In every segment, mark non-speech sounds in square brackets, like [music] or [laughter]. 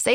Say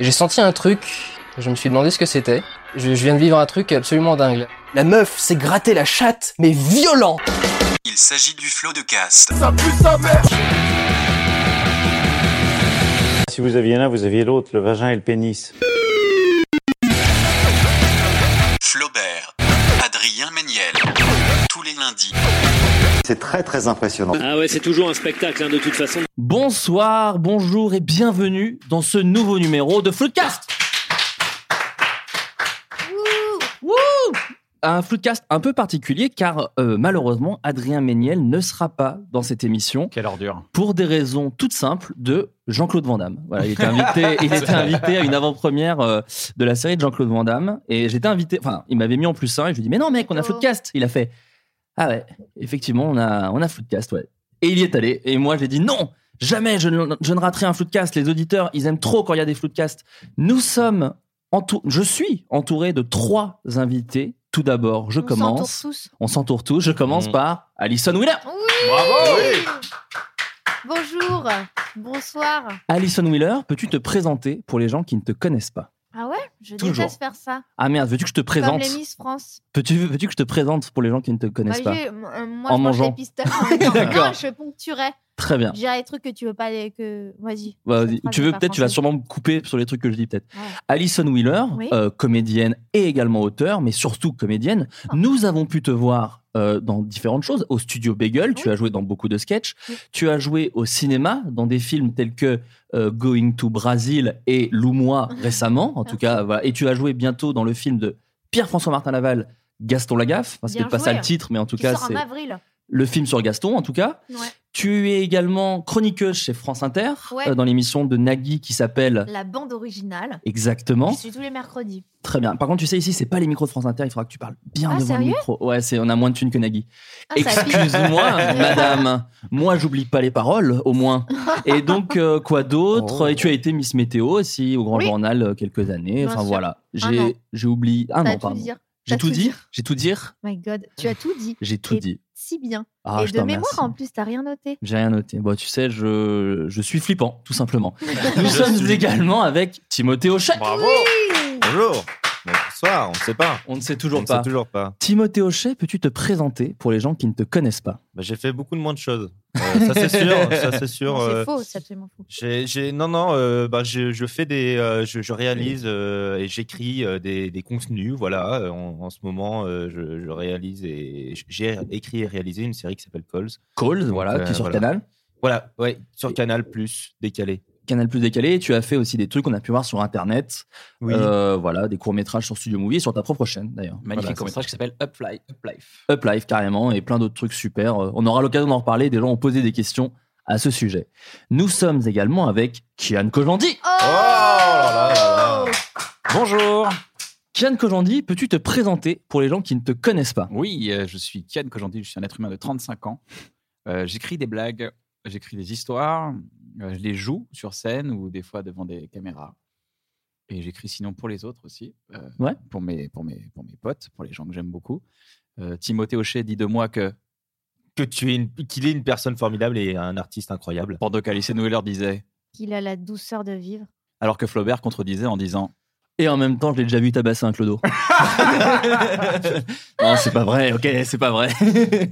J'ai senti un truc, je me suis demandé ce que c'était. Je, je viens de vivre un truc absolument dingue. La meuf s'est grattée la chatte, mais violent Il s'agit du flot de cast. Si vous aviez l'un, vous aviez l'autre, le vagin et le pénis. Flaubert. Adrien Méniel. Tous les lundis. C'est très très impressionnant. Ah ouais, c'est toujours un spectacle hein, de toute façon. Bonsoir, bonjour et bienvenue dans ce nouveau numéro de Floodcast Wouh Un Floodcast un peu particulier car euh, malheureusement Adrien Méniel ne sera pas dans cette émission Quelle ordure. pour des raisons toutes simples de Jean-Claude Van Damme. Voilà, il [laughs] était invité, il était invité à une avant-première euh, de la série de Jean-Claude Van Damme et j'étais invité, enfin, il m'avait mis en plus un et je lui ai dit "Mais non mec, on a Floodcast." Il a fait "Ah ouais, effectivement, on a on a Floodcast, ouais." Et il y est allé et moi j'ai dit "Non, jamais je ne, je ne raterai un Floodcast. Les auditeurs, ils aiment trop quand il y a des Floodcasts. Nous sommes entou- je suis entouré de trois invités. Tout d'abord, je commence. tous. On s'entoure tous. Je commence Mm. par Alison Wheeler. Bravo Bonjour, bonsoir. Alison Wheeler, peux-tu te présenter pour les gens qui ne te connaissent pas Ah ouais, je Toujours. déteste faire ça. Ah merde, veux-tu que je te Comme présente les Miss France. Peux-tu veux-tu que je te présente pour les gens qui ne te connaissent Bah, pas j'ai- m- euh, moi, En je mange mangeant. des pistolets en même temps. [laughs] D'accord. Non, je poncturais. Très bien. Je dirais des trucs que tu veux pas. les- Que... Vas-y. Bah, cette phrase tu est veux pas peut-être, tu vas française. sûrement me couper sur les trucs que je dis peut-être. Ouais. Alison Wheeler, Oui. euh, comédienne et également auteur, mais surtout comédienne. Ah. Nous avons pu te voir euh, dans différentes choses. Au studio Bagel, tu as joué dans beaucoup de sketchs. Oui. Tu as joué au cinéma, dans des films tels que euh, Going to Brazil et [laughs] Loumois récemment, en tout cas. Voilà. Et tu as joué bientôt dans le film de Pierre-François Martin Laval, Gaston Lagaffe. Enfin, Bien c'était pas ça joué. le titre, mais en tout Qui cas, sort c'est en avril. le film sur Gaston, en tout cas. Ouais. Tu es également chroniqueuse chez France Inter, Ouais. euh, dans l'émission de Nagui qui s'appelle La bande originale. Exactement. Je suis tous les mercredis. Très bien. Par contre, tu sais, ici, c'est pas les micros de France Inter, il faudra que tu parles bien Ah, devant le sérieux micro. Ouais, c'est, on a moins de thunes que Nagui. Ah, ça pique. [laughs] Excuse-moi, madame. Moi, j'oublie pas les paroles, au moins. [laughs] Et donc, euh, quoi d'autre Oh. Et tu as été Miss Météo aussi, au Grand Oui. Journal, euh, quelques années. Bien Enfin, sûr. voilà. Un an. J'ai, j'ai oublié. Ah T'as non, tout pardon. dire. J'ai T'as tout tout dit. dire. J'ai tout dire. My God, tu as tout dit J'ai tout Et- dit. si bien. Ah, Et je de te mémoire remercie. en plus, t'as rien noté. J'ai rien noté. Bon, tu sais, je, je suis flippant, [laughs] tout simplement. Nous sommes également avec Timothée Hochet. Bravo Bonjour. Bonsoir, on ne sait pas. On ne sait toujours on ne pas. sait toujours pas. Timothée Hochet, peux-tu te présenter pour les gens qui ne te connaissent pas Bah, j'ai fait beaucoup de moins de choses. Euh, [laughs] ça c'est sûr, ça c'est sûr. Non, euh, C'est faux, c'est absolument faux. j'ai- j'ai- non non, euh, bah, je, je fais des, euh, je, je réalise euh, et j'écris euh, des, des contenus. Voilà, Euh, en, en ce moment, euh, je, je réalise et j'ai écrit et réalisé une série qui s'appelle Calls. Calls, Donc, voilà, euh, qui est sur voilà. Canal. Voilà, ouais, sur Canal Plus décalé. Canal Plus décalé, tu as fait aussi des trucs qu'on a pu voir sur Internet. Euh, voilà, des courts-métrages sur Studio Movie et sur ta propre chaîne, d'ailleurs. Magnifique Voilà, court-métrage qui s'appelle Up, Li- Up Life. Up Life, carrément, et plein d'autres trucs super. Euh, On aura l'occasion d'en reparler. Des gens ont posé des questions à ce sujet. Nous sommes également avec Kian Kojandi. Oh, là là là là. Bonjour Kian Kojandi, peux-tu te présenter pour les gens qui ne te connaissent pas Oui, euh, je suis Kian Kojandi, je suis un être humain de 35 ans. Euh, j'écris des blagues, j'écris des histoires, euh, je les joue sur scène ou des fois devant des caméras. et j'écris sinon pour les autres aussi, euh, Ouais. pour, mes, pour, mes, pour mes potes, pour les gens que j'aime beaucoup. Euh, Timothée Hochet dit de moi que que tu es une, qu'il est une personne formidable et un artiste incroyable. Pordocalis et Nouiller disait, qu'il a la douceur de vivre. alors que Flaubert contredisait en disant Et en même temps, je l'ai déjà vu tabasser [laughs] un clodo. non, c'est pas vrai, ok, c'est pas vrai.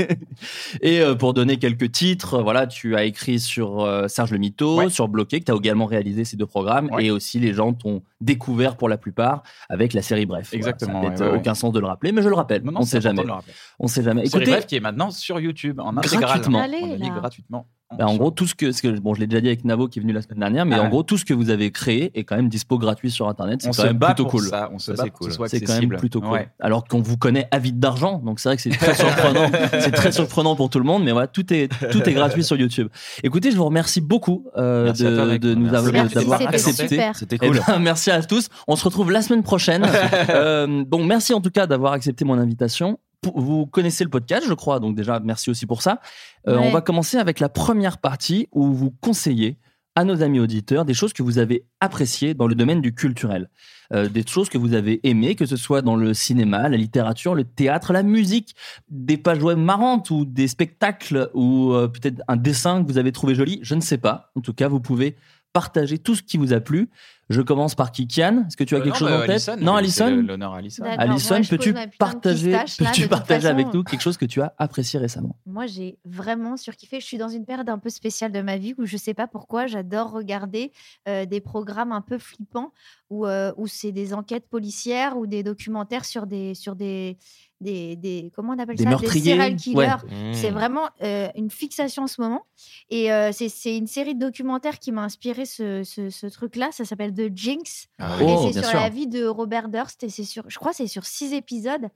[laughs] Et euh, pour donner quelques titres, euh, voilà, tu as écrit sur euh, Serge Le Mito, sur Bloqué, que tu as également réalisé ces deux programmes, et aussi les gens t'ont découvert pour la plupart avec la série Bref. Voilà, Exactement, ça n'a peut-être, ouais, ouais, euh, ouais. aucun sens de le rappeler, mais je le rappelle, Non, non, on c'est sait important jamais. de le rappeler. On sait jamais. Série Écoutez, Bref hein, qui est maintenant sur YouTube en intégrale. Gratuitement. On l'a mis Allez, là. gratuitement. bah, en gros, tout ce que, ce que- bon, je l'ai déjà dit avec Navo qui est venu la semaine dernière, mais Ah en ouais. gros, tout ce que vous avez créé est quand même dispo gratuit sur Internet. C'est On quand se même bat plutôt pour cool. Bah, ça, on se bat Ça, c'est pour que cool. ce soit C'est quand même accessible. plutôt cool. Ouais. Alors qu'on vous connaît avide d'argent, donc c'est vrai que c'est [laughs] très surprenant. c'est très surprenant pour tout le monde, mais voilà, tout est tout est gratuit sur YouTube. Écoutez, je vous remercie beaucoup euh, Merci à toi, de, mec. de nous Merci. avoir- Merci, d'avoir c'était accepté. super. C'était cool. Eh ben, [laughs] merci à tous. On se retrouve la semaine prochaine. Euh, bon, merci en tout cas d'avoir accepté mon invitation. Pou- Vous connaissez le podcast, je crois, donc déjà merci aussi pour ça. Euh, Ouais. On va commencer avec la première partie où vous conseillez à nos amis auditeurs des choses que vous avez appréciées dans le domaine du culturel, Euh, des choses que vous avez aimées, que ce soit dans le cinéma, la littérature, le théâtre, la musique, des pages web marrantes ou des spectacles ou euh, peut-être un dessin que vous avez trouvé joli, je ne sais pas. En tout cas, vous pouvez partager tout ce qui vous a plu. Je commence par Kikian. Est-ce que tu as Euh, quelque non, chose bah, en tête Alison, Non, c'est Alison. le- l'honneur à Alison. D'accord, Alison, moi, je pose peux-tu ma putain de partager, pistache, là, peux-tu de toute partager façon. avec nous quelque chose que tu as apprécié récemment Moi, j'ai vraiment surkiffé. Je suis dans une période un peu spéciale de ma vie où je sais pas pourquoi, j'adore regarder euh, des programmes un peu flippants où, euh, où c'est des enquêtes policières ou des documentaires sur des, sur des, des, des- comment on appelle Des ça meurtriers, serial ouais. killers. Mmh. C'est vraiment euh, une fixation en ce moment. Et euh, c'est- c'est une série de documentaires qui m'a inspiré ce, ce- ce truc-là. Ça s'appelle The Jinx. Ah et oui. Oh, c'est bien sur sûr. la vie de Robert Durst. Et c'est sur, je crois, que c'est sur six épisodes.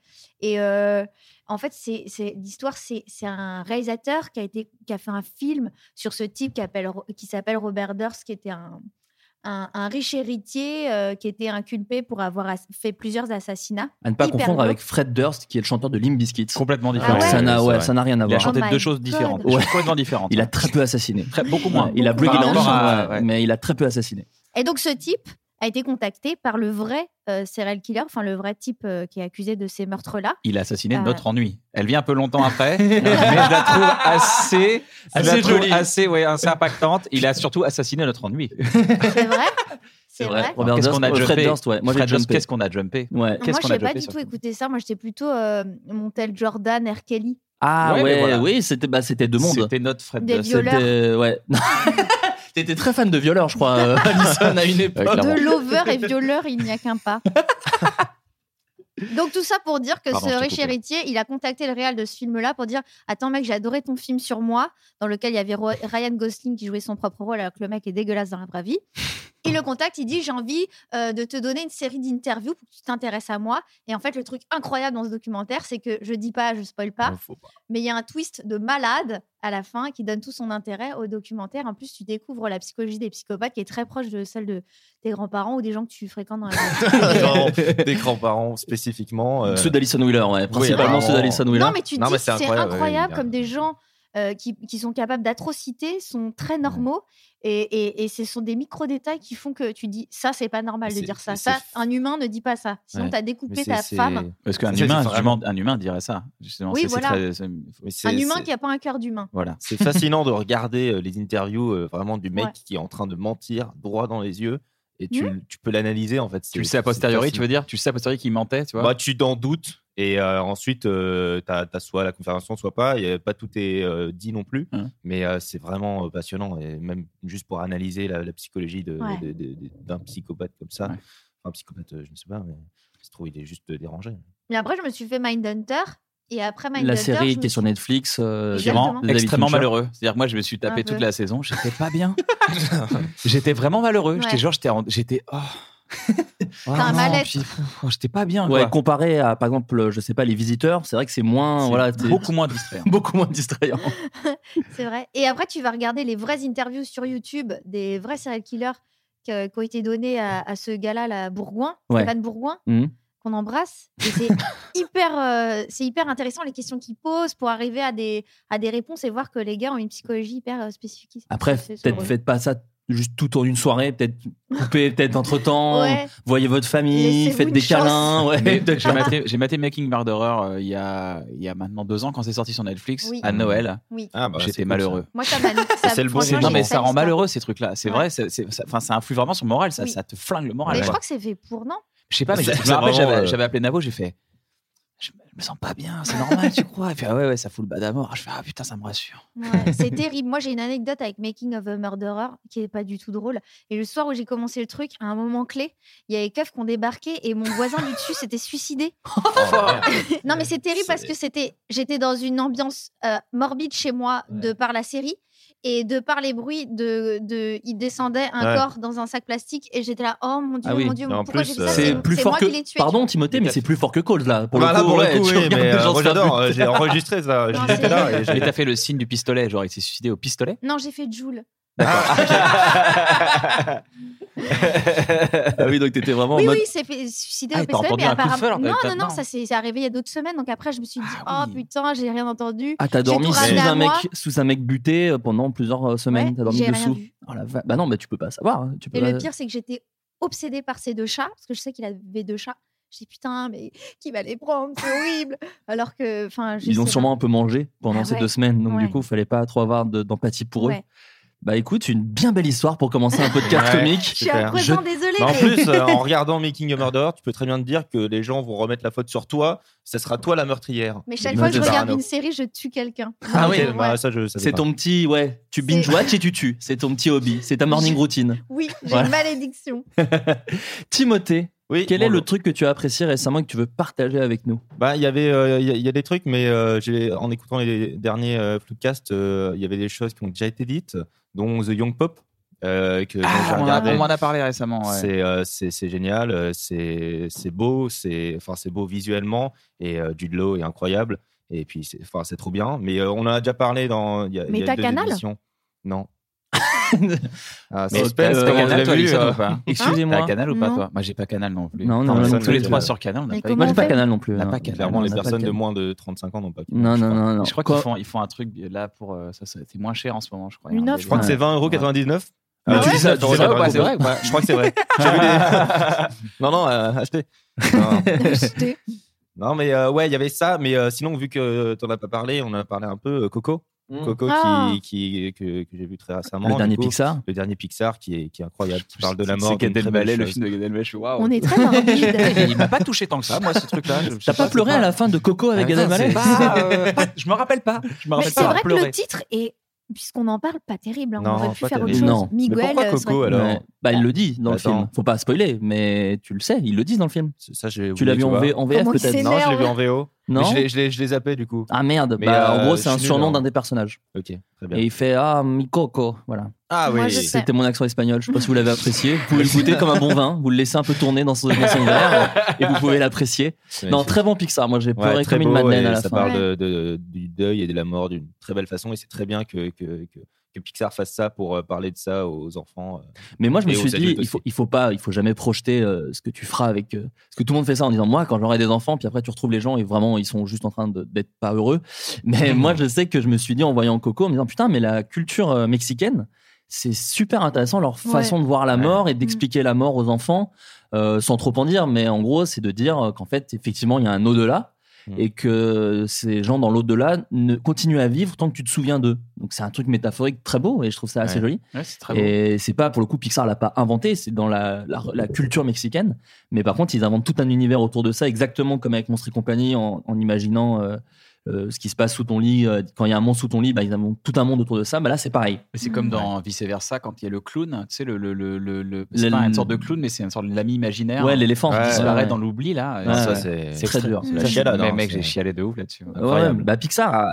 Et euh, en fait, c'est c'est- l'histoire, c'est c'est un réalisateur qui a, été, qui a fait un film sur ce type qui appelle- qui s'appelle Robert Durst, qui était un, un, un riche héritier euh, qui était inculpé pour avoir ass- fait plusieurs assassinats. À ne pas Hyper confondre glauques. avec Fred Durst, qui est le chanteur de Limp Bizkit. Complètement différent. ça n'a Ouais, ouais, c'est ça n'a rien Il à a voir. chanté Oh my deux choses God. différentes. Ouais. Complètement différentes. hein. Il a très peu assassiné. beaucoup moins. Ouais, il a Beaucoup Brady moins. Par Lynch, rapport à- ouais, ouais. mais il a très peu assassiné. Et donc, ce type a été contacté par le vrai euh, serial killer, enfin le vrai type euh, qui est accusé de ces meurtres-là. Il a assassiné Ah. notre ennui. Elle vient un peu longtemps [laughs] après, mais je la trouve assez, je la Assez trouve jolie. assez, ouais, assez impactante. Il a surtout assassiné notre ennui. [laughs] C'est vrai. Alors, Robert Qu'est-ce Durst, qu'on a euh, jumpé Fred Durst, ouais. Moi, j'ai Fred Durst, jumpé. qu'est-ce qu'on a jumpé Ouais. Moi, Qu'est-ce qu'on je a n'ai pas jumpé du tout surtout écouté ça. Moi, j'étais plutôt euh, mon tel Jordan, R. Kelly. Ah ouais, Ouais, mais voilà. oui, c'était bah, c'était deux mondes. C'était notre Fred Des bah, Durst. violeurs. C'était- Euh, ouais. [laughs] T'étais très fan de violeurs, je crois, euh, [laughs] Alison, à une époque. De lover et violeur, il n'y a qu'un [laughs] pas. Donc tout ça pour dire que Pardon, je ce t'ai riche coupé. héritier, il a contacté le réal de ce film-là pour dire attends mec, j'ai adoré ton film sur moi, dans lequel il y avait Ro- Ryan Gosling qui jouait son propre rôle alors que le mec est dégueulasse dans la vraie vie. Il le contacte, il dit j'ai envie euh, de te donner une série d'interviews pour que tu t'intéresses à moi. Et en fait, le truc incroyable dans ce documentaire, c'est que je dis pas, je spoil pas, mais il y a un twist de malade à la fin qui donne tout son intérêt au documentaire. En plus, tu découvres la psychologie des psychopathes qui est très proche de celle de tes grands-parents ou des gens que tu fréquentes dans la [laughs] [laughs] vie. Genre, Oh, des grands-parents spécifiquement. euh, Ceux d'Alison Wheeler, ouais. Principalement ceux apparemment. d'Alison Wheeler. Non, mais tu te Non, dis mais que c'est c'est incroyable, incroyable, ouais, évidemment. comme des gens euh, qui, qui sont capables d'atrocités sont très normaux et, et- et ce sont des micro-détails qui font que tu dis ça, c'est pas normal de dire ça. ça un humain ne dit pas ça. Sinon, Ouais. t'as découpé Mais ta c'est- femme. Parce qu'un C'est humain, différent. justement, un humain dirait ça. Justement, Oui, c'est- c'est voilà. très- c'est- Un humain qui a pas un cœur d'humain. Voilà. C'est fascinant de regarder euh, les interviews euh, vraiment du mec Ouais. qui est en train de mentir droit dans les yeux et tu, Mhm. tu peux l'analyser en fait. Tu le sais a posteriori, tu veux dire Tu le sais a posteriori qu'il mentait, tu vois bah, Tu t'en doutes et euh, ensuite tu as, soit la confirmation, soit pas. Et, euh, pas tout est euh, dit non plus, Mmh. Hein. mais euh, c'est vraiment euh, passionnant et même juste pour analyser la, la psychologie de- Ouais. de- de- de- d'un psychopathe comme ça. Un psychopathe, euh, je ne sais pas, mais il se trouve, il est juste euh, dérangé. Mais après, je me suis fait Mindhunter et après Mindhunter. La je série me qui est sur suis- Netflix, euh, qui rend Exactement. de David extrêmement Fincher. malheureux. C'est-à-dire que moi, je me suis Un tapé toute peu. la saison, j'étais pas [laughs] bien. j'étais vraiment malheureux. J'étais Ouais. genre, j'étais, en- j'étais, oh. T'as un Ah, non, mal-être. puis, pff, Oh, j'étais pas bien. Ouais, quoi. comparé à, par exemple, euh, je sais pas, les visiteurs, c'est vrai que c'est moins. [laughs] C'est hein, Voilà, beaucoup moins [laughs] distrayant. beaucoup [laughs] moins distrayant. C'est vrai. Et après, tu vas regarder les vraies interviews sur YouTube des vrais serial killers que- qui ont été données à, à ce gars-là, là, Bourgoin, Ouais. Stéphane Bourgoin, Mhm. qu'on embrasse. Et [laughs] c'est hyper, euh, c'est hyper intéressant les questions qu'il pose pour arriver à des, à des réponses et voir que les gars ont une psychologie hyper euh, spécifique. Après, C'est peut-être sur eux. faites pas ça juste tout en une soirée, peut-être couper peut-être entre Oh, temps, Ouais. voyez votre famille, Laissez-vous faites une des chance. câlins. Ouais, Mais peut-être J'ai pas. maté, j'ai maté Making Murderer euh, il, y a, il y a maintenant deux ans quand c'est sorti sur Netflix Oui. à Noël. Oui. Ah bah, c'est J'étais cool, malheureux. Moi, ça [laughs] m'a. ça- C'est le bon. franchement, Non j'ai mais fait ça rend l'histoire. malheureux ces trucs-là. C'est Ouais. vrai, c'est- c'est- ça- enfin ça influe vraiment sur le moral, ça, Oui. ça te flingue le moral. Mais je quoi. crois que c'est fait pour, non Je sais pas, mais je C'est- je me c'est rappelle, vraiment, j'avais euh, j'avais appelé Navo, j'ai fait. Je me sens pas bien, c'est normal, tu crois Il fait ah ouais, ouais, ça fout le bas d'abord. Je fais ah putain, ça me rassure. Ouais, [laughs] c'est terrible. Moi, j'ai une anecdote avec Making of a Murderer qui est pas du tout drôle. Et le soir où j'ai commencé le truc, à un moment clé, il y avait keufs qui ont débarqué et mon voisin du dessus s'était [laughs] suicidé. Oh, [laughs] non, mais c'est terrible parce que c'était, j'étais dans une ambiance euh, morbide chez moi de par la série et de par les bruits de, de il descendait un Ouais. corps dans un sac plastique et j'étais là oh mon dieu Ah oui. mon dieu Non, en pourquoi j'ai plus, fait ça euh, c'est plus fort moi que qui l'ai tué tu Pardon Timothée, mais c'est plus fort que Cold là. Pour Voilà, le Bah, coup, pour le ouais, coup, tu oui, regardes mais, des euh, gens moi, se faire j'adore, buter. euh, j'ai enregistré ça, Non, j'étais c'est- là [laughs] et j'ai- Mais t'as fait le signe du pistolet, genre il s'est suicidé au pistolet. vois. non j'ai fait Joule Ah oui, donc t'étais vraiment oui en mode. oui il s'est fait suicider Ah, au t'as pistolet mais entendu un coup de feu, apparemment alors, non t'as- non non non. ça c'est c'est arrivé il y a d'autres semaines donc après je me suis dit oh putain j'ai rien entendu Ah, t'as J'ai dormi tout sous ramené à un, mec, moi. sous un mec buté euh, pendant plusieurs euh, semaines. Ouais, t'as dormi j'ai rien dessous. vu. Oh la va- Bah non, mais tu peux pas savoir. hein, Tu peux Et pas- le pire, c'est que j'étais obsédée par ces deux chats, parce que je sais qu'il avait deux chats. Je dis putain, mais qui va les prendre C'est horrible. Alors que, enfin, je Ils ont sais sûrement un peu mangé pendant Ah ces ouais. deux semaines, donc Ouais. du coup, il fallait pas trop avoir de- d'empathie pas. pour eux. Ouais. Bah écoute, une bien belle histoire pour commencer un podcast Ouais. comique. Je suis Super. affreusement Je- désolée. [laughs] Mais en mais- plus, euh, en regardant Making a Murderer, tu peux très bien te dire que les gens vont remettre la faute sur toi. Ça sera toi la meurtrière. mais chaque De fois que je Matt regarde Barano. une série, je tue quelqu'un. Ah oui, Ok, ouais. bah, ça, je savais C'est pas. ton petit, ouais, tu C'est- binge watch et tu tues. C'est ton petit hobby, c'est ta morning routine. Oui, j'ai Voilà. une malédiction. Timothée, quel est bonjour. le truc que tu as apprécié récemment et que tu veux partager avec nous Bah, il y avait, euh, il y, a- il y a des trucs, mais euh, j'ai- en écoutant les derniers euh, podcasts, euh, il y avait des choses qui ont déjà été dites, dont The Young Pop. euh, Ah, que dont j'ai Ah, on, en a- regardé. on m'en a parlé récemment. ouais. C'est euh, c'est- c'est génial, euh, c'est c'est beau, c'est enfin c'est beau visuellement et euh, Jude Law est incroyable et puis c'est enfin c'est trop bien. Mais euh, on en a déjà parlé dans il y a, il y Mais a t'as deux Canal émissions. [laughs] Non. Ah, Mais suspense, t'as- comment t'as on Canal, l'a toi, vu, Alison, euh, ou pas [laughs] Excusez-moi. T'as Canal ou pas Non. toi Moi j'ai pas Canal non plus. Non, Enfin, non, non, on est non tous les plus. trois sur Canal, on n'a Mais pas comment Moi, j'ai on pas fait Canal non plus. On n'a non, pas on Canal. on Clairement, les n'a pas personnes de Canal. moins de 35 ans n'ont pas. Non, je non, crois. non, non. Je crois Quoi qu'ils font, ils font un truc là pour euh, ça, ça c'est moins cher en ce moment, je crois. Une offre. [laughs] Je crois que c'est 20,99€. Ah, tu dis ça, attends, tu dis ça attends, ou pas, attends, c'est vrai ou pas Je crois que c'est [laughs] vrai. J'ai vu des- [laughs] non, non, euh, achetez. Non. J'étais- Non, mais euh, ouais, il y avait ça. Mais euh, sinon, vu que t'en as pas parlé, on en a parlé un peu. euh, Coco, Mm. Coco Ah. qui, qui- que, que j'ai vu très récemment. Le du dernier coup. Pixar. Le dernier Pixar qui est, qui est incroyable, qui parle de la mort. C'est Gad d'une très belle Elmaleh, le chose. film de Gad Elmaleh. Je suis Ah, waouh. On est très [laughs] morbide. Il m'a pas touché tant que ça, moi, ce truc-là. Je- je sais T'as pas pleuré c'est à la fin de Coco avec Gad Attends, Elmaleh c'est pas, euh, pas- Je me rappelle pas. Je me Mais rappelle c'est pas vrai que pleurer. le titre est, puisqu'on en parle, pas terrible. hein. Non, on aurait pu pas faire autre chose. terrible. Non. Mais Miguel, pourquoi euh, serait- Coco alors Ouais. Bah, il le dit dans le Attends. film. Faut pas spoiler, mais tu le sais, ils le disent dans le film. C'est- Ça, j'ai Tu oublié, l'as vu en, vois. V- en VF Comment il peut-être s'énerve Non, je l'ai vu en VO. mais Non je l'ai- Je l'ai- je les zappé du coup. Ah merde, Mais, bah, en euh, gros, c'est je un suis surnom nul, d'un hein. des personnages. Ok, très bien. Et il fait Ah, mi coco. Voilà. Ah Moi, oui. je sais. C'était mon accent espagnol. Je sais pas si vous l'avez apprécié. Vous pouvez le goûter comme un bon vin. Vous le laissez un peu tourner dans son, dans son verre et vous pouvez l'apprécier. C'est Non, magnifique. très bon Pixar. Moi, j'ai Ouais, pleuré très comme une beau, madeleine et à la ça fin. parle de- de- du deuil et de la mort d'une très belle façon. Et c'est très bien que, que, que, que Pixar fasse ça pour euh, parler de ça aux enfants. euh. Mais moi, je me Et suis aux dit, adultes il faut, aussi. il faut pas, il faut jamais projeter euh, ce que tu feras avec. euh, parce que tout le monde fait ça en disant, moi, quand j'aurai des enfants, puis après, tu retrouves les gens et vraiment, ils sont juste en train de- d'être pas heureux. Mais [laughs] moi, je sais que je me suis dit en voyant Coco, en me disant, putain, mais la culture euh, mexicaine, c'est super intéressant leur Ouais. façon de voir la Ouais. mort et d'expliquer la mort aux enfants, euh, sans trop en dire. Mais en gros, c'est de dire euh, qu'en fait, effectivement, il y a un au-delà. Mm. Et que ces gens dans l'au-delà ne continuent à vivre tant que tu te souviens d'eux. Donc c'est un truc métaphorique très beau et je trouve ça assez Ouais. joli. Ouais, c'est très beau. Et c'est pas Ah, pour le coup Pixar l'a pas inventé, c'est dans la, la- la culture mexicaine. Mais par contre, ils inventent tout un univers autour de ça, exactement comme avec Monstre et compagnie, en, en imaginant euh, euh, ce qui se passe sous ton lit. euh, quand il y a un monstre sous ton lit, bah, ils inventent tout un monde autour de ça. Bah, là, c'est pareil. Mais c'est comme dans Vice Versa quand il y a le clown, tu sais, le, le, le, le- le- c'est Le- pas une sorte de clown, mais c'est une sorte de l'ami imaginaire Ouais, l'éléphant. qui Ouais, disparaît ouais. dans l'oubli là. Et Ouais, ça, ouais. c'est C'est très dur. c'est la Mais chialade, hein, mec, c'est- j'ai chialé de ouf là-dessus. Ouais, Incroyable. bah, Pixar a-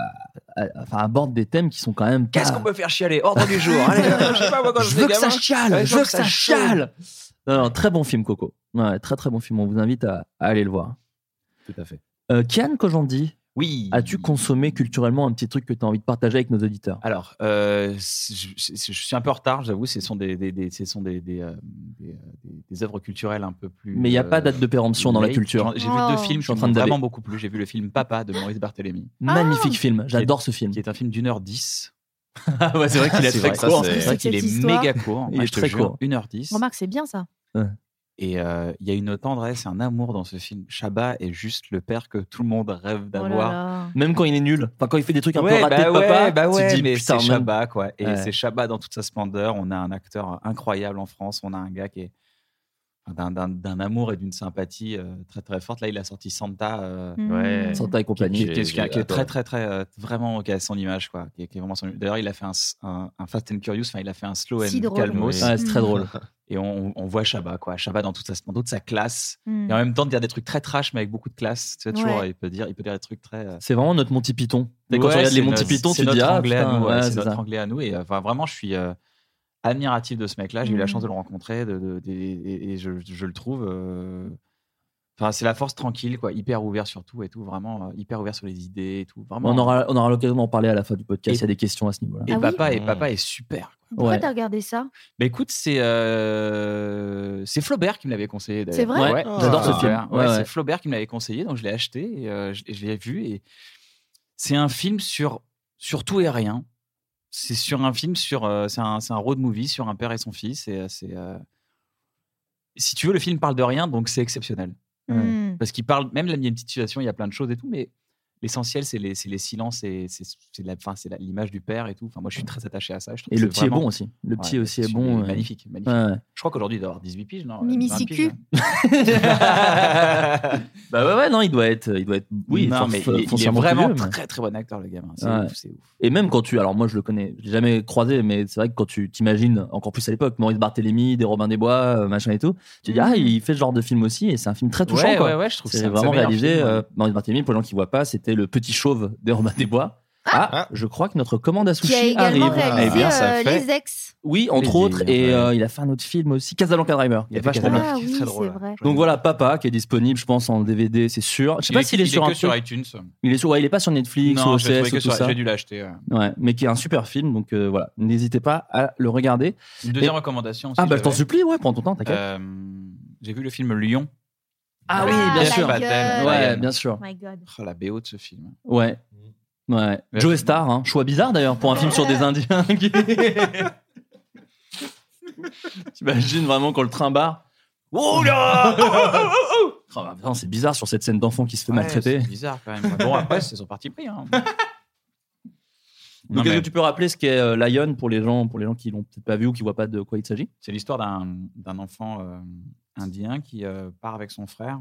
a- enfin, aborde des thèmes qui sont quand même. Qu'est-ce pas- qu'on peut faire chialer Ordre du jour. Allez, [laughs] je sais pas moi quand Je veux que ça chiale, Ouais, je veux que ça chiale. Non, non, très bon film, Coco. Ouais, très très bon film. On vous invite à, à aller le voir. Tout à fait. Euh, Kian Kojandi, Oui. as-tu consommé culturellement un petit truc que tu as envie de partager avec nos auditeurs Alors, euh, c- je, je- je suis un peu en retard, j'avoue. Ce sont des, des, des- ce sont des, des, euh, des, euh, des- des œuvres culturelles un peu plus. Mais il n'y a euh, pas date de péremption dans la late. culture. J'en- J'ai Oh. vu deux films, Je suis en qui train de m'ont daller. vraiment beaucoup plu. J'ai vu le film Papa de Maurice Barthélémy, Magnifique film, Qui est- j'adore ce film. qui est un film d'une heure dix Ah ouais, c'est vrai qu'il est très ça, court. C'est vrai Cette qu'il est histoire. méga court. Il Moi, est je te très jure, court. 1h10. Remarque, c'est bien ça. Et euh, il y a une tendresse, un amour dans ce film. Chabat est juste le père que tout le monde rêve Bah, Oh là d'avoir. là. Même quand il est nul. Enfin, quand il fait des trucs un Ouais, peu ratés bah de papa, ouais, bah tu te ouais, dis mais putain, c'est même- Chabat quoi. Et Ouais. c'est Chabat dans toute sa splendeur. On a un acteur incroyable en France. On a un gars qui est d'un- d'un d'un amour et d'une sympathie euh, très très forte. Là, il a sorti Santa. Mmh. euh, Mm. Ouais. Santa et compagnie. qui, qui- qui est, J'ai- qui est- qui est j'ai très adoré. très très euh, vraiment qui a son image quoi qui est, qui est vraiment son- d'ailleurs il a fait un, s- un, un Fast and Curious enfin il a fait un slow and Si drôle. calmos Ouais, c'est très Mm. [laughs] drôle. et on, on voit Chabat quoi Chabat dans toute sa splendeur de sa classe Mm. Mmh. et en même temps de dire des trucs très trash mais avec beaucoup de classe tu sais, toujours Ouais. il peut dire il peut dire des trucs très euh, C'est vraiment notre Monty Python. Et quand ouais, tu regardes c'est les Monty notre- Python, c'est tu te dis notre ah anglais à putain, nous, ouais, ouais, c'est c'est notre ça. anglais à nous et euh, enfin, vraiment je suis euh, admiratif de ce mec là j'ai eu la Mm. chance de le rencontrer de, de- de- et, et je, je le trouve euh, enfin c'est la force tranquille quoi hyper ouvert sur tout et tout vraiment euh, hyper ouvert sur les idées et tout vraiment On aura, on aura l'occasion d'en parler à la fin du podcast. Et- Il y a des questions à ce niveau-là. et Ah oui papa et Mm. papa est super quoi. Pourquoi Ouais. t'as regardé ça bah écoute c'est euh, c'est Flaubert qui me l'avait conseillé d'ailleurs C'est vrai Ouais, j'adore ce Flaubert. film. Ouais, Ouais, ouais. c'est Flaubert qui me l'avait conseillé, donc je l'ai acheté et euh, je, je l'ai vu. Et c'est un film sur, sur tout et rien. C'est sur un film sur, euh, c'est un, c'est un road movie sur un père et son fils. Et euh, c'est, euh, si tu veux, le film parle de rien, donc c'est exceptionnel Mm. parce qu'il parle même là, il y a une petite situation, il y a plein de choses et tout, mais l'essentiel c'est les, c'est les silences et c'est, c'est la, enfin, c'est la- l'image du père et tout. Enfin, moi, je suis très attaché à ça. Je trouve Et que le c'est petit est vraiment- bon aussi. Le petit Ouais, aussi le est petit, bon. il est euh, magnifique, magnifique. ouais, ouais. Je crois qu'aujourd'hui il doit avoir 18 piges, non Mimi 20 Sicu. piges, [laughs] ouais. Bah ouais, ouais, non, il doit être, il doit être, oui, non, force- mais il, est- il est foncièrement vraiment vieux, mais- très très bon acteur, le gamin. C'est Ouais. ouf, c'est ouf. Et même quand tu, alors moi je le connais, je l'ai jamais croisé, mais c'est vrai que quand tu t'imagines, encore plus à l'époque, Maurice Barthélémy, des Robin des Bois, euh, machin et tout, tu dis Mhm. ah il fait ce genre de film aussi et c'est un film très touchant ouais, Ah, quoi. ouais, ouais, je trouve que C'est un de ses vraiment meilleurs réalisé. films, ouais. euh, Maurice Barthélémy, pour les gens qui voient pas, c'était le petit chauve des Robin des Bois. Ah, je crois que notre commande à Qui sushi a également arrive. Ah, réalisé eh bien, ça euh, fait. Les Ex. Oui, entre Les autres, Dires, et ouais. euh, il a fait un autre film aussi, Casablanca Driver. Il est fait vachement Casablanca. bien. Ah qui est oui, très c'est drôle, là. vrai. Donc voilà, Papa, qui est disponible, je pense, en DVD, c'est sûr. Je sais pas s'il est, sur un que sur truc- iTunes. Il est sur, ouais, il est pas sur Netflix ou Non, je l'ai OCS trouvé ou que tout sur- ça. j'ai dû l'acheter. ouais. Ouais, mais qui est un super film, donc euh, voilà, n'hésitez pas à le regarder. Une deuxième recommandation. aussi, Ah bah je t'en j'avais. supplie, ouais, prends ton temps, t'inquiète. Euh, J'ai vu le film Lyon. Ah Avec oui, bien Dev sûr. Patel. euh, ouais, Ryan. bien sûr. Oh my god. Oh, la BO de ce film. Ouais. Ouais. Joe Star, hein. choix bizarre d'ailleurs pour un film sur des Indiens. qui- [laughs] T'imagines vraiment quand le train barre. Oh là Oh, oh, oh, oh Oh, bah, putain, C'est bizarre sur cette scène d'enfant qui se fait Ouais, maltraiter. C'est bizarre quand même. Bon, après, c'est son parti pris. [laughs] Hein. Non, Donc, est-ce mais que tu peux rappeler ce qu'est euh, Lion pour les gens, pour les gens qui l'ont peut-être pas vu ou qui voient pas de quoi il s'agit C'est l'histoire d'un d'un enfant euh, indien qui euh, part avec son frère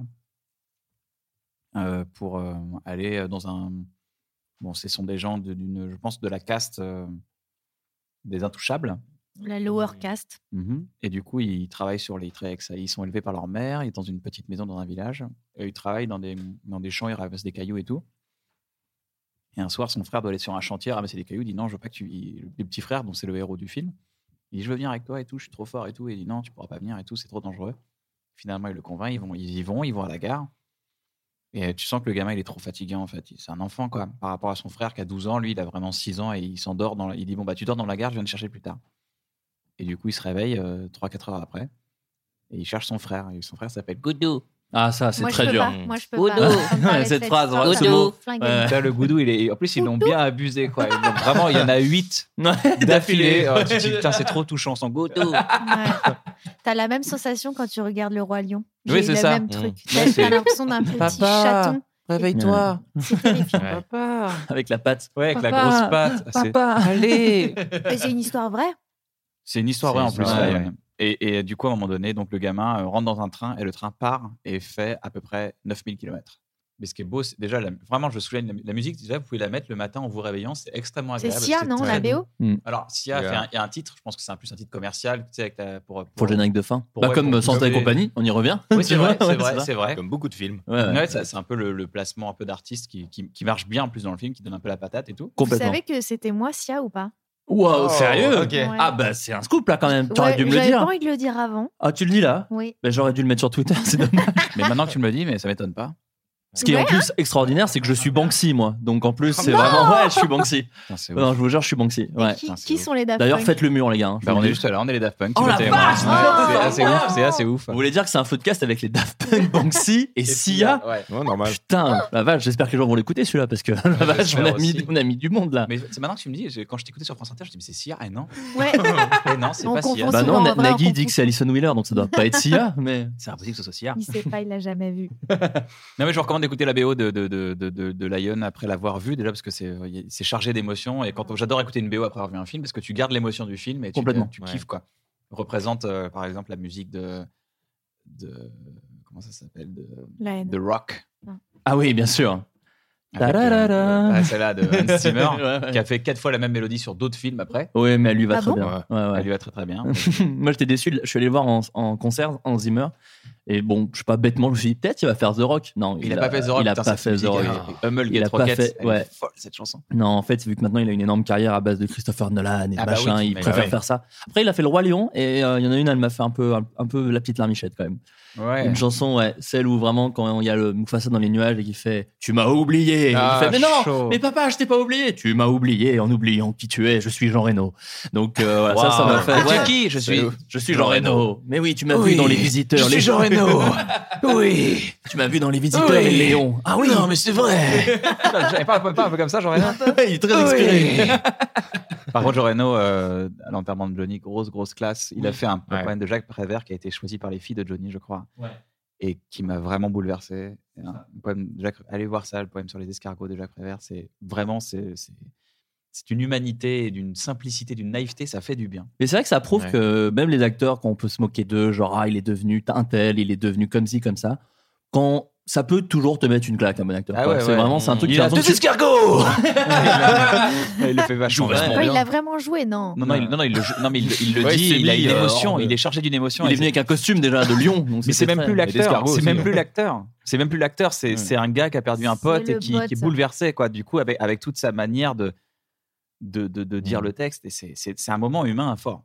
euh, pour euh, aller euh, dans un. Bon, ce sont des gens de- d'une, je pense, de la caste euh, des intouchables. La lower caste. Mhm. Et du coup, ils travaillent sur les traits avec ça. Ils sont élevés par leur mère, ils sont dans une petite maison dans un village. Et ils travaillent dans des, dans des champs, ils ramassent des cailloux et tout. Et un soir, son frère doit aller sur un chantier ramasser des cailloux. Il dit non, je veux pas que tu. il- Le petit frère, dont c'est le héros du film, il dit je veux venir avec toi et tout, je suis trop fort et tout. Et il dit non, tu pourras pas venir et tout, c'est trop dangereux. Finalement, il le convainc, ils, vont, ils y vont, ils vont à la gare. Et tu sens que le gamin, il est trop fatigant en fait. C'est un enfant quoi, par rapport à son frère qui a 12 ans. Lui, il a vraiment 6 ans et il s'endort. Dans la- Il dit bon, bah tu dors dans la gare, je viens te chercher plus tard. Et du coup, il se réveille 3-4 heures après. Et il cherche son frère. Et son frère s'appelle Goudou. Ah, ça, c'est Moi, je très peux dur. pas. Moi, je peux pas. Oudou. Faut me parler de Cette phrase, phrase, ce ça me mot. flingue. Ouais. Là, le Goudou, il est... en plus, ils l'ont bien abusé. quoi. Ils l'ont- Vraiment, il y en a 8 [laughs] d'affilée. Oh, tu te dis, putain, c'est trop touchant son [laughs] Goudou. [laughs] Ouais. T'as la même sensation quand tu regardes Le Roi Lion. Oui, J'ai c'est eu le ça. même truc. Ouais, T'as c'est- l'impression d'un petit Papa. chaton. Réveille-toi. C'est terrifiant. Papa. Avec la patte. Ouais, avec la Papa. grosse patte. C'est- Et Allez C'est Bah, une histoire vraie. C'est une histoire C'est vraie une en plus. histoire ouais, vraie. ouais. Et, et du coup, à un moment donné, donc, le gamin euh, rentre dans un train et le train part et fait à peu près 9000 km. Mais ce qui est beau, c'est déjà, la- vraiment, je souligne, la, la musique, déjà, vous pouvez la mettre le matin en vous réveillant, c'est extrêmement C'est agréable. Sia, c'est non, très la doux. BO Alors, Sia a Ouais. fait un, il y a un titre, je pense que c'est un plus un titre commercial, tu sais, avec la- pour, Pour le générique de fin. Pour- bah, ouais, comme pour- Santa et pour- compagnie, on y revient. Oui, c'est [laughs] Tu vrai, vois, ouais, c'est vrai, ça. c'est vrai. Comme beaucoup de films. Ouais, ouais. Ouais, ça, c'est un peu le, le placement un peu d'artiste qui, qui, qui marche bien en plus dans le film, qui donne un peu la patate et tout. Vous Complètement. savez que c'était moi, Sia, ou pas Waouh, sérieux Ok. Ouais. Ah, bah, c'est un scoop là quand même. T'aurais Ouais, dû me le J'avais pas dire. envie de le dire avant. Ah, tu le dis là Oui. Bah, J'aurais dû le mettre sur Twitter, [laughs] c'est dommage. Mais maintenant que tu me le dis, mais ça m'étonne pas. Ce qui est en Ouais, Ah, plus extraordinaire, c'est que je suis Banksy, moi. Donc en plus, c'est Non vraiment. Ouais, je suis Banksy. Oh c'est Non, je vous jure, je suis Banksy. Ouais. Qui, qui sont les Daft D'ailleurs, Punk faites le mur, les gars. Bah, on est juste là, on est les Daft Punk. Oh la Timothée et moi. vache Ouais, C'est assez ouf, c'est assez ouf. Vous voulez dire que c'est un podcast avec les Daft Punk, Banksy et Sia Ouais. normal. Putain, la vache, j'espère que les gens vont l'écouter celui-là parce que la vache, on a, mis, on a mis du monde là. Mais c'est maintenant que tu me dis, je- quand je t'écoutais sur France Inter, je dis, mais c'est Sia, eh [laughs] non Ouais. Eh non, c'est On pas confond Sia. Bah souvent, non, en Na- vrai, on Nagui dit confond. que c'est Alison Wheeler, donc ça doit pas être Sia, mais. C'est impossible que ce soit Sia. Il sait pas, il l'a jamais vu. Non, mais je vous recommande d'écouter la BO de, de, de, de, de- de Lion après l'avoir vu, déjà, parce que c'est euh, c'est chargé d'émotions. Et quand on- j'adore écouter une BO après avoir vu un film, parce que tu gardes l'émotion du film et tu, Complètement. tu kiffes, quoi. Représente, euh, par exemple, la musique de. de comment ça s'appelle de, La haine. de Rock. Ah oui, bien sûr. Avec, Tararara. euh, ouais, Celle-là de Hans Zimmer, [laughs] Ouais, [laughs] ouais. qui a fait quatre fois la même mélodie sur d'autres films après. Ouais, mais elle lui va Ah très bon bien. Ouais, ouais. Elle lui va très très bien. Moi, j'étais déçu. Je suis allé le voir en, en concert, en Zimmer. Et bon, je sais pas, bêtement, je me suis dit, peut-être il va faire The Rock. [laughs] Non, Il, a, pas fait The Rock. Il a putain, pas cette fait The musique, Rock. elle est- Hummel Il Get a pas Rocket, fait- elle est ouais. folle cette chanson. Non, en fait, vu que maintenant il a une énorme carrière à base de Christopher Nolan et Ah bah machin, oui, il mais préfère ouais. faire ça. Après, il a fait Le Roi Lion et euh, il y en a une, elle m'a fait un peu, un, un peu la petite larmichette quand même. Ouais. Une chanson, ouais, celle où vraiment, quand il y a le Mufasa dans les nuages et qui fait Tu m'as oublié. Et Ah, il fait, mais non, chaud. mais papa, je t'ai pas oublié. Tu m'as oublié en oubliant qui tu es. Je suis Jean Reno. Donc, euh, voilà, ça, ça m'a Waouh. fait. Et Ah, tu es ouais. qui Je suis. Je suis Jean Reno. Mais oui, tu m'as Oui, vu dans Les Visiteurs. Je suis les- Jean Reno. [laughs] Oui. Tu m'as vu dans Les Visiteurs Oui. et Léon. Ah oui, Non, mais c'est vrai. pas, pas, pas un peu comme ça, Jean Reno. [laughs] il est très expiré. Par contre, Jean Reno, euh, à l'enterrement de Johnny, grosse, grosse classe. Il a fait un pop Ouais. band de Jacques Prévert qui a été choisi par les filles de Johnny, je crois. Ouais. Et qui m'a vraiment bouleversé. Un poème de Jacques- Allez voir ça, le poème sur les escargots de Jacques Prévert. C'est vraiment, c'est c'est- c'est une humanité, et d'une simplicité, d'une naïveté, ça fait du [laughs] bien. Mais c'est vrai que ça prouve Ouais. que même les acteurs, quand on peut se moquer d'eux, genre ah, il est devenu un tel, il est devenu comme ci, comme ça, quand ça peut toujours te mettre une claque, un bon acteur. Ah quoi. ouais, c'est ouais. vraiment c'est un truc Il qui a est deux escargots Il le fait vachement Joue vachement Enfin, il bien. l'a vraiment joué, non Non, non, il, non, non, il le, non, mais il, il le Ouais, il dit, s'est il a mis, une euh, émotion, hors de- il est chargé d'une émotion. Il et est venu avec un costume déjà de Lyon. donc Mais c'est c'était même très- hein. plus l'acteur. escargots C'est aussi, même ouais. plus l'acteur. C'est même plus l'acteur. C'est Ouais. c'est un gars qui a perdu un C'est pote et le qui, bot. qui est bouleversé quoi. Du coup avec avec toute sa manière de de, de- de Mm. dire le texte et c'est- c'est c'est un moment humain fort.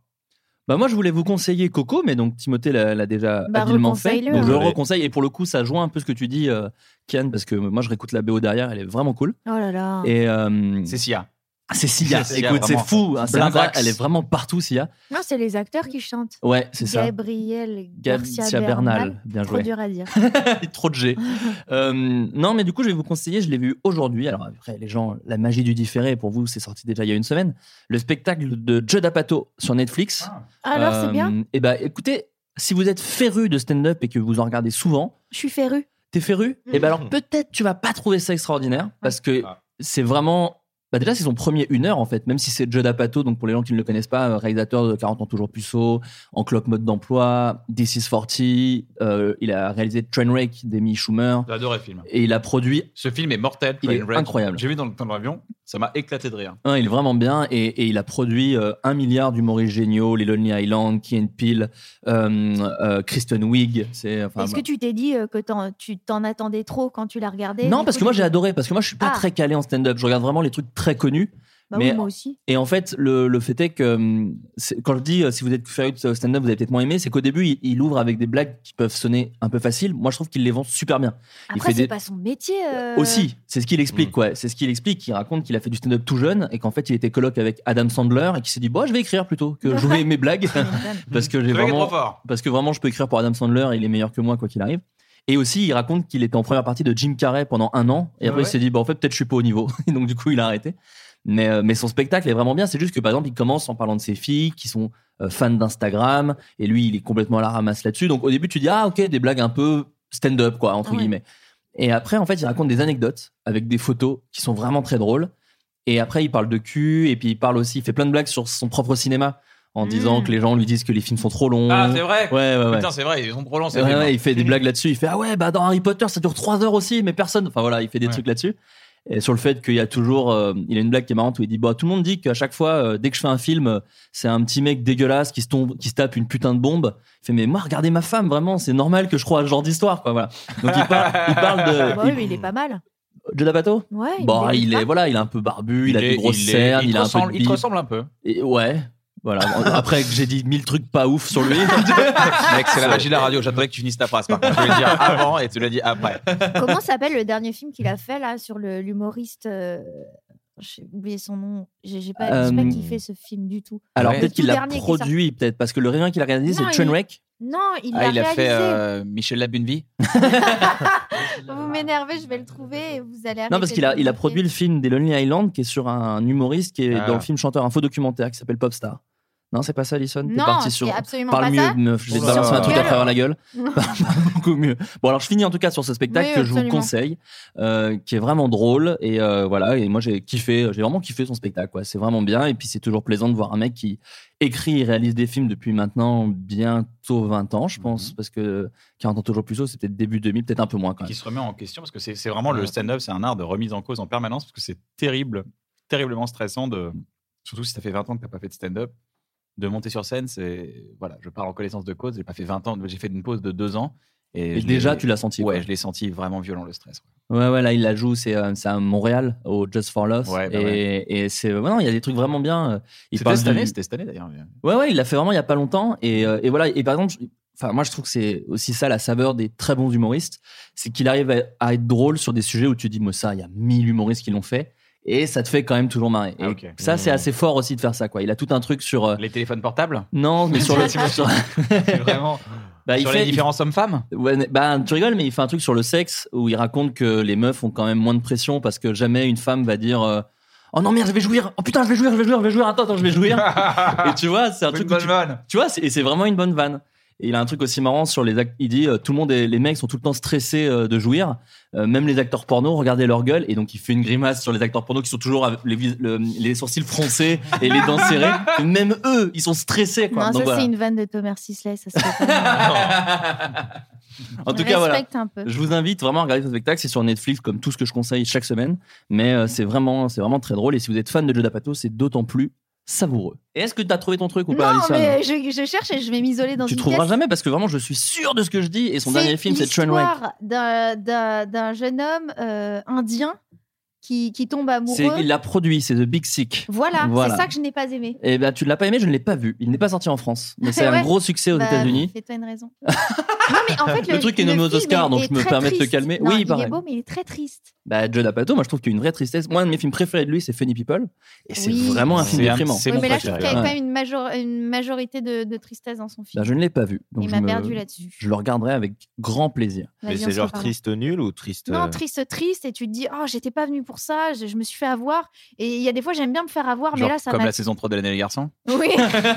Bah moi je voulais vous conseiller Coco, mais donc Timothée l'a l'a déjà Bah, habilement fait. reconseille-le, Donc hein. je le reconseille et pour le coup ça joint un peu ce que tu dis euh, Kian parce que moi je réécoute la BO derrière, elle est vraiment cool. Oh là là. Et euh, C'est Sia. ah, c'est Sia, c'est Sia, écoute c'est vraiment. fou, hein, c'est Blindax. incroyable, elle est vraiment partout Sia. Non, c'est les acteurs qui chantent. Ouais c'est ça. Gabriel Garcia, Garcia Bernal, Ah, bien Trop joué. dur à dire. Trop de G. Euh, non, mais du coup, je vais vous conseiller, je l'ai vu aujourd'hui. Alors, après, les gens, la magie du différé, pour vous, c'est sorti déjà il y a une semaine. Le spectacle de Judd Apatow sur Netflix. Ah, Alors, c'est bien Et bah, écoutez, si vous êtes féru de stand-up et que vous en regardez souvent, Je suis féru. t'es féru Et bah, alors, peut-être tu vas pas trouver ça extraordinaire parce que Ah. c'est vraiment. Bah déjà, c'est son premier une heure en fait, même si c'est Judd Apatow, donc pour les gens qui ne le connaissent pas, euh, réalisateur de 40 ans toujours puceau, en clock mode d'emploi, This is 40, euh, il a réalisé Trainwreck d'Amy Schumer, J'ai adoré le film. et il a produit. Ce film est mortel. Il est Trainwreck. incroyable. J'ai vu dans le temps de l'avion, ça m'a éclaté de rire. Un, il est vraiment bien et, et il a produit euh, un milliard d'humoristes géniaux, les Lonely Island, Key and Peele, euh, euh, Kristen Wiig. C'est enfin, Est-ce que tu t'es dit euh, que t'en- tu t'en attendais trop quand tu l'as regardé non, Du parce coup, que moi tu- j'ai adoré, parce que moi je suis pas Ah. très calé en stand-up. Je regarde vraiment les trucs très connus. Bah mais- oui, moi aussi. Et en fait, le, le fait est que hum, c'est- quand je dis euh, si vous êtes furieux de stand-up, vous avez peut-être moins aimé, c'est qu'au début, il, il ouvre avec des blagues qui peuvent sonner un peu faciles. Moi, je trouve qu'il les vend super bien. il Après, fait c'est des- pas son métier. euh, Aussi, c'est ce qu'il explique, quoi. C'est ce qu'il explique. Il raconte qu'il a fait du stand-up tout jeune et qu'en fait, il était colloque avec Adam Sandler et qu'il s'est dit, bon, je vais écrire plutôt Ah, que jouer mes blagues [laughs] parce que j'ai Le mec est trop vraiment, fort. parce que vraiment, je peux écrire pour Adam Sandler. Il est meilleur que moi, quoi qu'il arrive. Et aussi, il raconte qu'il était en première partie de Jim Carrey pendant un an. Et après, Ouais. il s'est dit, bah, en fait, peut-être je suis pas au niveau. [laughs] Et donc, du coup, il a arrêté. Mais, euh, mais son spectacle est vraiment bien. C'est juste que, par exemple, il commence en parlant de ses filles qui sont euh, fans d'Instagram. Et lui, il est complètement à la ramasse là-dessus. Donc, au début, tu dis, ah, ok, des blagues un peu stand-up, quoi, entre Ouais. guillemets. Et après, en fait, il raconte des anecdotes avec des photos qui sont vraiment très drôles. Et après, il parle de cul. Et puis, il parle aussi, il fait plein de blagues sur son propre cinéma en Mm. disant que les gens lui disent que les films sont trop longs. Ah c'est vrai. Ouais, ouais, ouais. Putain c'est vrai. Ils sont trop longs. ces Ouais, films. ouais, il fait des blagues là-dessus. Il fait Ah ouais, bah dans Harry Potter, ça dure 3 heures aussi, mais personne. Enfin voilà, il fait des Ouais. trucs là-dessus. Et sur le fait qu'il y a toujours. euh, il a une blague qui est marrante où il dit Bah, tout le monde dit qu'à chaque fois, euh, dès que je fais un film, euh, c'est un petit mec dégueulasse qui se, tombe, qui se tape une putain de bombe. Il fait Mais moi, regardez ma femme, vraiment, c'est normal que je crois à ce genre d'histoire, quoi. Voilà. Donc il parle, il parle Ah bah de. oui, mais il est pas mal. Il, euh, Judd Apatow Ouais. Bon, est il pas est, voilà, il est un peu barbu, il, a est- des grosses il est- cernes, il il, te a un peu ressemble- de Il te bite. ressemble un peu. Et ouais. Voilà. [laughs] Après que j'ai dit mille trucs pas ouf sur lui. [laughs] Mec, c'est la magie de la radio. J'attendais que tu finisses ta phrase. Par contre, je vais le dire avant et tu l'as dit après. [laughs] Comment s'appelle le dernier film qu'il a fait là sur le- l'humoriste euh, J'ai oublié son nom. J'ai j'ai pas, je sais Euh, ah, pas qui fait ce film du tout. Alors Le peut-être tout qu'il l'a dernier qui est sorti. produit, peut-être, parce que le rien qu'il a réalisé, c'est Non, il- Trainwreck. Non, il ah, l'a il a réalisé. fait euh, Michel Labunvi. Vous m'énervez, je vais le trouver et vous allez. Non, arrêter parce qu'il de a, me il a moquer. produit le film des Lonely Island qui est sur un humoriste qui est Ah. dans le film chanteur, un faux documentaire qui s'appelle Popstar. Non, c'est pas ça, Alison T'es Non, parti c'est sur. absolument Parle pas mieux, ça. meuf. Je vais te Sur balancer un son truc à gueule. travers [laughs] la gueule. Pas beaucoup mieux. Bon, alors je finis en tout cas sur ce spectacle Oui, que je vous absolument. conseille, euh, qui est vraiment drôle. Et euh, voilà, et moi j'ai kiffé, j'ai vraiment kiffé son spectacle. quoi. C'est vraiment bien. Et puis c'est toujours plaisant de voir un mec qui écrit et réalise des films depuis maintenant bientôt 20 ans, je pense, parce que 40 ans toujours plus tôt, c'est peut-être début 2000, peut-être un peu moins quand même. Mm-hmm. qui se remet en question parce que c'est c'est vraiment le stand-up, c'est un art de remise en cause en permanence parce que c'est terrible, terriblement stressant de, surtout si ça fait 20 ans que t'as pas fait de stand-up, de monter sur scène, c'est voilà, je parle en connaissance de cause, j'ai pas fait 20 ans, j'ai fait une pause de deux ans et, Et je déjà, l'ai- tu l'as senti, Ouais, quoi. je l'ai senti vraiment violent le stress. ouais. Ouais, ouais, là, il la joue, c'est euh, c'est à Montréal, au Just for Love. Ouais, bah et ouais. et c'est. ouais, non, il y a des trucs vraiment bien. euh, il C'était parle cette du- année, c'était cette année d'ailleurs. Ouais, ouais, il l'a fait vraiment il y a pas longtemps. Et, euh, et voilà, et par exemple, je- enfin, moi, je trouve que c'est aussi ça la saveur des très bons humoristes. C'est qu'il arrive à, à être drôle sur des sujets où tu dis, moi, ça, il y a mille humoristes qui l'ont fait. Et ça te fait quand même toujours marrer. Et ça, c'est assez fort aussi de faire ça, quoi. Il a tout un truc sur. euh, Les téléphones portables [laughs] Non, mais sur [laughs] le. C'est sur- [laughs] vraiment Bah, il sur fait- les il- différences hommes-femmes. Ouais, mais- bah, tu rigoles, mais il fait un truc sur le sexe où il raconte que les meufs ont quand même moins de pression parce que jamais une femme va dire euh, Oh non, merde, je vais jouir Oh putain, je vais jouir, je vais jouir, je vais jouir Attends, attends, je vais jouir Et tu vois, c'est un truc. où tu, tu vois, c'est- et c'est vraiment une bonne vanne. Et il a un truc aussi marrant sur les actes. Il dit euh, Tout le monde, est- les mecs sont tout le temps stressés euh, de jouir. Euh, même les acteurs porno, regardez leur gueule. Et donc, il fait une grimace sur les acteurs porno qui sont toujours avec les, vis- le- les sourcils froncés et les dents serrées. Et même eux, ils sont stressés. Quoi. Non, Donc, ça voilà. c'est une vanne de Thomas Sisley. Ça se [laughs] fait En tout cas, voilà. Respecte un peu. Je vous invite vraiment à regarder ce spectacle. C'est sur Netflix, comme tout ce que je conseille chaque semaine. Mais euh, c'est vraiment, c'est vraiment très drôle. Et si vous êtes fan de Joe D'Apato, c'est d'autant plus savoureux. Et est-ce que tu as trouvé ton truc ou pas, non, Alison mais je, je cherche et je vais m'isoler dans Tu une trouveras pièce. jamais parce que vraiment, je suis sûr de ce que je dis. Et son dernier film, c'est Trainwreck. l'histoire d'un- d'un d'un jeune homme euh, indien qui, qui tombe C'est, amoureux. il l'a produit, c'est The Big Sick. Voilà, c'est ça que je n'ai pas aimé. Eh ben, tu ne l'as pas aimé, je ne l'ai pas vu. Il n'est pas sorti en France, [laughs] mais c'est Ouais. un gros succès aux Bah, États-Unis. Fais-toi une [laughs] raison. non, mais en fait, le, Le truc est nommé aux film Oscars, est- donc est je me très permets de te triste. calmer. Non, Oui, il est pareil. beau, mais il est très triste. Bah, Joe D'Apato, moi, je trouve qu'il y a une vraie tristesse. Moi, un de mes films préférés de lui, c'est Funny People. Et c'est Oui. vraiment un film C'est un- déprimant. c'est Oui, mon hein. mais là, je trouve qu'il y a Ouais. quand même une, major- une majorité de, de tristesse dans son film. Ben, je ne l'ai pas vu. Donc Il je m'a me- perdu là-dessus. Je le regarderai avec grand plaisir. Vas-y, Mais c'est on se genre reparle. triste nul ou triste Non, triste, euh, triste, et tu te dis, oh, j'étais pas venu pour ça, je, je me suis fait avoir. Et il y a des fois, j'aime bien me faire avoir, Genre mais là, ça comme m'a. la saison 3 de l'année des garçons. Oui. [laughs]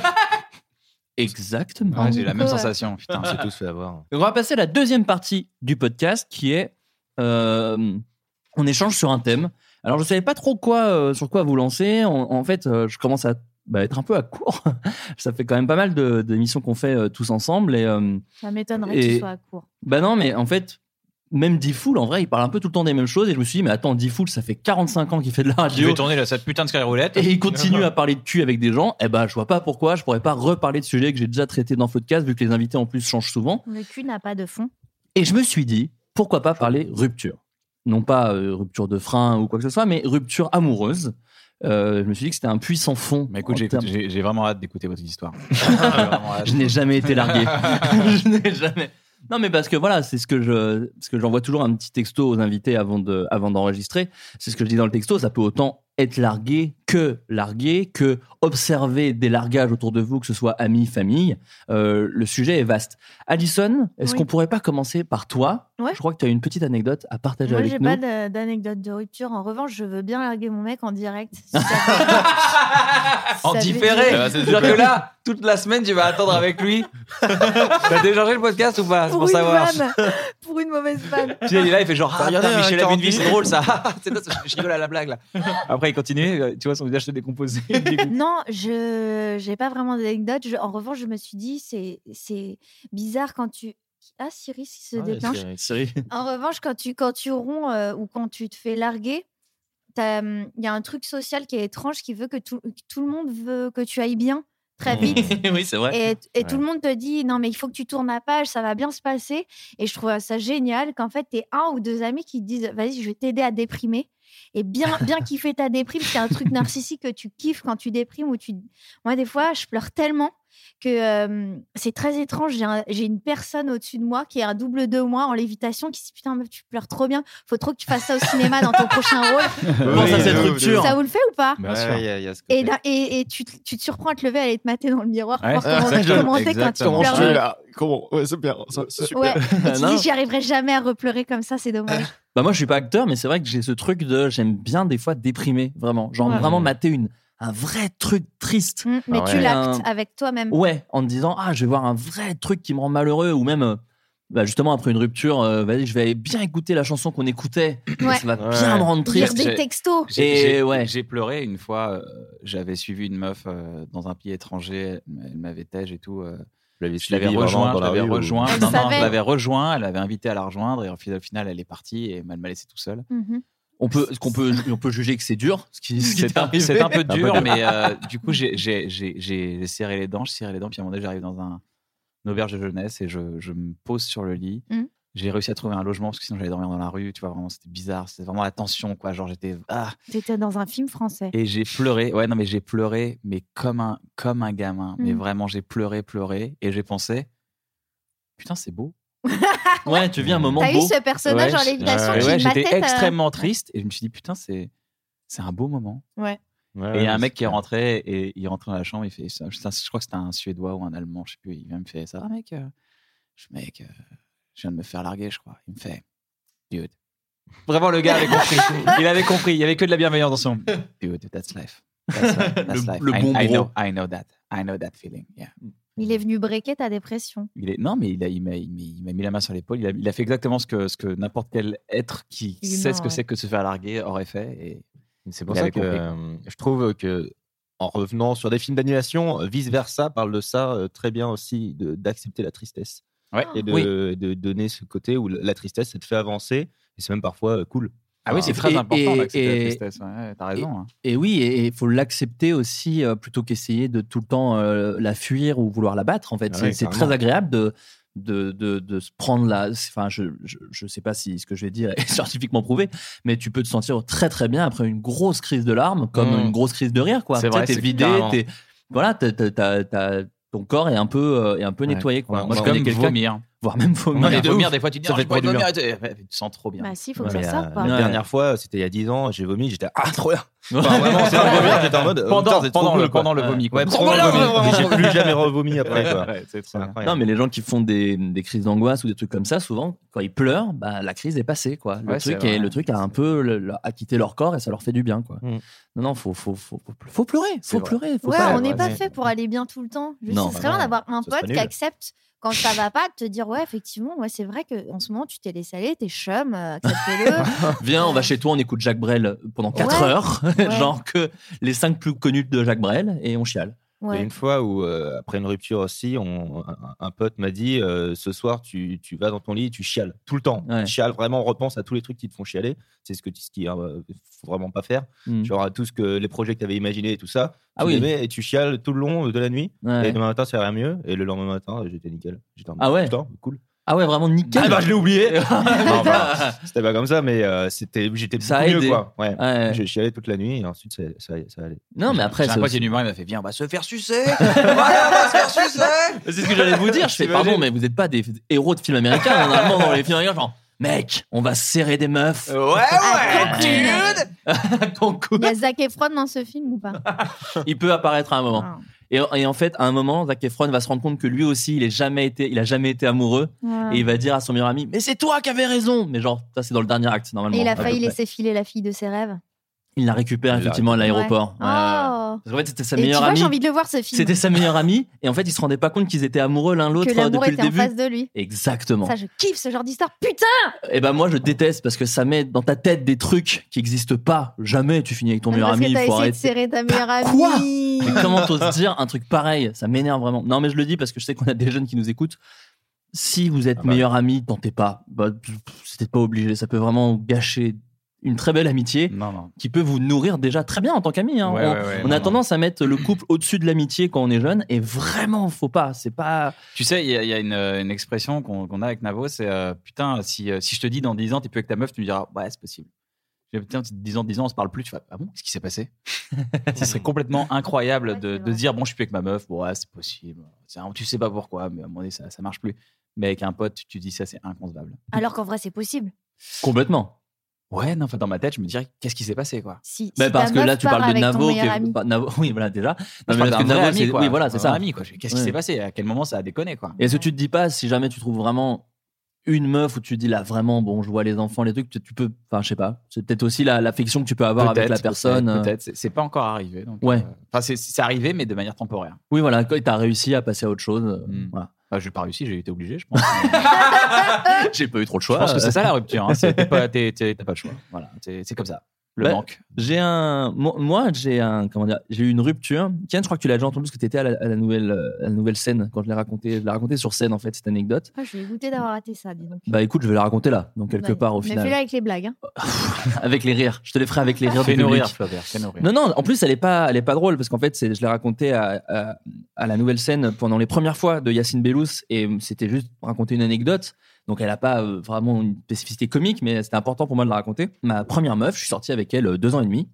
Exactement. Ouais, j'ai eu la même Ouais. sensation. Putain, c'est tous fait avoir. Donc, on va passer à la deuxième partie du podcast qui est euh, on échange sur un thème. Alors je savais pas trop quoi euh, sur quoi vous lancer. En, en fait, euh, je commence à bah, être un peu à court. [laughs] Ça fait quand même pas mal de- d'émissions qu'on fait euh, tous ensemble et euh, Ça m'étonnerait que tu Et- sois à court. Bah non, mais en fait, même Diffoul, en vrai, il parle un peu tout le temps des mêmes choses. Et je me suis dit, mais attends, Diffoul, ça fait 45 ans qu'il fait de la Je radio. vais tourner là, cette putain de skyroulette. Et il continue à parler de cul avec des gens. Eh ben, je vois pas pourquoi je pourrais pas reparler de sujets que j'ai déjà traités dans Floodcast, vu que les invités en plus changent souvent. Le cul n'a pas de fond. Et je me suis dit, pourquoi pas parler rupture Non pas euh, rupture de frein ou quoi que ce soit, mais rupture amoureuse. Euh, je me suis dit que c'était un puissant fond. [laughs] Mais écoute, en j'ai termes- j'ai- j'ai vraiment hâte d'écouter votre [laughs] histoire. Ah, je n'ai jamais été [laughs] largué. je n'ai [laughs] jamais. Non, mais parce que voilà, c'est ce que je, parce que j'envoie toujours un petit texto aux invités avant de, avant d'enregistrer. C'est ce que je dis dans le texto. Ça peut autant être largué que largué, que observer des largages autour de vous, que ce soit amis, famille. Euh, le sujet est vaste. Alison, est-ce Oui. qu'on pourrait pas commencer par toi Ouais. Je crois que tu as une petite anecdote à partager Moi, avec j'ai nous. pas d'a- d'anecdote de rupture. En revanche, je veux bien larguer mon mec en direct. Ça veut- en ça veut différé. dire- C'est-à-dire que là, toute la semaine, tu vas attendre avec [laughs] lui. T'as téléchargé le podcast ou pas C'est Pour pour une savoir. vanne. Pour une mauvaise vanne. Tu sais, il est là, il fait genre, ah, regardé putain, un Michel cornu Abunvi, c'est drôle ça. C'est [laughs] drôle, je rigole à la blague là. Après, il continue, euh, tu vois, son visage se [laughs] décompose. Non, je j'ai pas vraiment d'anecdote. Je- En revanche, je me suis dit, c'est c'est bizarre quand tu. Ah, Cyril, il se Ah, déclenche. [laughs] En revanche, quand tu, quand tu romps euh, ou quand tu te fais larguer, t'as, hum, il y a un truc social qui est étrange qui veut que tout, que tout le monde veut que tu ailles bien. très vite. [laughs] oui, c'est vrai. Et, et tout le monde te dit non mais il faut que tu tournes la page, ça va bien se passer. Et je trouve ça génial qu'en fait t'aies un ou deux amis qui te disent vas-y je vais t'aider à déprimer et bien bien kiffer ta déprime. C'est un [laughs] truc narcissique que tu kiffes quand tu déprimes ou tu. Moi des fois je pleure tellement que euh, c'est très étrange. J'ai un- J'ai une personne au-dessus de moi qui est un double de moi en lévitation qui se dit putain meuf tu pleures trop bien. Faut trop que tu fasses ça au cinéma dans [laughs] ton prochain rôle. Pense à cette rupture. Ça vous le fait ou pas Bien sûr. Ouais, il y a- il y a ce et, d'un- et, et tu, te- tu te surprends à te lever, à aller te mater dans le miroir Ouais. pour voir comment- Exactement. comment t'es quand tu Comment je pleures. suis là Comment Ouais, c'est bien. c'est- C'est Ouais. [laughs] super. Et tu Non. dis, j'y arriverai jamais à repleurer comme ça, c'est dommage. [laughs] Bah moi je suis pas acteur mais c'est vrai que j'ai ce truc de j'aime bien des fois déprimer vraiment genre Ouais. Mmh, vraiment Ah mater une un vrai truc triste Mais tu l'actes Un- avec toi-même. ouais en te disant ah je vais voir un vrai truc qui me rend malheureux ou même euh, bah, justement après une rupture euh, vas-y je vais aller bien écouter la chanson qu'on écoutait Et Ouais. Oh, ça va bien me rendre triste Lire des textos. J'ai- Et j'ai- J'ai pleuré une fois. euh, J'avais suivi une meuf euh, dans un pays étranger. Elle m- Elle m'avait tège et tout. euh, je l'avais suivi vraiment rejoint. dans Je la l'avais rue ou- rejoint. Elle Non, non, savait. je l'avais rejoint. Elle avait invité à la rejoindre et au final, au final, elle est partie et elle m'a laissé tout seul. Mmh on peut qu'on peut on peut juger que c'est dur ce qui [laughs] ce qui C'est t'est un, arrivé. Ah, bah. c'est un peu dur, [laughs] mais euh, du coup, j'ai- j'ai j'ai- j'ai serré les dents, j'ai serré les dents, puis à un moment donné, j'arrive dans un, une auberge de jeunesse et je, je me pose sur le lit. Mm. Mhm. J'ai réussi à trouver un logement parce que sinon j'allais dormir dans la rue, tu vois, vraiment, c'était bizarre, c'était vraiment la tension, quoi. Genre, j'étais. Ah, T'étais dans un film français. et j'ai pleuré. Ouais, non, mais j'ai pleuré, mais comme un, comme un gamin. Mais Mm. vraiment, j'ai pleuré, pleuré. Et j'ai pensé, putain, c'est beau. ouais tu vis un moment T'as eu beau ce personnage en je- lévitation ouais, qui ouais, matait, J'étais euh, extrêmement triste et je me suis dit, putain, c'est c'est un beau moment. Ouais. et il y a un mec qui est rentré et il rentre dans la chambre, il fait ça. Je je crois que c'était un Suédois ou un Allemand, je sais plus. Il vient me faire ça, Ah, mec. euh, Je dis, mec, euh, je viens de me faire larguer, je crois. Il me fait, dude. [laughs] Vraiment, le gars avait [laughs] compris. Il avait compris. Il y avait que de la bienveillance dans son. [laughs] Dude, that's life. That's life. That's Le- life. le I- bon I, bro. know, I know that. I know that feeling. Yeah. Il est venu breaker ta dépression. Il est... Non, mais il a- il m'a il m'a- il m'a mis la main sur l'épaule. Il a, il a fait exactement ce que, ce que n'importe quel être qui Humain, sait ce que ouais. c'est que se faire larguer aurait fait. Et C'est pour il ça avait que compris. euh, je trouve que en revenant sur des films d'animation, Vice Versa parle de ça euh, très bien aussi, de- d'accepter la tristesse. Ouais. Et de, Oui. de donner ce côté où la tristesse, ça te fait avancer, et c'est même parfois euh, cool. Ah oui, Enfin, c'est très important d'accepter la et- tristesse. Ouais, ouais, T'as raison. hein. Et oui, et il faut l'accepter aussi euh, plutôt qu'essayer de tout le temps euh, la fuir ou vouloir la battre. En fait, Ah c'est oui, c'est carrément. très agréable de de, de, de se prendre la. c'est- Enfin, je, je je sais pas si ce que je vais dire est scientifiquement prouvé, mais tu peux te sentir très très bien après une grosse crise de larmes, comme Mm. une grosse crise de rire, quoi. C'est Tu sais, vrai, t'es c'est vidé, carrément. t'es voilà, t'as- t'as- t'as- t'as- ton corps est un peu euh, est un peu Ouais. nettoyé, quoi. Ouais, Moi, je c'est connais comme quelqu'un, vomir. voire même vomir. Non, mais [laughs] vomir, des fois, tu dis, Ça oh, fait j'ai pas envie de trop du vomir. bien. et Tu et tu te sens trop bien. [laughs] Bah si, faut que Ouais, ça mais euh, sorte. la, quoi. la dernière fois, c'était il y a 10 ans, j'ai vomi, j'étais ah trop bien. Enfin, vraiment, [laughs] c'est un vomir, j'étais en mode oh, Pendant- putain, c'est trop pendant le- cool, quoi. pendant le vomi, quoi. Ouais, Trop pendant le bien, vomi. vraiment, [laughs] Mais J'ai vraiment. plus jamais revomi après. Ouais, quoi. ouais, c'est trop bien. incroyable. Non, mais les gens qui font des, des crises d'angoisse ou des trucs comme ça, souvent, quand ils pleurent, bah, la crise est passée. Quoi. Le, Ouais, truc c'est est- vrai. le truc a un peu le- le- a quitté leur corps et ça leur fait du bien. Quoi. Mm. Non, non, faut, faut, faut, faut- faut pleurer. Faut pleurer. Faut ouais, pas- on n'est pas ouais. fait pour aller bien tout le temps. Juste, Non, ce bah serait bien non, d'avoir un ce serait pote qui nul. accepte quand ça va pas de te dire ouais effectivement ouais c'est vrai que en ce moment tu t'es laissé aller t'es chum euh, accepte-le [laughs] Viens, on va chez toi, on écoute Jacques Brel pendant 4 Ouais. heures, [laughs] Ouais. genre que les 5 plus connus de Jacques Brel, et on chiale. Ouais. Il y a une fois où, euh, après une rupture aussi, on, un, un pote m'a dit euh, Ce soir, tu, tu vas dans ton lit et tu chiales tout le temps. Ouais. Tu chiales vraiment, repense à tous les trucs qui te font chialer. C'est ce que tu- ce qu'il ne faut vraiment pas faire. Mm. Genre à tout ce que les projets que tu avais imaginés et tout ça. Tu Ah oui. les mets et tu chiales tout le long euh, de la nuit. Ouais. Et demain matin, ça ira mieux. Et le lendemain matin, euh, j'étais nickel. J'étais en mode, Ah ouais Putain, cool. Ah ouais, vraiment nickel. Ah bah, je [laughs] l'ai oublié Non, enfin, C'était pas comme ça, mais euh, c'était, j'étais Ça a beaucoup mieux. aidé. Quoi. Ouais. Ouais. J'ai chialé toute la nuit et ensuite, ça, ça, ça allait. Non, mais après, J'ai un c'est pote aussi- qui est humain, il m'a fait, viens, on va se faire sucer. [laughs] C'est ce que j'allais vous dire. Je fais, T'imagines pardon, mais vous n'êtes pas des héros de films américains. Normalement, dans les films américains, genre, mec, on va serrer des meufs. Ah, il y a Zac Efron dans ce film ou pas [laughs] il peut apparaître à un moment. Ah. Et, et en fait, à un moment, Zac Efron va se rendre compte que lui aussi, il n'a jamais, été- il a jamais été amoureux. Ouais. Et il va dire à son meilleur ami Mais c'est toi qui avais raison Mais genre, ça, c'est dans le dernier acte, normalement. et il à a peu failli près. laisser filer la fille de ses rêves Il la récupère effectivement à l'aéroport. Ouais. Ouais, ouais, ouais. Oh. Parce qu'en fait, c'était sa et tu meilleure vois j'ai amie. envie de le voir ce film C'était sa meilleure amie. Et en fait, ils se rendaient pas compte qu'ils étaient amoureux l'un l'autre que euh, l'amour depuis le était en début. face de lui Exactement. ça je kiffe ce genre d'histoire putain Et ben moi je déteste parce que ça met dans ta tête des trucs qui n'existent pas. Jamais tu finis avec ton meilleur parce ami, que il t'as faut essayé de arrêter. Ah, serrer ta meilleure amie Mais comment t'oses dire un truc pareil Ça m'énerve vraiment. Non, mais je le dis parce que je sais qu'on a des jeunes qui nous écoutent. Si vous êtes meilleur ami, tentez pas. Bah, pff, c'est peut-être pas obligé. Ça peut vraiment gâcher une très belle amitié qui peut vous nourrir déjà très bien en tant qu'ami. hein. Ouais, on ouais, ouais, on non, a non. tendance à mettre le couple au-dessus de l'amitié quand on est jeune, et vraiment, faut pas. C'est pas. Tu sais, il y a, il y a une, euh, une expression qu'on qu'on a avec Navo, c'est euh, putain, si, euh, si je te dis dans 10 ans, t'es plus avec ta meuf, tu me diras, ouais, c'est possible. Je dis, putain, 10 ans, 10 ans, on se parle plus, tu vas, ah bon, qu'est-ce qui s'est [laughs] passé Ce serait complètement incroyable de, de se dire, bon, je suis plus avec ma meuf, bon, ouais, c'est possible. C'est un- Tu sais pas pourquoi, mais à un moment donné, ça, ça marche plus. Mais avec un pote, tu, tu dis ça, c'est inconcevable. Alors qu'en vrai, c'est possible. Complètement. Ouais, non, enfin, dans ma tête, je me dirais, qu'est-ce qui s'est passé, quoi Si, Bah, si parce ta que là, meuf tu part parles de avec ton Navo, meilleur qui est- ami. bah, Navo- [laughs] oui, voilà, déjà. Je Non, mais parle parce d'un que vrai Navo, ami, c'est- quoi. oui, voilà, Un c'est vrai ça. ami, quoi. Qu'est-ce qui Ouais. s'est passé À quel moment ça a déconné, quoi Et est-ce que tu te dis pas, si jamais tu trouves vraiment une meuf où tu te dis là vraiment, bon, je vois les enfants, les trucs, tu, tu peux, enfin, je sais pas, c'est peut-être aussi la- l'affection que tu peux avoir avec Peut-être, la peut-être, personne. euh, Peut-être, C'est- c'est pas encore arrivé. donc, Ouais. euh, Enfin, c'est- c'est arrivé, mais de manière temporaire. Oui, voilà, quand t'as réussi à passer à autre chose. euh, Hmm. Voilà. je n'ai pas réussi, Ah, j'ai été obligé, je pense. j'ai pas eu trop le Je choix. pense que c'est ça la rupture. hein. C'est- T'es pas, t'es- t'es- t'as pas le choix. Voilà, c'est c'est comme ça. Le Bah, manque. J'ai un, moi, moi, j'ai un, comment dire, j'ai eu une rupture. Ken, je crois que tu l'as déjà entendu parce que tu étais à la, à la nouvelle, euh, à la nouvelle scène quand je l'ai raconté. Je l'ai raconté sur scène en fait cette anecdote. Ah, je vais goûter d'avoir raté ça, dis donc. Bah écoute, je vais la raconter là, donc quelque Ouais. part au Mais final, fais-le avec les blagues. hein. avec les rires. Je te les ferai avec les rires du Fais-nous public. rire, Flaubert, fais-nous rire. Non, non, en plus, elle est pas, elle est pas drôle parce qu'en fait, c'est- je l'ai raconté à, à, à la nouvelle scène pendant les premières fois de Yacine Bellous et c'était juste pour raconter une anecdote. Donc, elle n'a pas euh, vraiment une spécificité comique, mais c'était important pour moi de la raconter. Ma première meuf, je suis sorti avec elle euh, deux ans et demi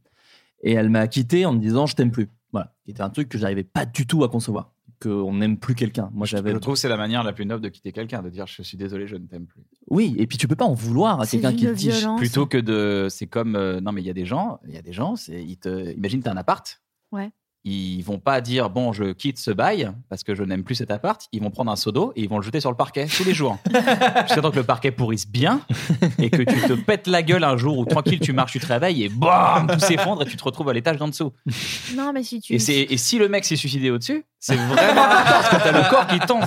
et elle m'a quitté en me disant je t'aime plus. Voilà, qui était un truc que j'arrivais pas du tout à concevoir, qu'on n'aime plus quelqu'un. Moi, j'avais. Je trouve que c'est la manière la plus noble de quitter quelqu'un, de dire je suis désolé, je ne t'aime plus. Oui, et puis tu peux pas en vouloir à Ah, quelqu'un qui te dit. Plutôt que de. C'est comme. euh, non, mais il y a des gens, il y a des gens, c'est- ils te. Imagine, t'as un appart. Ouais. Ils vont pas dire bon, je quitte ce bail parce que je n'aime plus cet appart. Ils vont prendre un seau d'eau et ils vont le jeter sur le parquet tous [laughs] les jours. Jusqu'à temps que le parquet pourrisse bien et que tu te pètes la gueule un jour où tranquille tu marches, tu te réveilles et bam, tout s'effondre et tu te retrouves à l'étage d'en dessous. Non, mais si tu. Et, c'est- et si le mec s'est suicidé au-dessus, c'est vraiment hardcore, parce que t'as le corps qui tombe.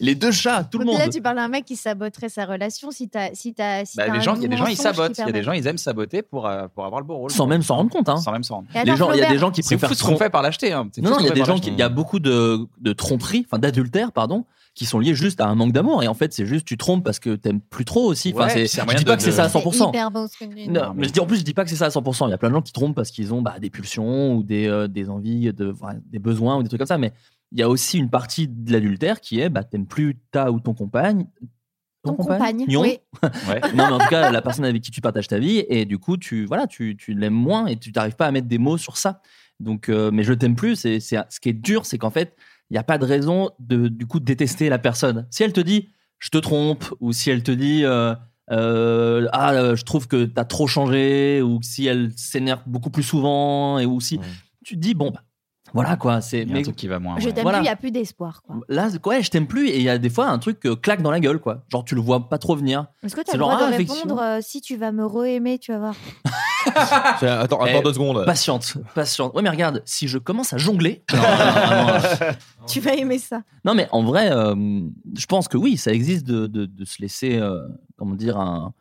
Les deux chats, tout Donc Là, tu parles d'un mec qui saboterait sa relation si t'as. Si t'as- si Bah, t'as les un gens, il y a des gens, ils mensonge qui sabotent. Il y a permet- des gens, ils aiment saboter pour, euh, pour avoir le beau rôle. Sans même s'en rendre compte. Hein. Sans même s'en rendre Et alors, Les gens- il y a des Flaubert, gens qui C'est fou préfèrent ce qu'on trom- fait par l'acheter, hein. C'est Non, fou non, ce il y a qu'on des fait par gens qui, l'acheter. il y a beaucoup de, de tromperies, enfin d'adultères, pardon, qui sont liés juste à un manque d'amour. Et en fait, c'est juste tu trompes parce que t'aimes plus trop aussi. Enfin, Ouais, c'est, puis c'est un je moyen dis pas de- que c'est ça à de- 100%. hyper beau ce que tu dis. Non, mais je dis, en plus, je dis pas que c'est ça à 100%. Il y a plein de gens qui trompent parce qu'ils ont bah, des pulsions ou des, euh, des envies, de, enfin, des besoins ou des trucs comme ça. Mais il y a aussi une partie de l'adultère qui est bah, t'aimes plus ta ou ton compagne. Ton compagne, Nion oui. non, mais en tout cas, la personne avec qui tu partages ta vie, et du coup, tu, voilà, tu, tu l'aimes moins et tu n'arrives pas à mettre des mots sur ça. Donc, euh, mais je t'aime plus, c'est, c'est, ce qui est dur, c'est qu'en fait, il n'y a pas de raison de, du coup, de détester la personne. Si elle te dit, je te trompe, ou si elle te dit, euh, euh, ah, euh, je trouve que t'as trop changé, ou si elle s'énerve beaucoup plus souvent, et ou si tu te dis, bon, bah, voilà quoi, c'est. Il y a un truc qui va moins. Je ouais. t'aime Voilà. plus, il n'y a plus d'espoir. quoi. Là, c'est- ouais, je t'aime plus, et il y a des fois un truc que claque dans la gueule, quoi. Genre, tu le vois pas trop venir. Est-ce que tu as C'est le genre, droit de ah, effectivement. répondre euh, si tu vas me re-aimer, tu vas voir Attends, attends deux secondes. Patiente, patiente. Ouais, mais regarde, si je commence à jongler. Non, non, non, vraiment, euh, Tu vas aimer ça. [laughs] non, mais en vrai, euh, je pense que oui, ça existe de, de- de se laisser, euh, comment dire, un,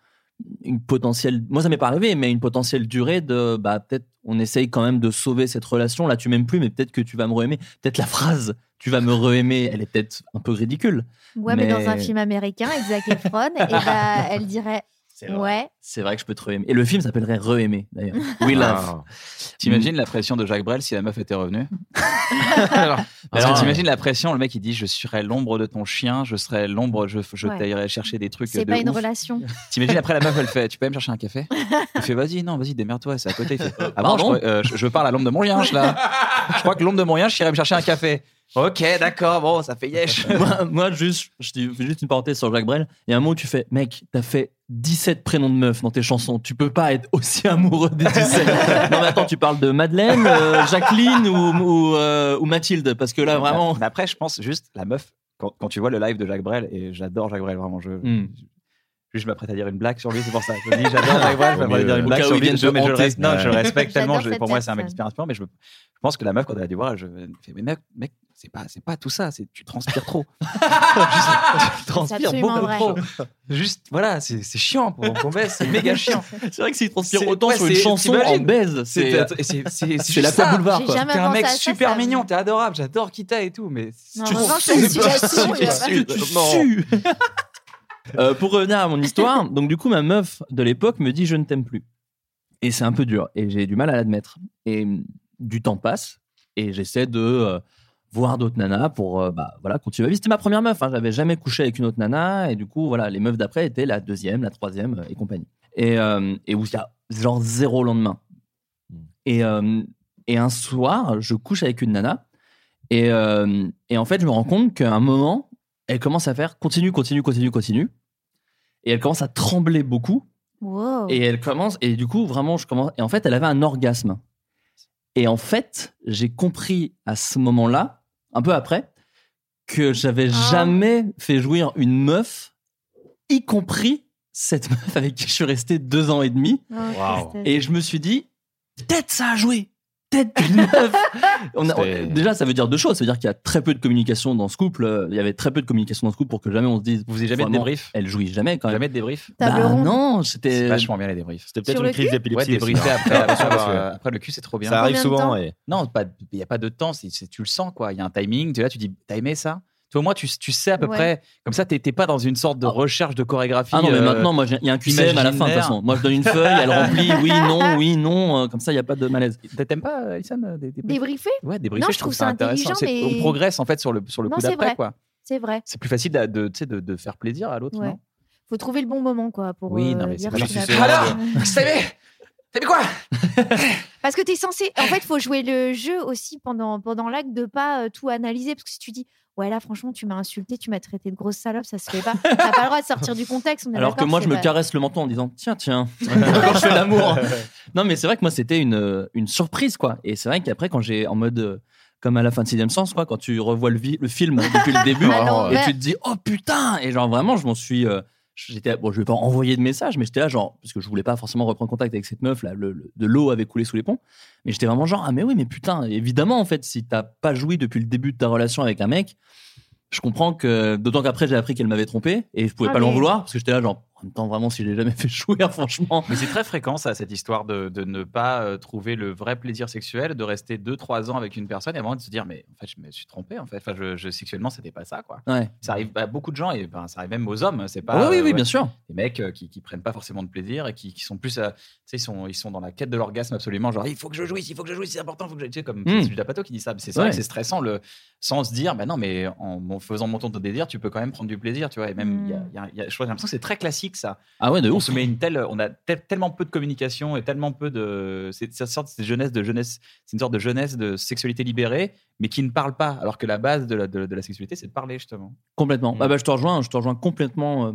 une potentielle. Moi, ça m'est pas arrivé, mais une potentielle durée de. Bah, peut-être, on essaye quand même de sauver cette relation. Là, tu m'aimes plus, mais peut-être que tu vas me re-aimer. Peut-être la phrase. Tu vas me re-aimer, elle est peut-être un peu ridicule. Ouais, mais, dans un film américain avec Zac Efron, et [laughs] bah, elle dirait Ouais, C'est vrai que je peux te re-aimer. Et le film s'appellerait Re-aimer, [laughs] d'ailleurs. We Ah. Love. T'imagines la pression de Jacques Brel si la meuf était [laughs] revenue Alors, parce alors- que t'imagines la pression, le mec il dit je serai l'ombre de ton chien, je serai l'ombre, je, je Ouais. t'irai chercher des trucs. c'est de pas une ouf. relation. T'imagines après la meuf [laughs] elle fait tu peux aller me chercher un café Il fait vas-y non vas-y démerde-toi c'est à côté. Il fait, ah bon, je, pardon crois- euh, je- je parle à l'ombre de mon yinche là. Je crois que l'ombre de mon yinche irait me chercher un café. Ok d'accord bon ça fait yesh. [laughs] moi, moi, juste, je dis fais juste une parenthèse sur Jacques Brel. Il y a un moment où tu fais, mec, t'as fait 17 prénoms de meufs dans tes chansons. Tu peux pas être aussi [laughs] amoureux [laughs] des 17. non, mais attends, tu parles de Madeleine, euh, Jacqueline ou, ou, euh, ou Mathilde Parce que là, vraiment. Mais après, je pense juste la meuf, quand, quand tu vois le live de Jacques Brel, et j'adore Jacques Brel vraiment, je. Hmm. je- je m'apprête à dire une blague sur lui, c'est pour ça. Je me dis, [laughs] j'adore Jacques Brel, je Au m'apprête à dire une cas blague où sur il lui. vienne je- te mais je le hanter. respecte- non, je le Ouais. respecte tellement. J'adore je- cette pour moi, c'est un mec personne. super inspirant, mais je, me- je pense que la meuf, quand elle a dû voir, je elle fait, mais mec, mec, c'est pas, c'est pas tout ça, c'est, tu transpires [laughs] trop. tu transpires absolument beaucoup vrai. trop. Juste, voilà, c'est, c'est chiant pour qu'on baisse, [laughs] c'est méga chiant. C'est vrai que s'il transpire C'est- autant ouais, sur une c'est- chanson en t'imagines baise, c'est. euh, C'est c'est- c'est- c'est- c'est juste la ça. Terre Boulevard, J'ai quoi. jamais T'es un pensé mec à ça, super ça me- mignon, t'es adorable, j'adore Kita et tout, mais Non, tu en revanche, sues. la situation, Tu il y a- sues, Tu non. sues. [laughs] Euh, pour revenir à mon histoire, donc du coup, ma meuf de l'époque me dit je ne t'aime plus. Et c'est un peu dur, et j'ai du mal à l'admettre. Et hum, du temps passe, et j'essaie de euh, voir d'autres nanas pour euh, bah, voilà, continuer ma vie. C'était ma première meuf, hein. j'avais jamais couché avec une autre nana, et du coup, voilà, les meufs d'après étaient la deuxième, la troisième, euh, et compagnie. Et, euh, et où il y a genre zéro lendemain. Hmm. Et, euh, et un soir, je couche avec une nana, et, euh, et en fait, je me rends compte qu'à un moment, elle commence à faire continue, continue, continue, continue. Et elle commence à trembler beaucoup. Wow. Et elle commence, et du coup, vraiment, je commence. Et en fait, elle avait un orgasme. Et en fait, j'ai compris à ce moment-là, un peu après, que j'avais Ah. jamais fait jouir une meuf, y compris cette meuf avec qui je suis resté deux ans et [laughs] demi. Oh, Wow. tristesse. Et je me suis dit, peut-être ça a joué. Peut-être qu'une meuf. On a- C'est- déjà, ça veut dire deux choses. Ça veut dire qu'il y a très peu de communication dans ce couple. Euh, Il y avait très peu de communication dans ce couple pour que jamais on se dise. Vous n'avez jamais de débrief Elle jouit jamais quand même. Jamais de débrief Bah Table ronde. non, c'était. C'est vachement bien les débriefs. C'était Sur le cul Ouais, débriefer après, attention, [laughs] parce que après, le cul, c'est trop bien. Ça arrive Combien de souvent, temps Et... Non, pas- il n'y a pas de temps, c'est- c'est- tu le sens, quoi. Il y a un timing, tu, es là, tu dis, t'as aimé ça Toi, au moins, tu, tu sais à peu Ouais. près. Comme ça, t'es t'es pas dans une sorte de recherche de chorégraphie. Ah non, mais euh, maintenant, moi, j'ai- il y a un QCM à la fin, de toute façon. imaginaire. Moi, je donne une feuille, elle [laughs] remplit, oui, non, oui, non, euh, comme ça, il n'y a pas de malaise. T'aimes pas, Alison, des, Débriefer Ouais, débriefer, Non, je trouve ça intéressant. intelligent, C'est- mais. On progresse, en fait, sur le, sur le Non, coup c'est d'après, vrai. quoi. C'est vrai. C'est plus facile d'a- de, tu sais, de, de faire plaisir à l'autre, Ouais. non Faut trouver le bon moment, quoi, pour. Oui, euh, non, mais c'est dire pas que juste- t'as- Alors, [laughs] Parce que t'es censé. En fait, faut jouer le jeu aussi pendant, pendant l'acte de pas euh, tout analyser. Parce que si tu dis, ouais, là, franchement, tu m'as insulté, tu m'as traité de grosse salope, ça se [laughs] fait pas. T'as pas le droit de sortir du contexte. on est Alors que d'accord, moi, je c'est me pas- caresse le menton en disant [laughs] Tiens, tiens, [laughs] quand je fais l'amour. Non, mais c'est vrai que moi, c'était une, euh, une surprise, quoi. Et c'est vrai qu'après, quand j'ai en mode. euh, Comme à la fin de Sixième Sens, quoi, quand tu revois le, vi- le film euh, depuis le début, À et l'envers. tu te dis Oh putain Et genre, vraiment, je m'en suis. euh, J'étais, bon, je vais pas envoyer de message, mais j'étais là, genre, parce que je voulais pas forcément reprendre contact avec cette meuf, là, le- le- de l'eau avait coulé sous les ponts. Mais j'étais vraiment genre, ah, mais oui, mais putain, évidemment, en fait, si t'as pas joui depuis le début de ta relation avec un mec, je comprends que d'autant qu'après j'ai appris qu'elle m'avait trompé et je pouvais Ah, pas l'en mais- vouloir parce que j'étais là genre en même temps vraiment si je l'ai jamais [laughs] fait jouer hein, franchement Mais c'est très fréquent, ça, cette histoire de, de ne pas euh, trouver le vrai plaisir sexuel, de rester 2-3 ans avec une personne et avant de se dire, mais en fait, je me suis trompé, en fait. Enfin, je, je- sexuellement, c'était pas ça, quoi. Ouais. Ça arrive à beaucoup de gens et ben, ça arrive même aux hommes. C'est pas. Ah oui, oui, oui, ouais, bien sûr. Les mecs euh, qui, qui prennent pas forcément de plaisir et qui, qui sont plus. à- tu sais, ils sont, ils sont dans la quête de l'orgasme absolument. Genre, il faut que je jouisse, il faut que je jouisse, c'est important, il faut que je. Tu sais, comme Mm. c'est Judas Pato qui dit ça. mais C'est ça, Ouais. c'est stressant le, sans se dire, bah non, mais en, en faisant monter ton délire, tu peux quand même prendre du plaisir, tu vois. Et même, il y a- il y a- il y a- je crois- j'ai l'impression que c'est très classique, ça. Hmm. Ah ouais, de on ouf. se met une telle, on a tel- tellement peu de communication et tellement peu de, c'est c'est une sorte de jeunesse de jeunesse, c'est une sorte de jeunesse de sexualité libérée, mais qui ne parle pas, alors que la base de la, de, de la sexualité, c'est de parler justement. complètement Mm. bah, bah, je te rejoins je te rejoins complètement euh,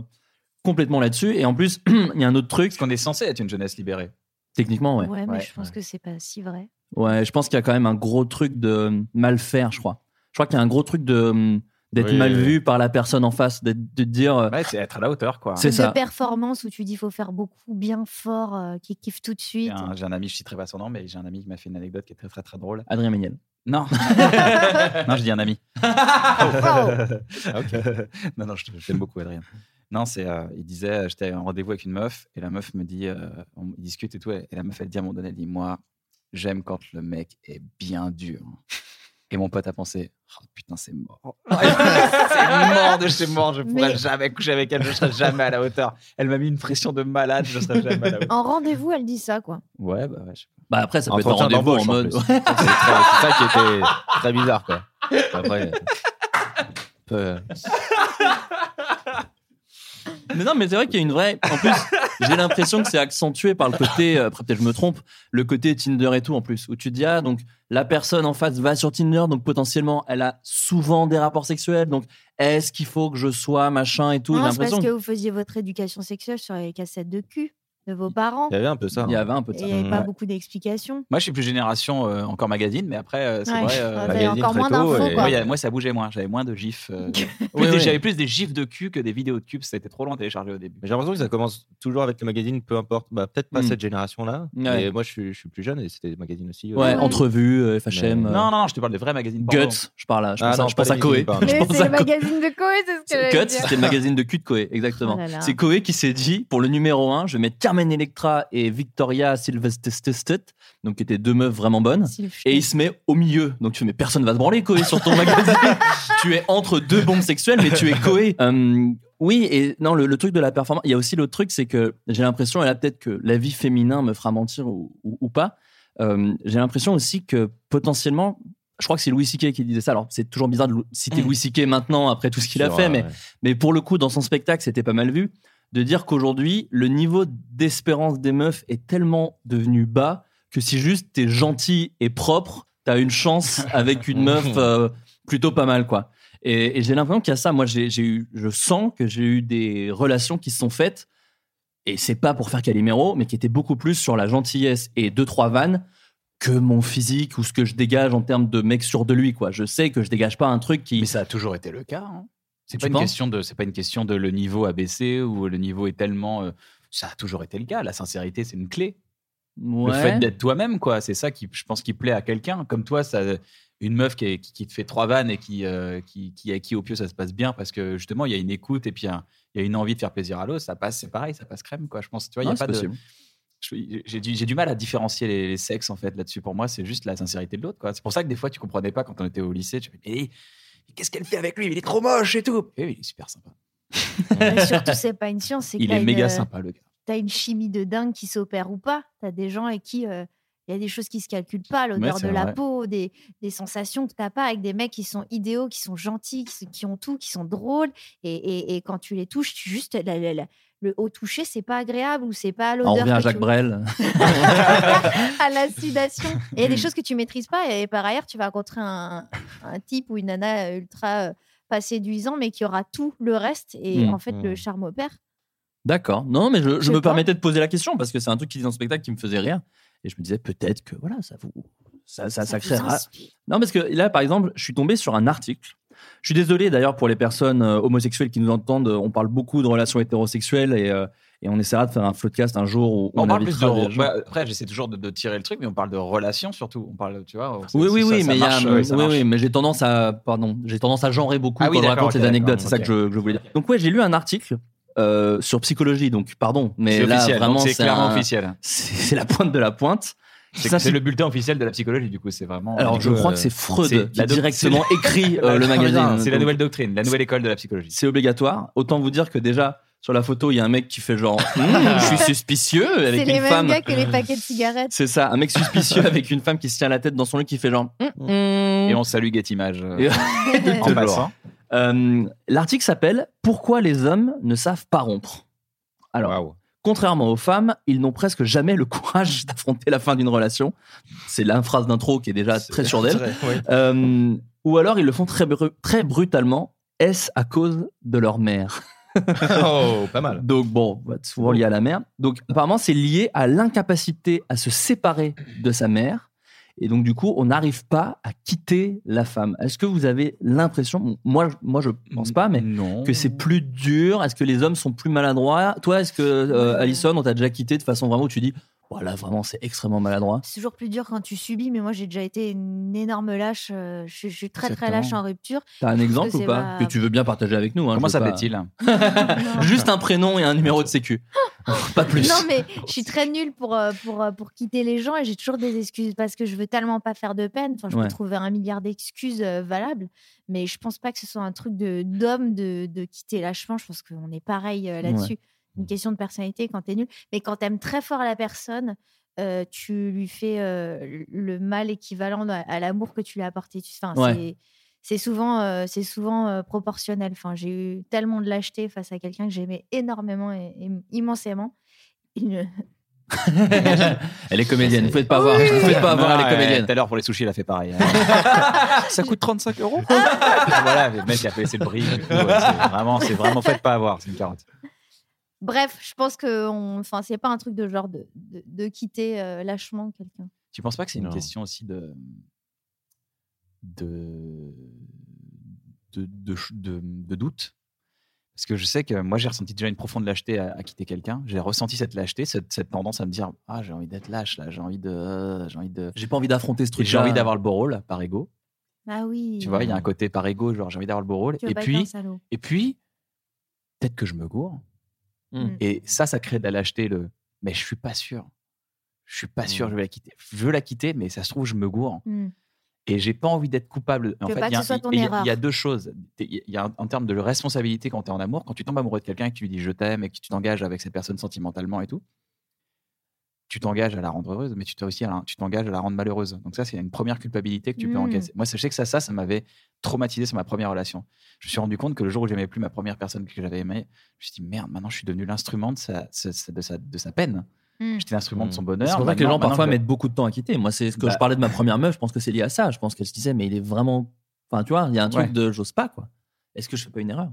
complètement là-dessus et en plus [clears throat] il y a un autre truc qu'on est censé être une jeunesse libérée techniquement ouais Ouais, mais je pense que c'est pas si vrai. Ouais, je pense qu'il y a quand même un gros truc de mal faire, je crois. Je crois qu'il y a un gros truc de hum, d'être Oui, mal oui, vu par la personne en face, d'être- de te dire. euh, c'est être à la hauteur, quoi. C'est ça. De performance où tu dis, faut faire beaucoup, bien fort, euh, qui kiffe tout de J'ai suite. un, Hein, j'ai un ami, je citerai pas son nom, mais j'ai un ami qui m'a fait une anecdote qui est très très très drôle. Adrien Méniel. Ah. Non. [laughs] non, je dis un ami. [laughs] [laughs] non, non, je t- je t'aime beaucoup, Adrien. Non, c'est, euh, il disait, euh, j'étais en rendez-vous avec une meuf, et la meuf me dit, euh, on discute et tout, et, et la meuf, elle dit à un moment donné, elle dit, moi, j'aime quand le mec est bien dur. Et mon pote a pensé, oh [laughs] putain, c'est mort. c'est mort de chez mort, je pourrais Mais- jamais coucher avec elle, je serai jamais à la hauteur. Elle m'a mis une pression de malade, je serai jamais à la hauteur. En rendez-vous, elle dit ça, quoi. Ouais, bah ouais, je sais pas. Bah après, ça peut Entretien être un rendez-vous en d'embauche, en mode. plus. [laughs] C'est très- c'est ça qui était très bizarre, quoi. Après, euh, Mais non, mais c'est vrai qu'il y a une vraie. En plus, j'ai l'impression que c'est accentué par le côté. euh, Après, peut-être je me trompe. Le côté Tinder et tout, en plus, où tu te dis, ah, donc la personne en face va sur Tinder, donc potentiellement, elle a souvent des rapports sexuels. Donc, est-ce qu'il faut que je sois machin et tout J'ai non, c'est parce l'impression que vous faisiez votre éducation sexuelle sur les cassettes de cul de vos parents. Il y avait un peu ça, Il y avait un peu de Et ça. il n'y avait pas Ouais. beaucoup d'explications. Moi, je suis plus génération euh, encore magazine, mais après, euh, c'est Ouais. vrai. Ah, t'avais encore moins d'infos, quoi. moi, il y a- moi, ça bougeait moins. J'avais moins de gifs. [laughs] euh, plus Ouais, des- ouais. J'avais plus des gifs de cul que des vidéos de cul. parce que C'était trop long à télécharger au début. Mais J'ai l'impression que ça commence toujours avec le magazine, peu importe. Bah, Peut-être pas Hmm. Mm. cette génération-là, Ouais. mais moi je suis, je suis plus jeune et c'était des magazines aussi. euh. Ouais, Entrevue, euh, FHM. Non, euh, non, non, je te parle des vrais magazines. porno. Guts, je parle à, je Ah pense à- non, je pas pense à les Coé. magazines, pardon. Je Mais pense c'est à le Coé. magazine de Coé, c'est ce que j'allais Cut, dire. c'était le magazine de cul de Koé, exactement. Oh là là. c'est Koé qui s'est dit, pour le numéro 1, je vais mettre Carmen Electra et Victoria Silvestrestet, donc qui étaient deux meufs vraiment bonnes. [laughs] Et il se met au milieu. Donc tu fais, [laughs] mais personne va se branler, Koé, sur ton magazine. tu es entre deux bombes sexuelles, mais tu es Koé. Euh, Oui, et non, le, le truc de la performance, il y a aussi le truc, c'est que j'ai l'impression, et là peut-être [laughs] que la vie féminin me fera mentir ou, ou- ou pas, euh, j'ai l'impression aussi que potentiellement, je crois que c'est Louis C.K. qui disait ça. Alors, c'est toujours bizarre de lou- Hmm. citer Louis C.K. maintenant après tout ce qu'il C'est a fait, vrai, mais, ouais. mais pour le coup, dans son spectacle, c'était pas mal vu de dire qu'aujourd'hui, le niveau d'espérance des meufs est tellement devenu bas que si juste t'es gentil et propre, t'as une chance [laughs] avec une meuf euh, plutôt pas mal, quoi. Et, et j'ai l'impression qu'il y a ça. Moi, j'ai j'ai eu, je sens que j'ai eu des relations qui se sont faites et c'est pas pour faire Calimero, mais qui était beaucoup plus sur la gentillesse et deux trois vannes que mon physique ou ce que je dégage en termes de mec sûr de lui quoi. Je sais que je dégage pas un truc qui. Mais ça a toujours été le cas. hein. C'est Tu pas une penses question de, c'est pas une question de le niveau a baissé ou le niveau est tellement. euh, ça a toujours été le cas. La sincérité, c'est une clé. Le Ouais. fait d'être toi-même, quoi, c'est ça qui, je pense, qui plaît à quelqu'un. Comme toi, ça, une meuf qui, est- qui, qui te fait trois vannes et qui, euh, qui, qui, à qui au pieu ça se passe bien parce que justement il y a une écoute et puis un- il y a une envie de faire plaisir à l'autre, ça passe, c'est pareil, ça passe crème, quoi. Je pense, tu vois, il y Ouais, a pas c'est de. possible. je- J'ai du, j'ai du mal à différencier les, les sexes en fait là-dessus. Pour moi, c'est juste la sincérité de l'autre, quoi. C'est pour ça que des fois tu comprenais pas quand on était au lycée. Tu fais, mais qu'est-ce qu'elle fait avec lui Il est trop moche et tout. Et oui, il est super sympa. Mais surtout, c'est pas une science. c'est que Il t'as une- est euh, méga sympa le gars. T'as une chimie de dingue qui s'opère ou pas. T'as des gens avec qui euh, il y a des choses qui se calculent pas, l'odeur Ouais, de c'est la vrai. peau, des, des sensations que t'as pas avec des mecs qui sont idéaux, qui sont gentils, qui, qui ont tout, qui sont drôles. Et, et- et quand tu les touches, tu juste la- la- la- le haut toucher, c'est pas agréable ou c'est pas à l'odeur. on revient à que tu- Jacques Brel. à la sudation. Et il y a des choses que tu maîtrises pas. Et par ailleurs, tu vas rencontrer un, un type ou une nana ultra euh, pas séduisant, mais qui aura tout le reste. Et Mm. en fait, le charme opère. [laughs] D'accord. Non, mais je, je sais me pas. permettais de poser la question parce que c'est un truc qui disait dans le spectacle qui me faisait rire. Et je me disais peut-être que voilà, ça vous. Ça, ça, ça, vous créera. inspire. Non, parce que là, par exemple, je suis tombé sur un article. Je suis désolé d'ailleurs pour les personnes euh, homosexuelles qui nous entendent. Euh, On parle beaucoup de relations hétérosexuelles et, euh, et on essaiera de faire un podcast un jour où On, on, parle plus de. invitera des gens. bah, après, j'essaie toujours de, de tirer le truc, mais on parle de relations surtout. On parle, tu vois. c'est- Oui, oui, ça- oui, ça mais il y a- marche, ouais, ça oui, marche. oui, mais j'ai tendance à, pardon, j'ai tendance à genrer beaucoup Ah oui, quand je d'accord, raconte ok, les anecdotes. d'accord, C'est ça ok. que je, que je voulais dire. Donc ouais, j'ai lu un article euh, sur psychologie. Donc pardon, mais C'est là officiel, donc vraiment, c'est clairement un- officiel. C'est c'est la pointe de la pointe. C'est Ça, c'est le bulletin officiel de la psychologie, du coup, c'est vraiment. Alors, je Euh, crois que c'est Freud c'est qui a doc- directement c'est- [laughs] écrit euh, le magazine. C'est la Donc, nouvelle doctrine, la nouvelle école de la psychologie. C'est obligatoire. Autant vous dire que déjà sur la photo, il y a un mec qui [laughs] fait genre, Hmm, je suis suspicieux C'est avec les une mêmes femme. gars que les paquets de cigarettes. C'est ça, un mec suspicieux [laughs] avec une femme qui se tient la tête dans son lit qui fait genre. Et on salue Getimage. Mmh. [laughs] Et- en passant. Euh, L'article s'appelle Pourquoi les hommes ne savent pas rompre. Alors, contrairement aux femmes, ils n'ont presque jamais le courage [laughs] d'affronter la fin d'une relation. C'est la phrase d'intro qui est déjà très sûre d'elle. très, ouais. Euh, ou alors ils le font très, bru- très brutalement. Est-ce à cause de leur mère Oh, pas mal. Donc bon, bah, souvent lié à la mère. Donc apparemment, c'est lié à l'incapacité à se séparer de sa mère. Et donc du coup, on n'arrive pas à quitter la femme. Est-ce que vous avez l'impression, bon, moi, je- moi je Mm-hmm. pense pas, mais que c'est plus dur Est-ce que les hommes sont plus maladroits Toi, est-ce que euh, Alison, on t'a déjà quitté de façon vraiment où tu dis, voilà, vraiment, c'est extrêmement maladroit C'est toujours plus dur quand tu subis, mais moi j'ai déjà été une énorme lâche. euh, Je, je suis très très lâche Exactement. en [laughs] rupture. T'as Je un trouve exemple que ou c'est pas pas- que tu veux bien partager avec nous hein, Comment je veux pas- s'appelle-t-il Juste un prénom et un numéro de sécu. [laughs] pas plus. Non, mais je suis très nulle pour, euh, pour, euh, pour quitter les gens et j'ai toujours des excuses parce que je veux tellement pas faire de peine. Enfin, je Ouais. peux trouver un milliard d'excuses euh, valables, mais je pense pas que ce soit un truc de- d'homme de, de quitter lâchement. Je pense qu'on est pareil euh, là-dessus. Ouais. Une question de personnalité quand t'es nul. Mais quand t'aimes très fort la personne, euh, tu lui fais euh, le mal équivalent à, à l'amour que tu lui as apporté. Tu- Enfin, Ouais. c'est- c'est souvent, euh, c'est souvent euh, proportionnel. Enfin, j'ai eu tellement de lâcheté face à quelqu'un que j'aimais énormément et, et immensément. Une- [laughs] Elle est comédienne, vous faites pas avoir, vous faites pas avoir, elle est comédienne. Tout à l'heure, pour les sushis, elle a fait pareil. hein. [laughs] Ça coûte 35 euros voilà, le mec, il a fait laisser le bris. et tout, ouais, C'est vraiment, c'est vraiment, faites pas avoir, c'est une carotte. [laughs] Bref, je pense que on... enfin, c'est pas un truc de genre de, de, de quitter euh, lâchement quelqu'un. Tu penses pas que c'est une Non. question aussi de mmh, de de, de ch- de- de doute Parce que je sais que moi j'ai ressenti déjà une profonde lâcheté à, à quitter quelqu'un. J'ai ressenti cette lâcheté, cette, cette tendance à me dire ah j'ai envie d'être lâche là, j'ai envie de euh, j'ai envie de j'ai pas envie d'affronter ce J'ai truc-là. envie d'avoir le beau rôle par ego. Ah oui. Tu vois, il y a un côté par ego, genre j'ai envie d'avoir le beau rôle. Tu veux Et pas être un puis, salaud. et puis, peut-être que je me gourre. Mm. Et ça, ça crée de la lâcheté. Le, mais je suis Mmh. pas sûr. Je suis pas sûr. Je vais la quitter. Je veux la quitter, mais ça se trouve je me gourre. Et j'ai pas envie d'être coupable. En Que fait, pas il y, a- que ce soit ton il y a- erreur. il y a deux choses. Il y a en termes de responsabilité quand tu es en amour, quand tu tombes amoureux de quelqu'un et que tu lui dis je t'aime et que tu t'engages avec cette personne sentimentalement et tout, tu t'engages à la rendre heureuse, mais tu t'as aussi à la- tu t'engages à la rendre malheureuse. Donc ça, c'est une première culpabilité que tu peux Hmm. Mm. encaisser. Moi, sachez que ça, ça, ça m'avait traumatisé sur ma première relation. Je me suis rendu compte que le jour où j'aimais plus ma première personne que j'avais aimée, je me suis dit merde, maintenant je suis devenu l'instrument de sa, sa- sa- de sa- de sa peine. Mm. J'étais l'instrument de son bonheur. Hmm. C'est pour ça que les Maintenant- gens maintenant parfois je- mettent beaucoup de temps à quitter. Moi, c'est ce que Bah. je parlais de ma première meuf. Je pense que c'est lié à ça. Je pense qu'elle se disait, mais il est vraiment. Enfin, tu vois, il y a un truc Ouais. de j'ose pas, quoi. Est-ce que je fais pas une erreur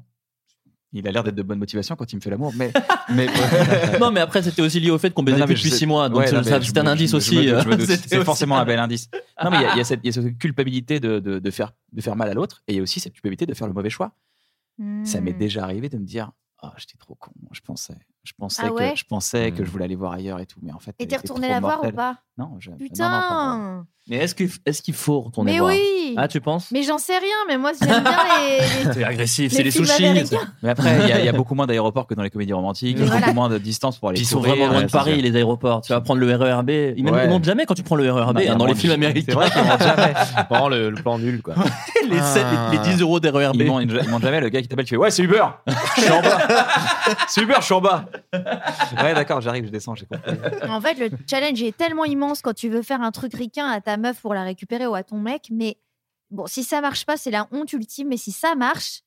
Il a l'air d'être de bonne motivation quand il me fait l'amour, [laughs] mais. mais... [laughs] Non, mais après, c'était aussi lié au fait qu'on baisait Non, non, mais depuis je sais- 6 mois. Donc, Ouais, non, ça- mais ça, je c'était un me- indice je me- je me aussi. doute, je me euh, [laughs] doute. c'était C'est aussi forcément ça. un bel indice. Non, mais il y a- il y, a cette- il y a cette culpabilité de, de- de faire, de faire mal à l'autre et il y a aussi cette culpabilité de faire le mauvais choix. Mmh. Ça Mm. m'est déjà arrivé de me dire Ah, j'étais trop con, je pensais. Je pensais, Ah ouais que, je pensais Mm. que je voulais aller voir ailleurs et tout, mais en fait. Et elle t'es était retourné trop la voir mortelle. ou pas Non, je- non, non, pas encore. Putain Mais est-ce qu'il est qu'il faut retourner Mais hein. voir oui Ah, tu penses Mais j'en sais rien, mais moi j'aime bien [laughs] les. les- C'est agressif, les c'est les films sushis. américains. Mais après, il y, a- il y a beaucoup moins d'aéroports que dans les comédies [laughs] romantiques, il y a Voilà. beaucoup moins de distance pour aller Puis ils sont courir, vraiment loin ouais, de c'est Paris, sûr. les aéroports. Tu vas prendre le RERB. Ils même- Ouais. ils montent jamais quand tu prends le RERB. Non, il y a hein, dans moins les de- films américains. C'est vrai qu'ils montent jamais. Vraiment le, le plan nul, quoi. [laughs] les, sept- les 10 euros des E RERB. Ils montent, ils montent jamais. Le gars qui t'appelle, tu fais Ouais, c'est Uber Je suis en bas C'est Uber, je suis en bas Ouais, d'accord, j'arrive, je descends, j'ai compris. En fait, le challenge est tellement immense quand tu veux faire un truc ricain à ta meuf pour la récupérer ou à ton mec, mais bon, si ça marche pas, c'est la honte ultime, mais si ça marche,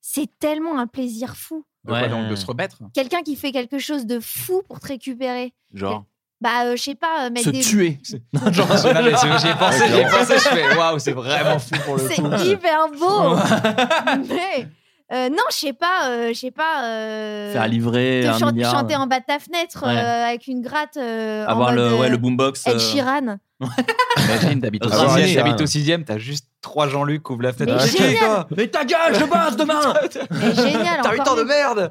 c'est tellement un plaisir fou. De quoi donc De se remettre Quelqu'un qui fait quelque chose de fou pour te récupérer. Genre. Bah, euh, je sais pas, euh, mettre Se des... [laughs] Euh, tuer. Genre, j'y ai pensé, j'y ai pensé, je fais Waouh, c'est vraiment fou pour le [laughs] C'est coup. hyper beau. [laughs] Mais, euh, non, je sais pas, euh, je sais pas. euh, Faire livrer te un chan- milliard. euh. chanter en bas de ta fenêtre Ouais. euh, avec une gratte. euh, en Avoir le, mode, ouais, euh, le boombox. Ed euh, Sheeran. Imagine, t'habites au Ah, ouais, sixième, c'est t'habites vrai. au sixième, t'as juste trois Jean-Luc ouvre la fenêtre. Mais Ah, génial. ok, quoi. Mais ta gueule, je [laughs] passe demain Mais génial. T'as eu le encore temps de mieux. merde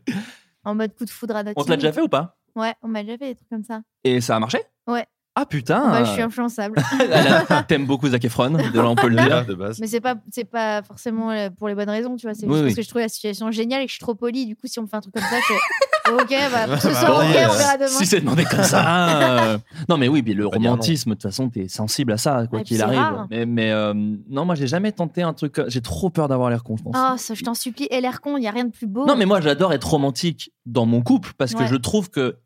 [laughs] En mode coup de foudre à notre. On te l'a déjà fait ou pas Ouais, on m'a déjà fait des trucs comme ça. Et ça a marché Ouais. Ah putain Bah, je [laughs] suis influençable. [laughs] Elle a- T'aimes beaucoup Zac Efron, de là on peut le dire. De base. Mais c'est pas, c'est pas forcément euh, pour les bonnes raisons, tu vois. C'est Oui, juste oui. parce que je trouve la situation géniale et que je suis trop polie. Du coup, si on me fait un truc comme ça, je [laughs] fais, Ok, bah, pour ce Bah, soir, oui, ok, euh, on verra demain. Si c'est demandé comme ça. [laughs] euh, Non, mais oui, mais le va dire non. romantisme, de toute façon, t'es sensible à ça, quoi Ouais, qu'il Ah, puis c'est arrive. rare. Mais, mais, euh, non, moi, j'ai jamais tenté un truc. comme- J'ai trop peur d'avoir l'air con, je pense. Oh, ça, je t'en supplie, et l'air con, il n'y a rien de plus beau. Non, mais moi, j'adore être romantique dans mon couple parce que Ouais. je trouve que.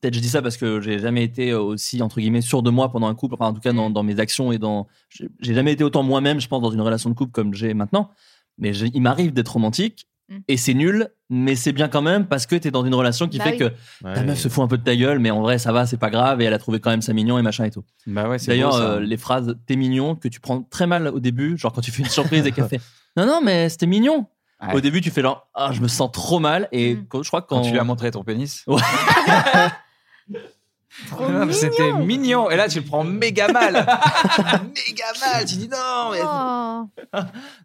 Peut-être je dis ça parce que j'ai jamais été aussi, entre guillemets, sûr de moi pendant un couple, enfin, en tout cas Mm. dans, dans mes actions et dans. j'ai- J'ai jamais été autant moi-même, je pense, dans une relation de couple comme j'ai maintenant. Mais j'ai- il m'arrive d'être romantique Mm. et c'est nul, mais c'est bien quand même parce que t'es dans une relation qui Bah fait oui. que ta meuf se fout un peu de ta gueule, mais en vrai, ça va, c'est pas grave et elle a trouvé quand même ça mignon et machin et tout. Bah ouais, c'est D'ailleurs, beau, ça. euh, les phrases t'es mignon que tu prends très mal au début, genre quand tu fais une surprise et qu'elle fait non, non, mais c'était mignon. Ouais. Au début, tu fais genre ah, je me sens trop mal et quand- je crois que quand, Quand tu lui as montré ton pénis Ouais. Trop Non, Ah, mais C'était mignon. mignon. Et là, tu le prends méga mal. méga mal. Tu dis non, mais. Oh.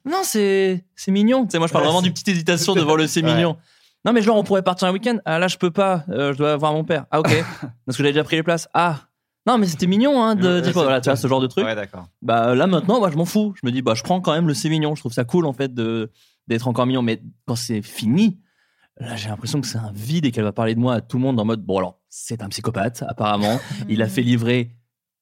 non, c'est c'est mignon. Tu sais, moi, je parle vraiment du petite hésitation devant le c'est mignon. Non, mais genre, on pourrait partir un week-end. Ah là, je peux pas. euh, je dois voir mon père. Ah ok. [laughs] Parce que j'avais déjà pris les places. Ah. Non, mais c'était mignon, hein, de, Ouais, dire, voilà, tu vois, ce genre de truc. Ouais, d'accord. bah là maintenant moi je m'en fous je me dis bah je prends quand même le c'est mignon je trouve ça cool en fait de d'être encore mignon mais quand c'est fini là j'ai l'impression que c'est un vide et qu'elle va parler de moi à tout le monde en mode bon alors c'est un psychopathe [laughs] apparemment il a fait livrer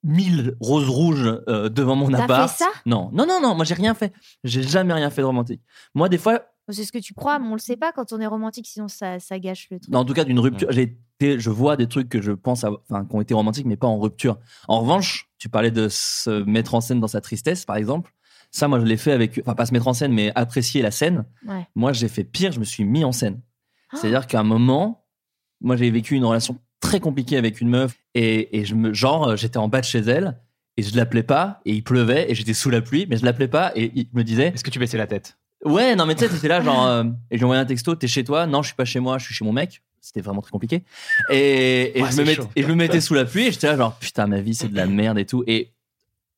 1000 roses rouges euh, devant mon T'as appart fait ça non non non non moi j'ai rien fait j'ai jamais rien fait de romantique moi des fois Oh, C'est ce que tu crois, mais on le sait pas quand on est romantique, sinon ça, ça gâche le truc. en tout cas d'une rupture j'ai été- je vois des trucs que je pense avoir- enfin qui ont été romantiques mais pas en rupture en revanche tu parlais de se mettre en scène dans sa tristesse par exemple ça moi je l'ai fait avec enfin pas se mettre en scène mais apprécier la scène Ouais. moi j'ai fait pire je me suis mis en scène Ah. c'est à dire qu'à un moment moi j'ai vécu une relation très compliquée avec une meuf et, et je me genre euh, j'étais en bas de chez elle et je l'appelais pas et il pleuvait et j'étais sous la pluie mais je l'appelais pas et il me disait Est-ce que tu baissais la tête Ouais, non, mais tu sais, t'étais là, genre, euh, et je lui envoyais un texto, t'es chez toi Non, je suis pas chez moi, je suis chez mon mec. C'était vraiment très compliqué. Et, et Ouais, je me c'est met- chaud. et je me mettais sous la pluie et j'étais là, genre, putain, ma vie, c'est de la merde et tout. Et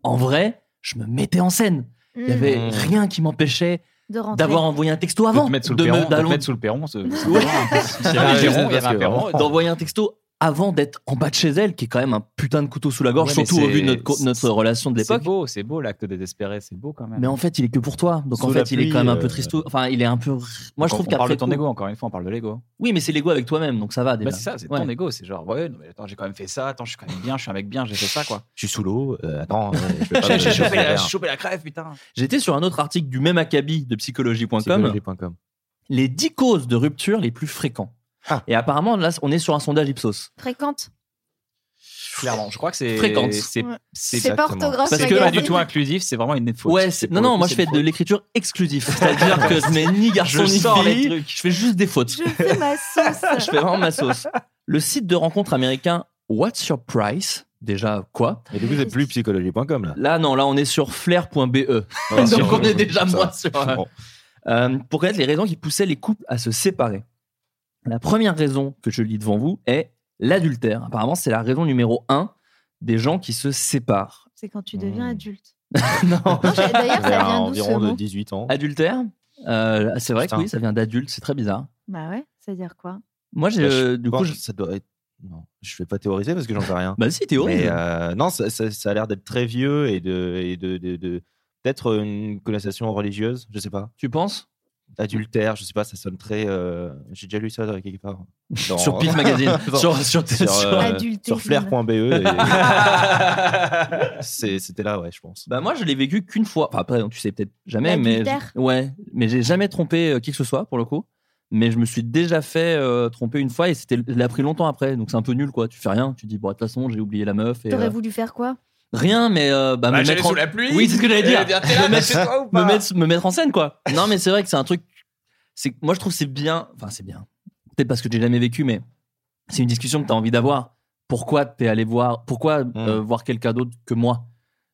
en vrai, je me mettais en scène. Il y avait Mm. rien qui m'empêchait Oh, hmm, De rentrer. d'avoir envoyé un texto avant. de te mettre sous le me- perron. De te d'allon- mettre sous le perron. ce- Ah, Ouais. Il y avait un perron, il y avait un perron. D'envoyer un texto avant d'être en bas de chez elle, qui est quand même un putain de couteau sous la gorge, Ouais, mais surtout au c'est- vu de notre, co- notre c'est- relation de l'époque. C'est beau, c'est beau l'acte désespéré, c'est beau quand même. Mais en fait, il est que pour toi. Donc Sous en la fait, il est quand pluie, même un peu euh, triste. Enfin, il est un peu. Moi, je On- trouve on parle qu'après. de ton coup- ego encore une fois, on parle de l'ego. Oui, mais c'est l'ego avec toi-même, donc ça va déjà. Bah, c'est ça, c'est ben, Ouais. ton ego, c'est genre ouais, non, mais attends, j'ai quand même fait ça, attends, je suis quand même bien, je suis un mec bien, j'ai fait ça quoi. Je suis sous l'eau. euh, attends, euh, je [laughs] vais pas J'ai me- j'ai chopé, la- faire. j'ai chopé la crève, putain. J'étais sur un autre article du même acabit de psychologie.com. Psychologie.com. Les 10 causes de rupture les plus fréquents. Ah. Et apparemment, là, on est sur un sondage Ipsos. Fréquente. Clairement, je crois que c'est Fréquente. C'est Ouais. c'est C'est pas exactement. orthographe, Parce c'est bah, que pas pas grave. du tout hein. inclusif, c'est vraiment une faute. Ouais, c'est- non, non, moi je fais de l'écriture exclusive. C'est-à-dire [laughs] que je mets ni garçon Je ni sors les fille. Je fais juste des fautes. Je fais ma sauce. [laughs] je fais vraiment ma sauce. Le site de rencontre américain What's Your Price Déjà, quoi Et du coup, c'est plus psychologie.com là. Là, non, là, on est sur flair.be. Ah, Donc, on est ouais, déjà ça, moins sur. bon. Euh, pour connaître les raisons qui poussaient les couples à se séparer. La première raison que je lis devant vous est l'adultère. Apparemment, c'est la raison numéro un des gens qui [laughs] se séparent. [laughs] C'est quand tu Mmh. deviens adulte. D'ailleurs, ça vient d'où, ce environ de mot 18 ans. Adultère Euh, C'est vrai que Putain. oui, ça vient d'adulte, c'est très bizarre. Bah ouais, ça veut dire quoi Moi, j'ai, Bah, je euh, du coup, pense je- que ça doit être. Non, je vais pas théoriser parce que j'en sais rien. Bah si, théorise. Mais, euh, non, ça, ça- ça a l'air d'être très vieux et de, et de, de- de- peut-être une connotation religieuse. Je sais pas. Tu penses Adultère, je sais pas. Ça sonne très. euh, J'ai déjà lu ça dans quelque part. Dans- Sur [laughs] Pif Magazine. Dans- Sur- sur- sur- sur flair.be. E et- C'est- C'était là, ouais, je pense. Bah moi, je l'ai vécu qu'une fois. Enfin, après, tu sais peut-être jamais, mais L'adultère. ouais, mais j'ai jamais trompé euh, qui que ce soit pour le coup. Mais je me suis déjà fait euh, tromper une fois et c'était je l'ai appris longtemps après. Donc c'est un peu nul, quoi. Tu fais rien. Tu dis bon, de toute façon, j'ai oublié la meuf. Et, T'aurais euh, voulu faire quoi Rien, mais euh, bah, Bah, me j'allais mettre en... sous la pluie. Oui, c'est ce que j'allais Et dire. bien, t'es là, me, mais mettre, chez toi ou me pas mettre, me mettre en scène, quoi. Non, mais c'est vrai que c'est un truc. C'est moi, je trouve que c'est bien. Enfin, c'est bien. Peut-être parce que j'ai jamais vécu, mais c'est une discussion que t'as envie d'avoir. Pourquoi t'es allé voir Pourquoi euh, voir quelqu'un d'autre que moi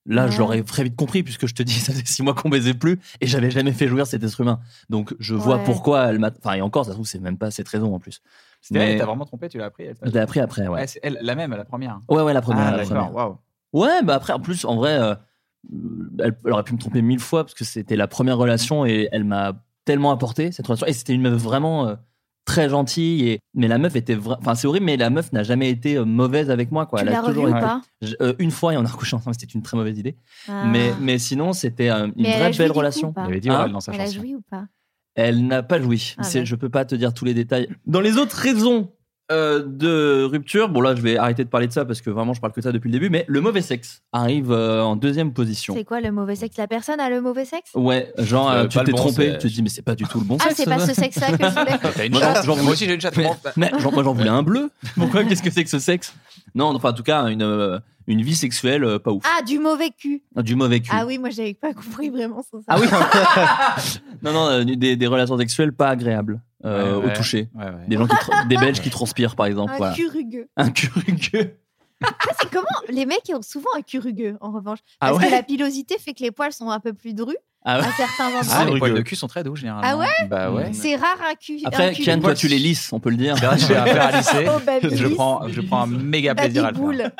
Là, je Ouais. l'aurais très vite compris puisque je te dis, [laughs] ça faisait six mois qu'on baisait plus et j'avais jamais fait jouir cet être humain. Donc, je vois Ouais. pourquoi elle m'a. Enfin, et encore, ça se trouve, c'est même pas cette raison en plus. C'était elle, elle t'a vraiment trompé, tu l'as appris. elle t'a- Je l'ai appris après, ouais. Ouais, c'est elle, la même, la première. Ouais, ouais, la première. Ah, la d'accord, première. waouh. Ouais, bah après, en plus, en vrai, euh, elle, elle aurait pu me tromper mille fois parce que c'était la première relation et elle m'a tellement apporté cette relation. Et c'était une meuf vraiment euh, très gentille. Et, mais la meuf était vra- Enfin, c'est horrible, mais la meuf n'a jamais été euh, mauvaise avec moi. Quoi. Tu Elle a l'as toujours revue ou été- pas Je- euh, Une fois et on a recouché ensemble, c'était une très mauvaise idée. Ah. Mais, mais sinon, c'était euh, une Mais elle a vraie joui belle du coup relation. ou pas Il avait dit Ah, Hein oral dans sa Elle a chanson. joui ou pas Elle n'a pas joui. Ah C'est- ouais. Je peux pas te dire tous les détails. Dans les autres raisons euh, de rupture, bon là je vais arrêter de parler de ça parce que vraiment je parle que de ça depuis le début, mais le mauvais sexe arrive euh, en deuxième position. C'est quoi le mauvais sexe La personne a le mauvais sexe Ouais, genre euh, Euh, tu pas le t'es bon, trompé, c'est- tu te dis mais c'est pas du tout le bon Ah, sexe. c'est pas ça. ce sexe-là [laughs] que je voulais. T'as une Moi, chatte. j'en- j'en Moi voulais- aussi, j'ai une chatte, Mais- euh, moi. [laughs] mais j'en- moi, j'en voulais un bleu. Pourquoi Qu'est-ce que c'est que ce sexe Non, enfin en tout cas une euh, une vie sexuelle euh, pas ouf, Ah, du mauvais cul. du mauvais cul. Ah oui, moi j'avais pas compris vraiment ça. Ah oui. [laughs] non, non, euh, des, des relations sexuelles pas agréables euh, Ouais, au ouais. toucher. Ouais, ouais. Des gens qui, tra- des Belges qui transpirent, par exemple. Un voilà. cul rugueux. Un cul rugueux. Ah, c'est comment Les mecs ils ont souvent un cul rugueux, en revanche. Ah Parce ouais que la pilosité fait que les poils sont un peu plus drus Ah ouais. à certains endroits. Ah, les poils de cul sont très doux généralement. Ah ouais Bah [laughs] ouais. Bah, C'est rare un cul. un Après, cul Kian, rugueux. toi, tu les lisses, on peut le dire. Je vais la faire [laughs] à lycée. Oh, baby je lisse. prends, je prends un méga Baby plaisir à le faire. boule.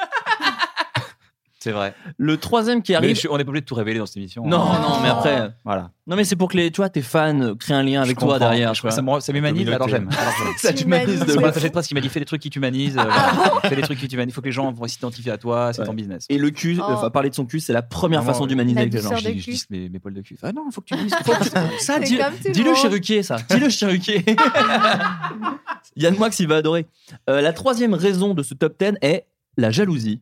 C'est vrai. [laughs] Le troisième qui Mais arrive. je suis- on n'est pas obligé de tout révéler dans cette émission. Non, non, Oh. mais après. Voilà. Non, mais c'est pour que les, tu vois, tes fans euh, créent un lien avec toi comprends. derrière. Je- ça me- ça m'humanise, alors j'aime. [laughs] Alors j'aime. Ça t'humanise de C'est ouf. mon attaché de presse qui m'a dit fais des trucs qui t'humanisent. euh, voilà. Fais des trucs qui t'humanisent. Il faut que les gens vont s'identifier à toi, c'est ton business. Et le cul, Oh. euh, enfin, parler de son cul, c'est la première Vraiment, façon d'humaniser la les gens. douceur de Je dis- je cul. dis mes, poils de cul. Ah non, faut que tu [laughs] Ça, C'est dis- comme tout le dis-le monde. Cherokee, ça. Dis-le Cherokee. [laughs] Yann Moix, il va adorer. Euh, la troisième raison de ce top 10 est la jalousie.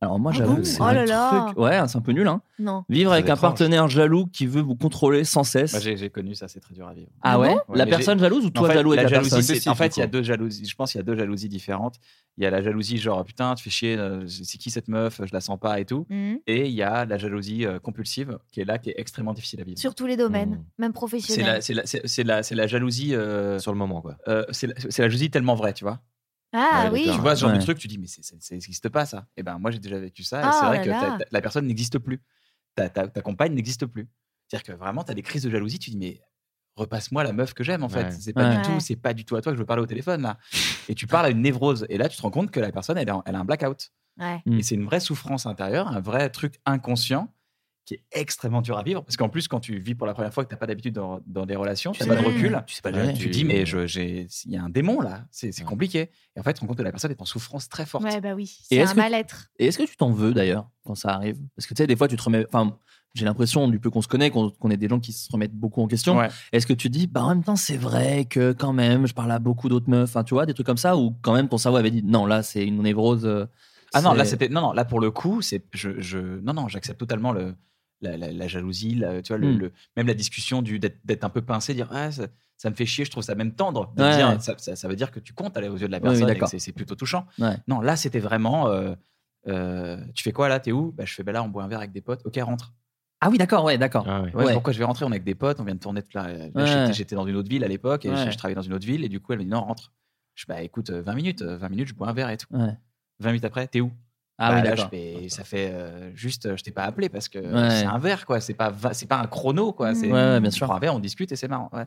Alors moi, j'avoue, bon c'est Oh un là là. truc- Ouais, c'est un peu nul. Hein. Non. Vivre C'est avec un étrange. partenaire jaloux qui veut vous contrôler sans cesse. Bah, j'ai j'ai connu ça, c'est très dur à vivre. Ah ouais La mais personne j'ai- jalouse ou En toi fait, jaloux avec la jalousie, personne c'est- En fait, il y a deux jalousies. Je pense qu'il y a deux jalousies différentes. Il y a la jalousie genre putain, tu fais chier, euh, c'est qui cette meuf, je la sens pas et tout. Mhm. Et il y a la jalousie euh, compulsive qui est là, qui est extrêmement difficile à vivre. Sur tous les domaines, même C'est professionnels. la, c'est la, c'est- c'est la, c'est la jalousie. Sur le moment, quoi. c'est la, c'est la jalousie tellement vraie, tu vois. Ah oui. Tu vois ce genre Ouais. de truc, tu dis, mais c'est- c'est- ça n'existe pas, ça. Et ben moi, j'ai déjà vécu ça, et Ah c'est vrai là que là. ta- ta- la personne n'existe plus. Ta, ta- ta compagne n'existe plus. C'est-à-dire que vraiment, tu as des crises de jalousie, tu dis, mais repasse-moi la meuf que j'aime, en fait. Ouais. C'est pas Ouais. du tout, c'est pas du tout à toi que je veux parler au téléphone, là. et tu parles à une névrose, et là, tu te rends compte que la personne, elle, a- elle a un blackout. Mm. Ouais. Et c'est une vraie souffrance intérieure, un vrai truc inconscient qui est extrêmement dur à vivre. Parce qu'en plus, quand tu vis pour la première fois, que tu n'as pas d'habitude dans, dans des relations, Tu tu n'as pas sais de pas recul. bah, gérer. Tu sais pas gérer. Tu Tu- dis, mais je- j'ai- il y a un démon là, c'est c'est compliqué. Et en fait, tu te rends compte que la personne est en souffrance très forte. Ouais, bah oui, c'est Et est-ce un que- mal-être. Et est-ce que tu t'en veux d'ailleurs quand ça arrive Parce que tu sais, des fois, tu te remets. Enfin, j'ai l'impression, du peu qu'on se connaît, qu'on qu'on est des gens qui se remettent beaucoup en question. Ouais. Est-ce que tu dis, bah en même temps, c'est vrai que quand même, je parle à beaucoup d'autres meufs, enfin, tu vois, des trucs comme ça, ou quand même ton cerveau avait dit, non, là, c'est une névrose. euh, Ah non, c'est- là c'était non non là pour le coup c'est je, je non non j'accepte totalement le la, la- la jalousie la- tu vois le, Hmm. le- même la discussion du d'être d'être un peu pincé dire ah ça, ça me fait chier je trouve ça même tendre de Ouais. dire, ça, ça- ça veut dire que tu comptes aller aux yeux de la Oui, oui, personne et que d'accord. c'est c'est plutôt touchant Ouais. non là c'était vraiment euh, euh, tu fais quoi là t'es où bah, je fais bah là on boit un verre avec des potes ok rentre Ah oui, d'accord, ouais, d'accord. Ouais, Ouais. Pourquoi je vais rentrer On est avec des potes, on vient de tourner. toute la- là, Ouais. j'étais- J'étais dans une autre ville à l'époque et Ouais. je, je travaillais dans une autre ville et du coup elle me dit non rentre. Je bah écoute euh, 20 minutes, euh, 20 minutes je bois un verre et tout. Ouais. 20 minutes après t'es où Ah Bah, oui, là, je d'accord. fais- ça fait euh, juste euh, je t'ai pas appelé parce que Ouais. c'est un verre quoi, c'est pas va- c'est pas un chrono quoi. C'est Ouais, ouais, bien on sûr. prend un verre, on discute et c'est marrant. ouais.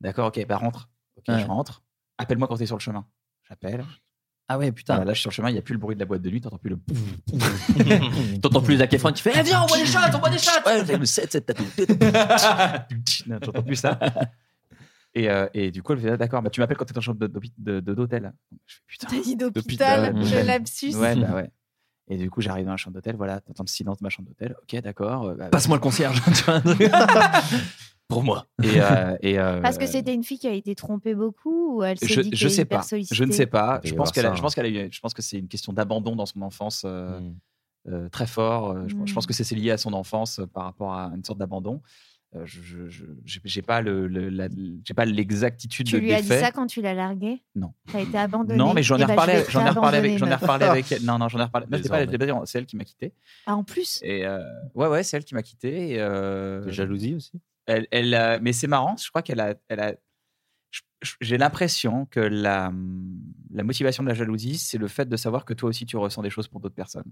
D'accord ok bah rentre. Ok Ouais. je rentre. Appelle-moi quand t'es sur le chemin. J'appelle. Ah ouais, putain. Voilà, là je suis sur le chemin, il y a plus le bruit de la boîte de nuit, t'entends plus le. [laughs] T'entends plus les Zac Efron qui fait, eh, viens, on voit les shots, on voit des shots Ouais, le 7, 7 tatou. [laughs] Non, J'entends plus ça. Et, euh, et du coup, elle me fait ah, d'accord, bah, tu m'appelles quand t'es en chambre de- d'hôpi- de- de- d'hôtel. Je fais putain. T'as dit D'hôpital, d'hôpital, ouais. le lapsus. Ouais, bah ouais. Et du coup, j'arrive dans la chambre d'hôtel, voilà, t'entends le silence de ma chambre d'hôtel. Ok, d'accord. euh, bah, Passe-moi le concierge. [laughs] tu vois. [laughs] pour moi. Et, euh, et, euh, Parce que c'était une fille qui a été trompée beaucoup ou elle s'est je, dit je qu'elle est sais hyper pas. sollicitée Je ne sais pas. Il doit Je pense y avoir qu'elle, ça, Hmm. a- je hein. pense qu'elle a eu, je pense que c'est une question d'abandon dans son enfance euh, euh, très fort. Euh, Je, pense- Hmm. je Mm. pense que c'est c'est lié à son enfance euh, par rapport à une sorte d'abandon. Euh, je, je- je- j'ai, j'ai pas le, le- la- j'ai pas l'exactitude Tu de, lui des as dit faits. ça quand tu l'as larguée Non. T'as été abandonnée Non, mais j'en ai Eh ben, je reparlé, vais te j'en ai reparlé avec, abandonner, j'en ai meuf. reparlé avec elle. Non, non, j'en ai reparlé. Non, c'était pas, Désormais. c'était pas elle, c'est elle qui m'a quitté. Ah, en plus Et euh, ouais, ouais, c'est elle qui m'a quitté. Et, euh, jalousie aussi. Elle, elle, euh, mais c'est marrant. Je crois qu'elle a, elle a. je- je- J'ai l'impression que la, hum, la motivation de la jalousie, c'est le fait de savoir que toi aussi tu ressens des choses pour d'autres personnes.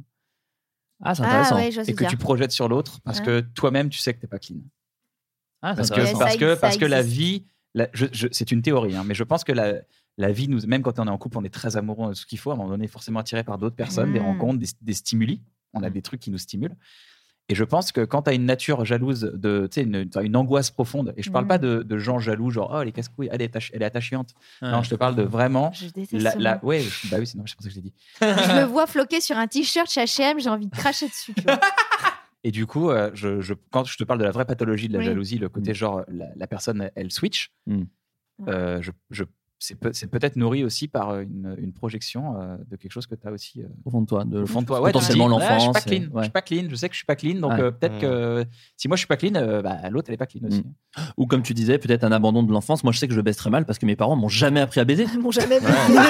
Ah, c'est intéressant. ouais, je vois ce et que que tu tu veux dire. projettes sur l'autre parce Ouais. que toi-même tu sais que t'es pas clean. Ah, parce c'est que, intéressant. parce Ça que, existe, parce ça que la existe. vie, la- je- je- c'est une théorie, hein, mais je pense que la, la vie, nous, même quand on est en couple, on est très amoureux de ce qu'il faut. À un moment donné, forcément attiré par d'autres personnes, des Mm. rencontres, des, des stimuli. On a des trucs qui nous stimulent. Et je pense que quand tu as une nature jalouse, de, tu sais, une, t'as une angoisse profonde, et je parle Mm. pas de, de gens jaloux, genre, oh, les casse-couilles, elle est, attach- elle est attachante. Ouais. Non, je te parle de vraiment. Je déteste La, ce la, mot. ouais, je- bah oui, c'est non, c'est pour ça que je l'ai dit. Je me vois floquer sur un t-shirt chez H&M, j'ai envie de cracher dessus. tu vois. Et du coup, euh, je, je- quand je te parle de la vraie pathologie de la Oui. jalousie, le Mm. côté genre euh, la, la personne, elle switch, euh, je, je- c'est peut- c'est peut-être nourri aussi par euh, une, une projection euh, de quelque chose que tu as aussi euh, Au fond de toi. De, au fond de toi. Ouais, tu te dis, potentiellement Ouais, je suis l'enfance. pas clean, et- ouais. je suis pas clean, je sais que je suis pas clean, donc Ouais. euh, peut-être Mm. que si moi je suis pas clean, euh, bah, l'autre elle est pas clean aussi. Ou comme tu disais, peut-être un abandon de l'enfance. Moi, je sais que je baisse très mal parce que mes parents m'ont jamais appris à [laughs] baiser. Bon, jamais. [laughs]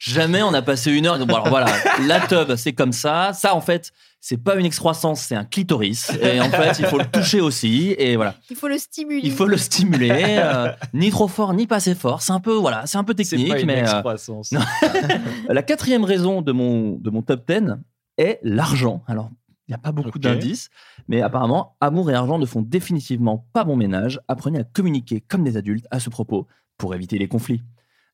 Jamais on a passé une heure. Bon, alors voilà, la tub, c'est comme ça. Ça, en fait, c'est pas une excroissance, c'est un clitoris. Et en fait, il faut le toucher aussi. Et voilà. Il faut le stimuler. Il faut le stimuler, euh, ni trop fort, ni pas assez fort. C'est un peu, voilà, c'est un peu technique, pas une mais euh, excroissance. [laughs] non. la quatrième raison de mon de mon top 10 est l'argent. Alors, il n'y a pas beaucoup d'indices, mais apparemment, amour et argent ne font définitivement pas bon ménage. Apprenez à communiquer comme des adultes à ce propos pour éviter les conflits.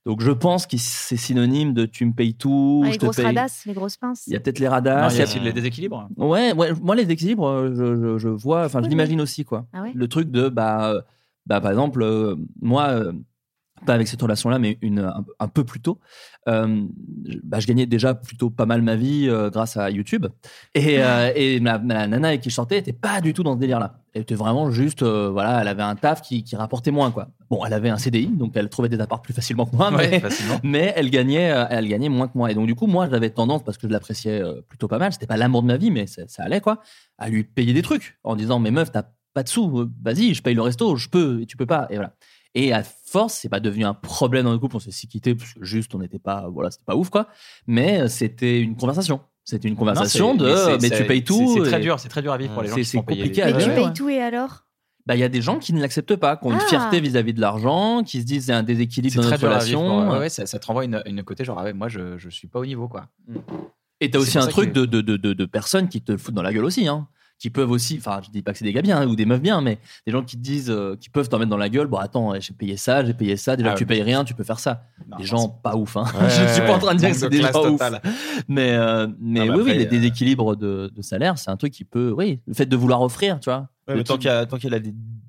Donc, je pense que c'est synonyme de tu me payes tout, Ah, je les te grosses paye. radasses, les grosses pinces. Il y a peut-être les Non, radars. il y a aussi les déséquilibres. Ouais, ouais, moi les déséquilibres, euh, je, je- je vois, enfin je cool, l'imagine aussi quoi. Ah ouais Le truc de bah, euh, bah par exemple, euh, moi, euh, pas avec cette relation-là, mais une un, un peu plus tôt, euh, je- bah, je gagnais déjà plutôt pas mal ma vie euh, grâce à YouTube et, euh, Ah. et ma, ma nana avec qui je sortais était pas du tout dans ce délire-là. Elle était vraiment juste, euh, voilà, elle avait un taf qui, qui rapportait moins quoi. Bon, elle avait un CDI, donc elle trouvait des apparts plus facilement que moi, Ouais, mais, facilement. mais elle gagnait, euh, elle gagnait moins que moi. Et donc, du coup, moi, j'avais tendance, parce que je l'appréciais euh, plutôt pas mal, c'était pas l'amour de ma vie, mais ça, ça allait, quoi, à lui payer des trucs en disant, mais meuf, t'as pas de sous, euh, vas-y, je paye le resto, je peux, et tu peux pas, et voilà. Et à force, c'est pas devenu un problème dans le couple, on s'est si quitté, parce que juste, on n'était pas, voilà, c'était pas ouf, quoi, mais euh, c'était une conversation. C'était une conversation Non, c'est- de, mais c'est- euh, mais, c'est- tu payes c'est- tout. c'est très et- dur, c'est très dur à vivre pour les gens C'est- qui se c'est font payer compliqué les- à Mais tu gérer. payes tout et alors Bah, il y a des gens qui ne l'acceptent pas, qui ont une Ah. fierté vis-à-vis de l'argent, qui se disent c'est un déséquilibre C'est dans très notre dur à vivre. relation. euh, pour- ouais, ouais, ça, ça te renvoie une, une côté genre ah ouais, moi je, je suis pas au niveau quoi. Et t'as C'est aussi pour un ça truc que- de, de, de, de, de personnes qui te foutent dans la gueule aussi. Hein. qui peuvent aussi, enfin, je dis pas que c'est des gars bien hein, ou des meufs bien, mais des gens qui te disent, euh, qui peuvent t'en mettre dans la gueule. Bon, attends, j'ai payé ça, j'ai payé ça. Ah Déjà que tu ouais. payes rien, tu peux faire ça. des gens pas ouf. Hein. Ouais, [laughs] je suis ouais, pas en train de dire manque que c'est de des gens classe ouf. totale. Mais, euh, mais Ah bah oui, oui, après, les déséquilibres de, de salaire, c'est un truc qui peut, oui, le fait de vouloir offrir, tu vois. Ouais, Le mais tant truc- qu'il y a, tant qu'il y a la,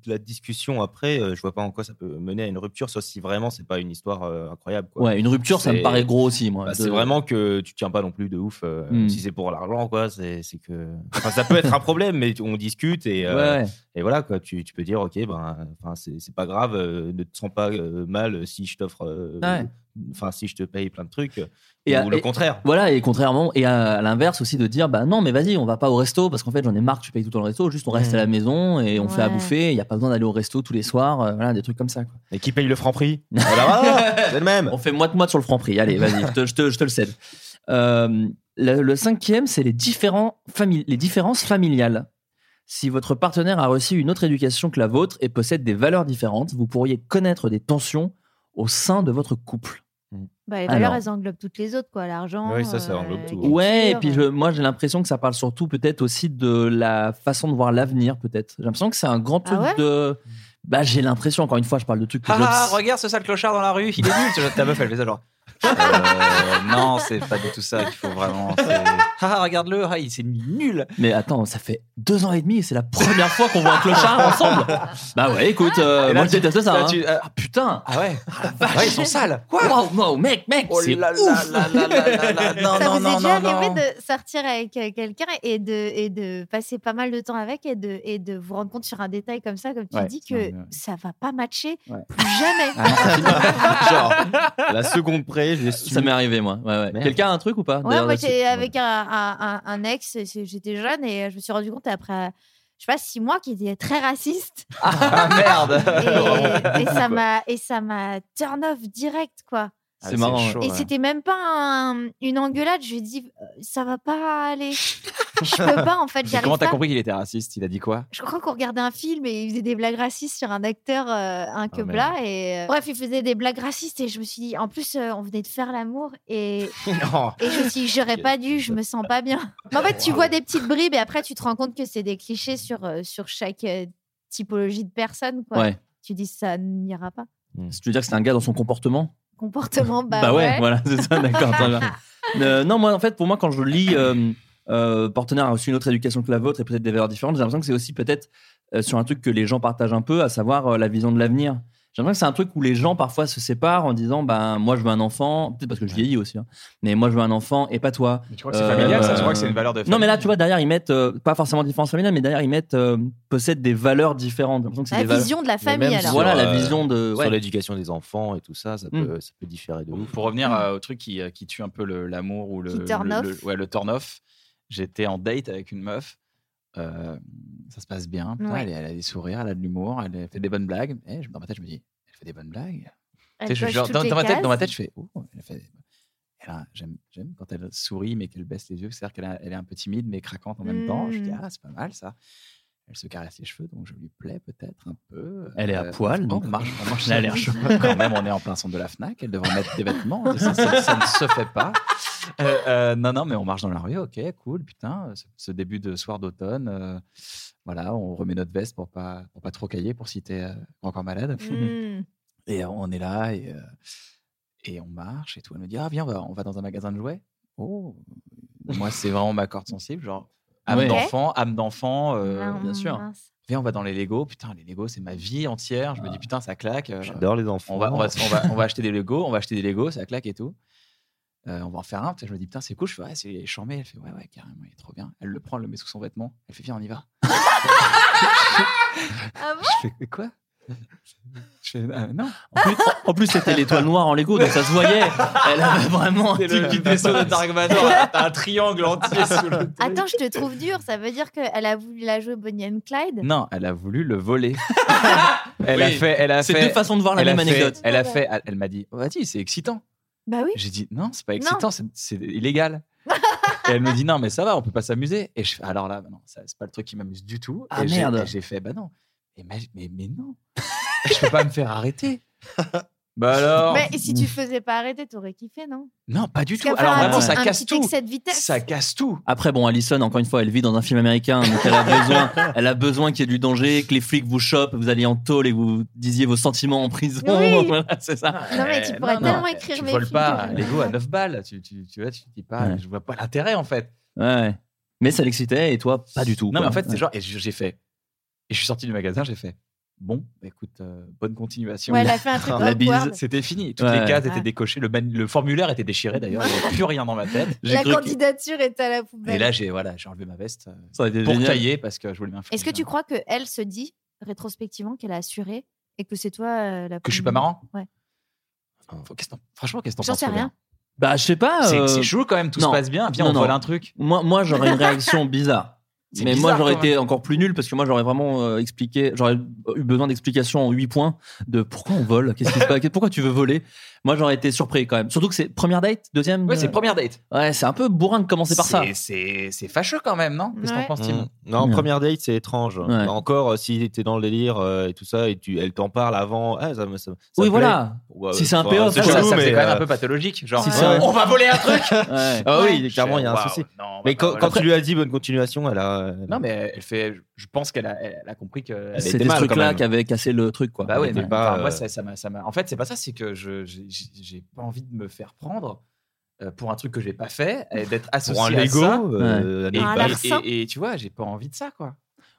la discussion après, euh, je vois pas en quoi ça peut mener à une rupture, sauf si vraiment c'est pas une histoire euh, incroyable. Quoi. Ouais, une rupture, ça me C'est- paraît gros aussi, moi. bah, De- C'est vraiment que tu tiens pas non plus de ouf. euh, Hmm. Si c'est pour l'argent, quoi, c'est c'est que. Enfin, ça peut être un problème, mais on discute et, euh, Ouais. et voilà, quoi. Tu, tu peux dire, ok, ben, enfin, c'est c'est pas grave, euh, ne te sens pas euh, mal si je t'offre. euh, Ouais. Enfin, si je te paye plein de trucs. Et ou à- le et- contraire. Voilà, et contrairement, et à, à l'inverse aussi de dire, bah non, mais vas-y, on va pas au resto parce qu'en fait j'en ai marre que tu payes tout le temps le resto, juste on reste Mm. à la maison et on fait à Ouais. bouffer, il n'y a pas besoin d'aller au resto tous les soirs, euh, voilà, des trucs comme ça. Quoi. Et qui paye le franc [laughs] prix Voilà, c'est le même. Bah, On fait moite-moite sur le franc [laughs] prix, allez, vas-y, je te, je te- je te le cède. Euh, le, le cinquième, c'est les, différents fami- les différences familiales. Si votre partenaire a reçu une autre éducation que la vôtre et possède des valeurs différentes, vous pourriez connaître des tensions au sein de votre couple. Bah, les valeurs, Alors. elles englobent toutes les autres, quoi. L'argent. Oui, ça, ça englobe euh, tout. hein. la Ouais, et culture, puis je- moi j'ai l'impression que ça parle surtout peut-être aussi de la façon de voir l'avenir, peut-être. J'ai l'impression que c'est un grand truc ouais de. Bah, j'ai l'impression, encore une fois, je parle de trucs que Ah, ah, j'obs- regarde ce sale clochard dans la rue, il est nul ce jeu de Ta table. meuf, elle fait ça genre. [laughs] euh, non, c'est pas du tout ça qu'il faut vraiment. c'est- Euh, Ah, ah, regarde-le, ah, il s'est mis nul. Mais attends, ça fait deux ans et demi et c'est la première fois qu'on voit un clochard ensemble. Bah ouais, écoute, euh, Et là, moi tu- je déteste ça. là, hein. tu- euh, Ah putain Ah ouais Ouais, ils sont sales. Quoi Waouh, waouh, mec, mec Oh c'est là là ouf. Euh, là là là [laughs] là là. Non, ça non, vous est non, déjà non, arrivé non. de sortir avec euh, quelqu'un et de, et de passer pas mal de temps avec et de, et de vous rendre compte sur un détail comme ça, comme tu Ouais, dis, que ouais, ouais. ça va pas matcher Ouais. plus [laughs] jamais. Ah non, c'est fini. Genre, la seconde près, j'ai su. Ça m'est arrivé, moi. Ouais, ouais. Quelqu'un a un truc ou [laughs] pas Ouais, d'ailleurs, moi là-dessus j'étais avec un, un- un- un ex, et c'est- j'étais jeune et je me suis rendu compte après, je sais pas, six mois qu'il était très raciste. Ah merde et ça m'a et ça m'a turn off direct quoi. C'est Ah, marrant. ouais. Et c'était même pas un- une engueulade. Je lui ai dit, euh, ça va pas aller. Je peux pas, en fait, Mais j'arrive Comment t'as pas. compris qu'il était raciste Il a dit quoi Je crois qu'on regardait un film et il faisait des blagues racistes sur un acteur, euh, un que Ah, merde. blas. Et, euh, bref, il faisait des blagues racistes et je me suis dit, en plus, euh, on venait de faire l'amour [laughs] et, Non. et je me suis dit, j'aurais pas dû, je me sens pas bien. Mais en fait, tu vois des petites bribes et après, tu te rends compte que c'est des clichés sur, euh, sur chaque euh, typologie de personne. Quoi. Ouais. Tu dis, ça n'ira pas. Si Tu veux dire que c'est un gars dans son comportement Comportement, bah, Hmm. ouais, voilà, c'est [laughs] ça, d'accord. très bien. Euh, non, moi, en fait, pour moi, quand je lis euh, euh, Partenaire a reçu une autre éducation que la vôtre et peut-être des valeurs différentes, j'ai l'impression que c'est aussi peut-être euh, sur un truc que les gens partagent un peu, à savoir euh, la vision de l'avenir. J'ai l'impression que c'est un truc où les gens parfois se séparent en disant ben moi je veux un enfant peut-être parce que je vieillis aussi hein, mais moi je veux un enfant et pas toi tu crois que c'est familial, ça Je crois que c'est une valeur de non mais là famille. tu vois derrière ils mettent euh, pas forcément différence familiale mais derrière ils mettent euh, possèdent des valeurs différentes J'ai l'impression que c'est La des valeurs- vision de la famille, alors. voilà la vision de ouais. Sur l'éducation des enfants et tout ça, ça Hmm. peut, ça peut différer de ouf. Pour revenir euh, au truc qui, euh, qui tue un peu le- l'amour ou le, Qui turn le- off. le- ouais, le turn off, j'étais en date avec une meuf. euh, ça se passe bien. Putain, Ouais. elle, est- elle a des sourires, elle a de l'humour, elle fait des bonnes blagues. Et je- dans ma tête, je me dis, elle fait des bonnes blagues. Elle Tu sais, je- coche genre, toutes dans, les dans ma tête, dans ma cases. tête, je fais, oh, elle fait. elle a- J'aime j'aime quand elle sourit mais qu'elle baisse les yeux. C'est-à-dire qu'elle a- elle est un peu timide mais craquante en même temps. Je dis, Mm. ah, c'est pas mal ça. Elle se caresse les cheveux, donc je lui plais peut-être un peu. Elle est à poil, non donc. euh, On marche, on marche Elle a sur- [laughs] l'air chaude. Quand même, on est en plein centre de la Fnac. Elle devrait mettre des vêtements. Ça, ça- ça ne se fait pas. Euh, euh, non, non, mais on marche dans la rue. Ok, cool. Putain, ce, ce début de soir d'automne. euh, voilà, on remet notre veste pour pas pour pas trop cailler, pour citer euh, encore malade. Mm. Et euh, on est là et, euh, et on marche et tout. Elle me dit Ah, viens, on va, on va dans un magasin de jouets. Oh Moi, c'est vraiment ma corde sensible. Genre, âme Ouais. Ok. d'enfant, âme d'enfant, euh, Ah, Bien sûr. Viens, on va dans les Lego. Putain, les Lego, c'est ma vie entière. Je me dis, putain, ça claque. Euh, J'adore les enfants. On va, on, va, on, va, on va acheter des Lego, on va acheter des Lego, ça claque et tout. Euh, on va en faire un. Putain, je me dis, putain, c'est cool. Je fais, ouais, c'est charmé. Elle fait, ouais, ouais, carrément, il est trop bien. Elle le prend, elle le met sous son vêtement. Elle fait, viens, on y va. Ah je fais, quoi Je fais, Ah, non. En [laughs] plus, en plus, c'était l'étoile noire en Lego, donc ça se voyait. [laughs] Elle avait vraiment un C'est le petit type vaisseau de Dark Vador, là. T'as Bah un triangle entier sous le. Attends, je te trouve dur. Ça veut dire qu'elle a voulu la jouer Bonnie and Clyde. Non, elle a voulu le [laughs] voler. elle a Oui, fait, elle a c'est fait. deux façons de voir la elle a même fait- anecdote. Ah Elle a fait, elle, elle m'a dit, vas-y, c'est excitant. Bah oui. J'ai dit, non, c'est pas Non. excitant, c'est- [laughs] c'est illégal. Et elle me dit, non, mais ça va, on peut pas s'amuser. Et je fais, alors là, bah non, ça, c'est pas le truc qui m'amuse du tout. Ah, et j'ai- merde. [laughs] et J'ai fait, bah non, mais, mais, mais non, je peux pas me faire arrêter. Bah alors Mais si tu faisais pas arrêter, t'aurais kiffé, non Non, pas du Parce tout. qu'à faire Alors un vraiment, petit- ça un casse petit tout. excès de vitesse. Ça casse tout. Après, bon, Alison, encore une fois, elle vit dans un film américain, donc elle a [laughs] besoin, elle a besoin qu'il y ait du danger, que les flics vous chopent, vous alliez en tôle et que vous disiez vos sentiments en prison. Oui. [laughs] Voilà, c'est ça. Non, mais tu pourrais non, tellement non, écrire Euh, tu mes voles films pas que- un Lego à 9 balles. Tu, tu, tu vois, tu te dis pas, Ouais. je vois pas l'intérêt en fait. Ouais, ouais. Mais ça l'excitait et toi, pas du tout. Non, quoi. mais en fait, c'est Ouais. genre, et j'ai j'ai fait. Et je suis sorti du magasin, j'ai fait. Bon, bah, écoute, euh, bonne continuation. Ouais, elle a fait un truc [laughs] La bise, awkward. c'était fini. Toutes Ouais. les cases Ouais. étaient décochées, le, man- le formulaire était déchiré d'ailleurs, il n'y avait plus rien dans [laughs] ma tête. J'ai La cru que- candidature est à la poubelle. Et là, j'ai voilà, j'ai enlevé ma veste euh, Ça aurait été pour génial. tailler parce que je voulais bien faire. Est-ce que tu crois que elle se dit rétrospectivement qu'elle a assuré et que c'est toi euh, la Que je suis première pas marrant Ouais. Faut- qu'est-ce que t'en- Franchement, qu'est-ce que t'en J'en penses sais Robert rien. Bah, je sais pas. C'est- euh, c'est chaud quand même, tout se passe bien, viens, on vole un truc. Moi, moi j'aurais [laughs] une réaction bizarre. C'est Mais bizarre, moi, j'aurais quand même. été encore plus nul parce que moi, j'aurais vraiment euh, expliqué, j'aurais eu besoin d'explications en 8 points de pourquoi on vole, qu'est-ce qui se passe, pourquoi tu veux voler. Moi, j'aurais été surpris quand même. Surtout que c'est première date, deuxième. Ouais, c'est euh, première date. Ouais, c'est un peu bourrin de commencer par ça. C'est- Mmh. C'est c'est fâcheux quand même, non Qu'est-ce que Ouais. t'en penses, Tim Mm. Non, Ouais. première date, c'est étrange. Hmm. Ouais. Bah, encore, euh, si t'es dans le délire euh, et tout ça, et tu, elle t'en parle avant. Ah, ça, me- ça, ça Oui, me voilà. plaît. Ouais, Si c'est un enfin, payoff, c'est Ça, chelou, ça, ça faisait mais, quand même un euh, peu pathologique. Genre, si c'est un- on va voler un truc [laughs] Ouais. Ah oui, Ouais, clairement, il y a un waouh, souci. non, on va mais pas quand, voler. quand tu lui as dit bonne continuation, elle [laughs] a. Non, mais elle fait. Je pense qu'elle a, elle a compris que. C'était ce truc-là qui avait cassé le truc, quoi. Bah ouais, était mais pas, enfin, moi, euh, ça, ça m'a, ça m'a- En fait, c'est pas ça, c'est que je, j'ai, j'ai- j'ai pas envie de me faire prendre euh, pour un truc que j'ai pas fait, et d'être associé Pour un à Lego, ça. euh, Et, elle est Ah, pas- la- larcin. et- et- et tu vois, j'ai pas envie de ça, [laughs] quoi.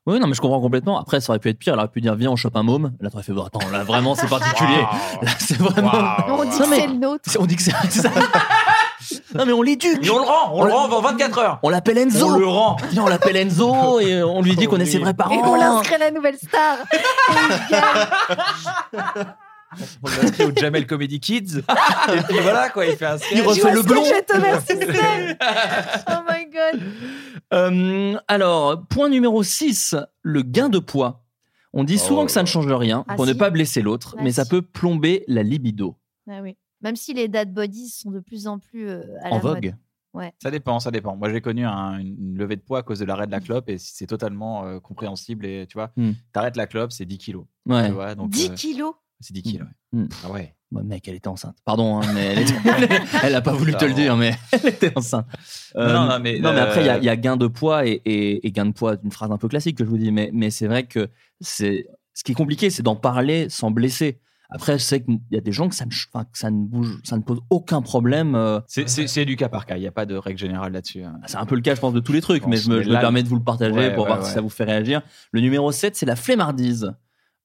Oui, non, mais je comprends complètement. Après, ça aurait pu être pire. Elle aurait pu dire, viens, on chope un môme. Là, t'aurais fait, bon, attends, là, vraiment, c'est particulier. Là, c'est vraiment. Non, on dit Non, que mais- c'est le nôtre. On dit que c'est c'est ça. [laughs] non, mais on l'éduque. Et on le rend, on, le rend avant 24 heures. On l'appelle Enzo. On le [laughs] rend. Viens, on l'appelle Enzo et on lui dit qu'on est ses vrais Et on parents. l'inscrit à la nouvelle [laughs] star. Et il gagne. On l'inscrit au Jamel Comedy [laughs] Kids. et puis voilà, quoi, il fait un sketch. Il refait Tu vois le ce que blond. Je te [laughs] remercie, Oh my god. Euh, alors, point numéro 6, le gain de poids. On dit souvent que ça ne change rien Ah, pour ne si. pas blesser l'autre, Ah, mais ça si. peut plomber la libido. Ah oui. Même si les dad bodies sont de plus en plus euh, à la en mode. vogue. Ça dépend, ça dépend. Moi, j'ai connu un- une levée de poids à cause de l'arrêt de la clope et c'est totalement euh, compréhensible. Et tu vois, Hmm. t'arrêtes la clope, c'est 10 kilos. Ouais. Tu vois, donc, 10 euh, kilos. c'est 10 kilos. Hmm. Ah ouais. Bah, mec, elle était enceinte. Pardon, hein, mais elle, était- [laughs] elle a pas voulu te le dire, mais elle était enceinte. Euh, non, non, mais, euh, après, il y a- il y, a gain de poids et, et- et gain de poids, une phrase un peu classique que je vous dis, mais, mais c'est vrai que c'est ce qui est compliqué, c'est d'en parler sans blesser. Après, je sais qu'il y a des gens que ça ne, ch- enfin, que ça ne bouge, ça ne pose aucun problème. euh, C'est- C'est c'est du cas par cas. Il n'y a pas de règle générale là-dessus. hein. Bah, C'est un peu le cas, je pense, de tous les trucs, Je mais pense, je me, mais je me là- permets de vous le partager Ouais, pour ouais, voir ouais. si ça vous fait réagir. Le numéro 7, c'est la flemmardise.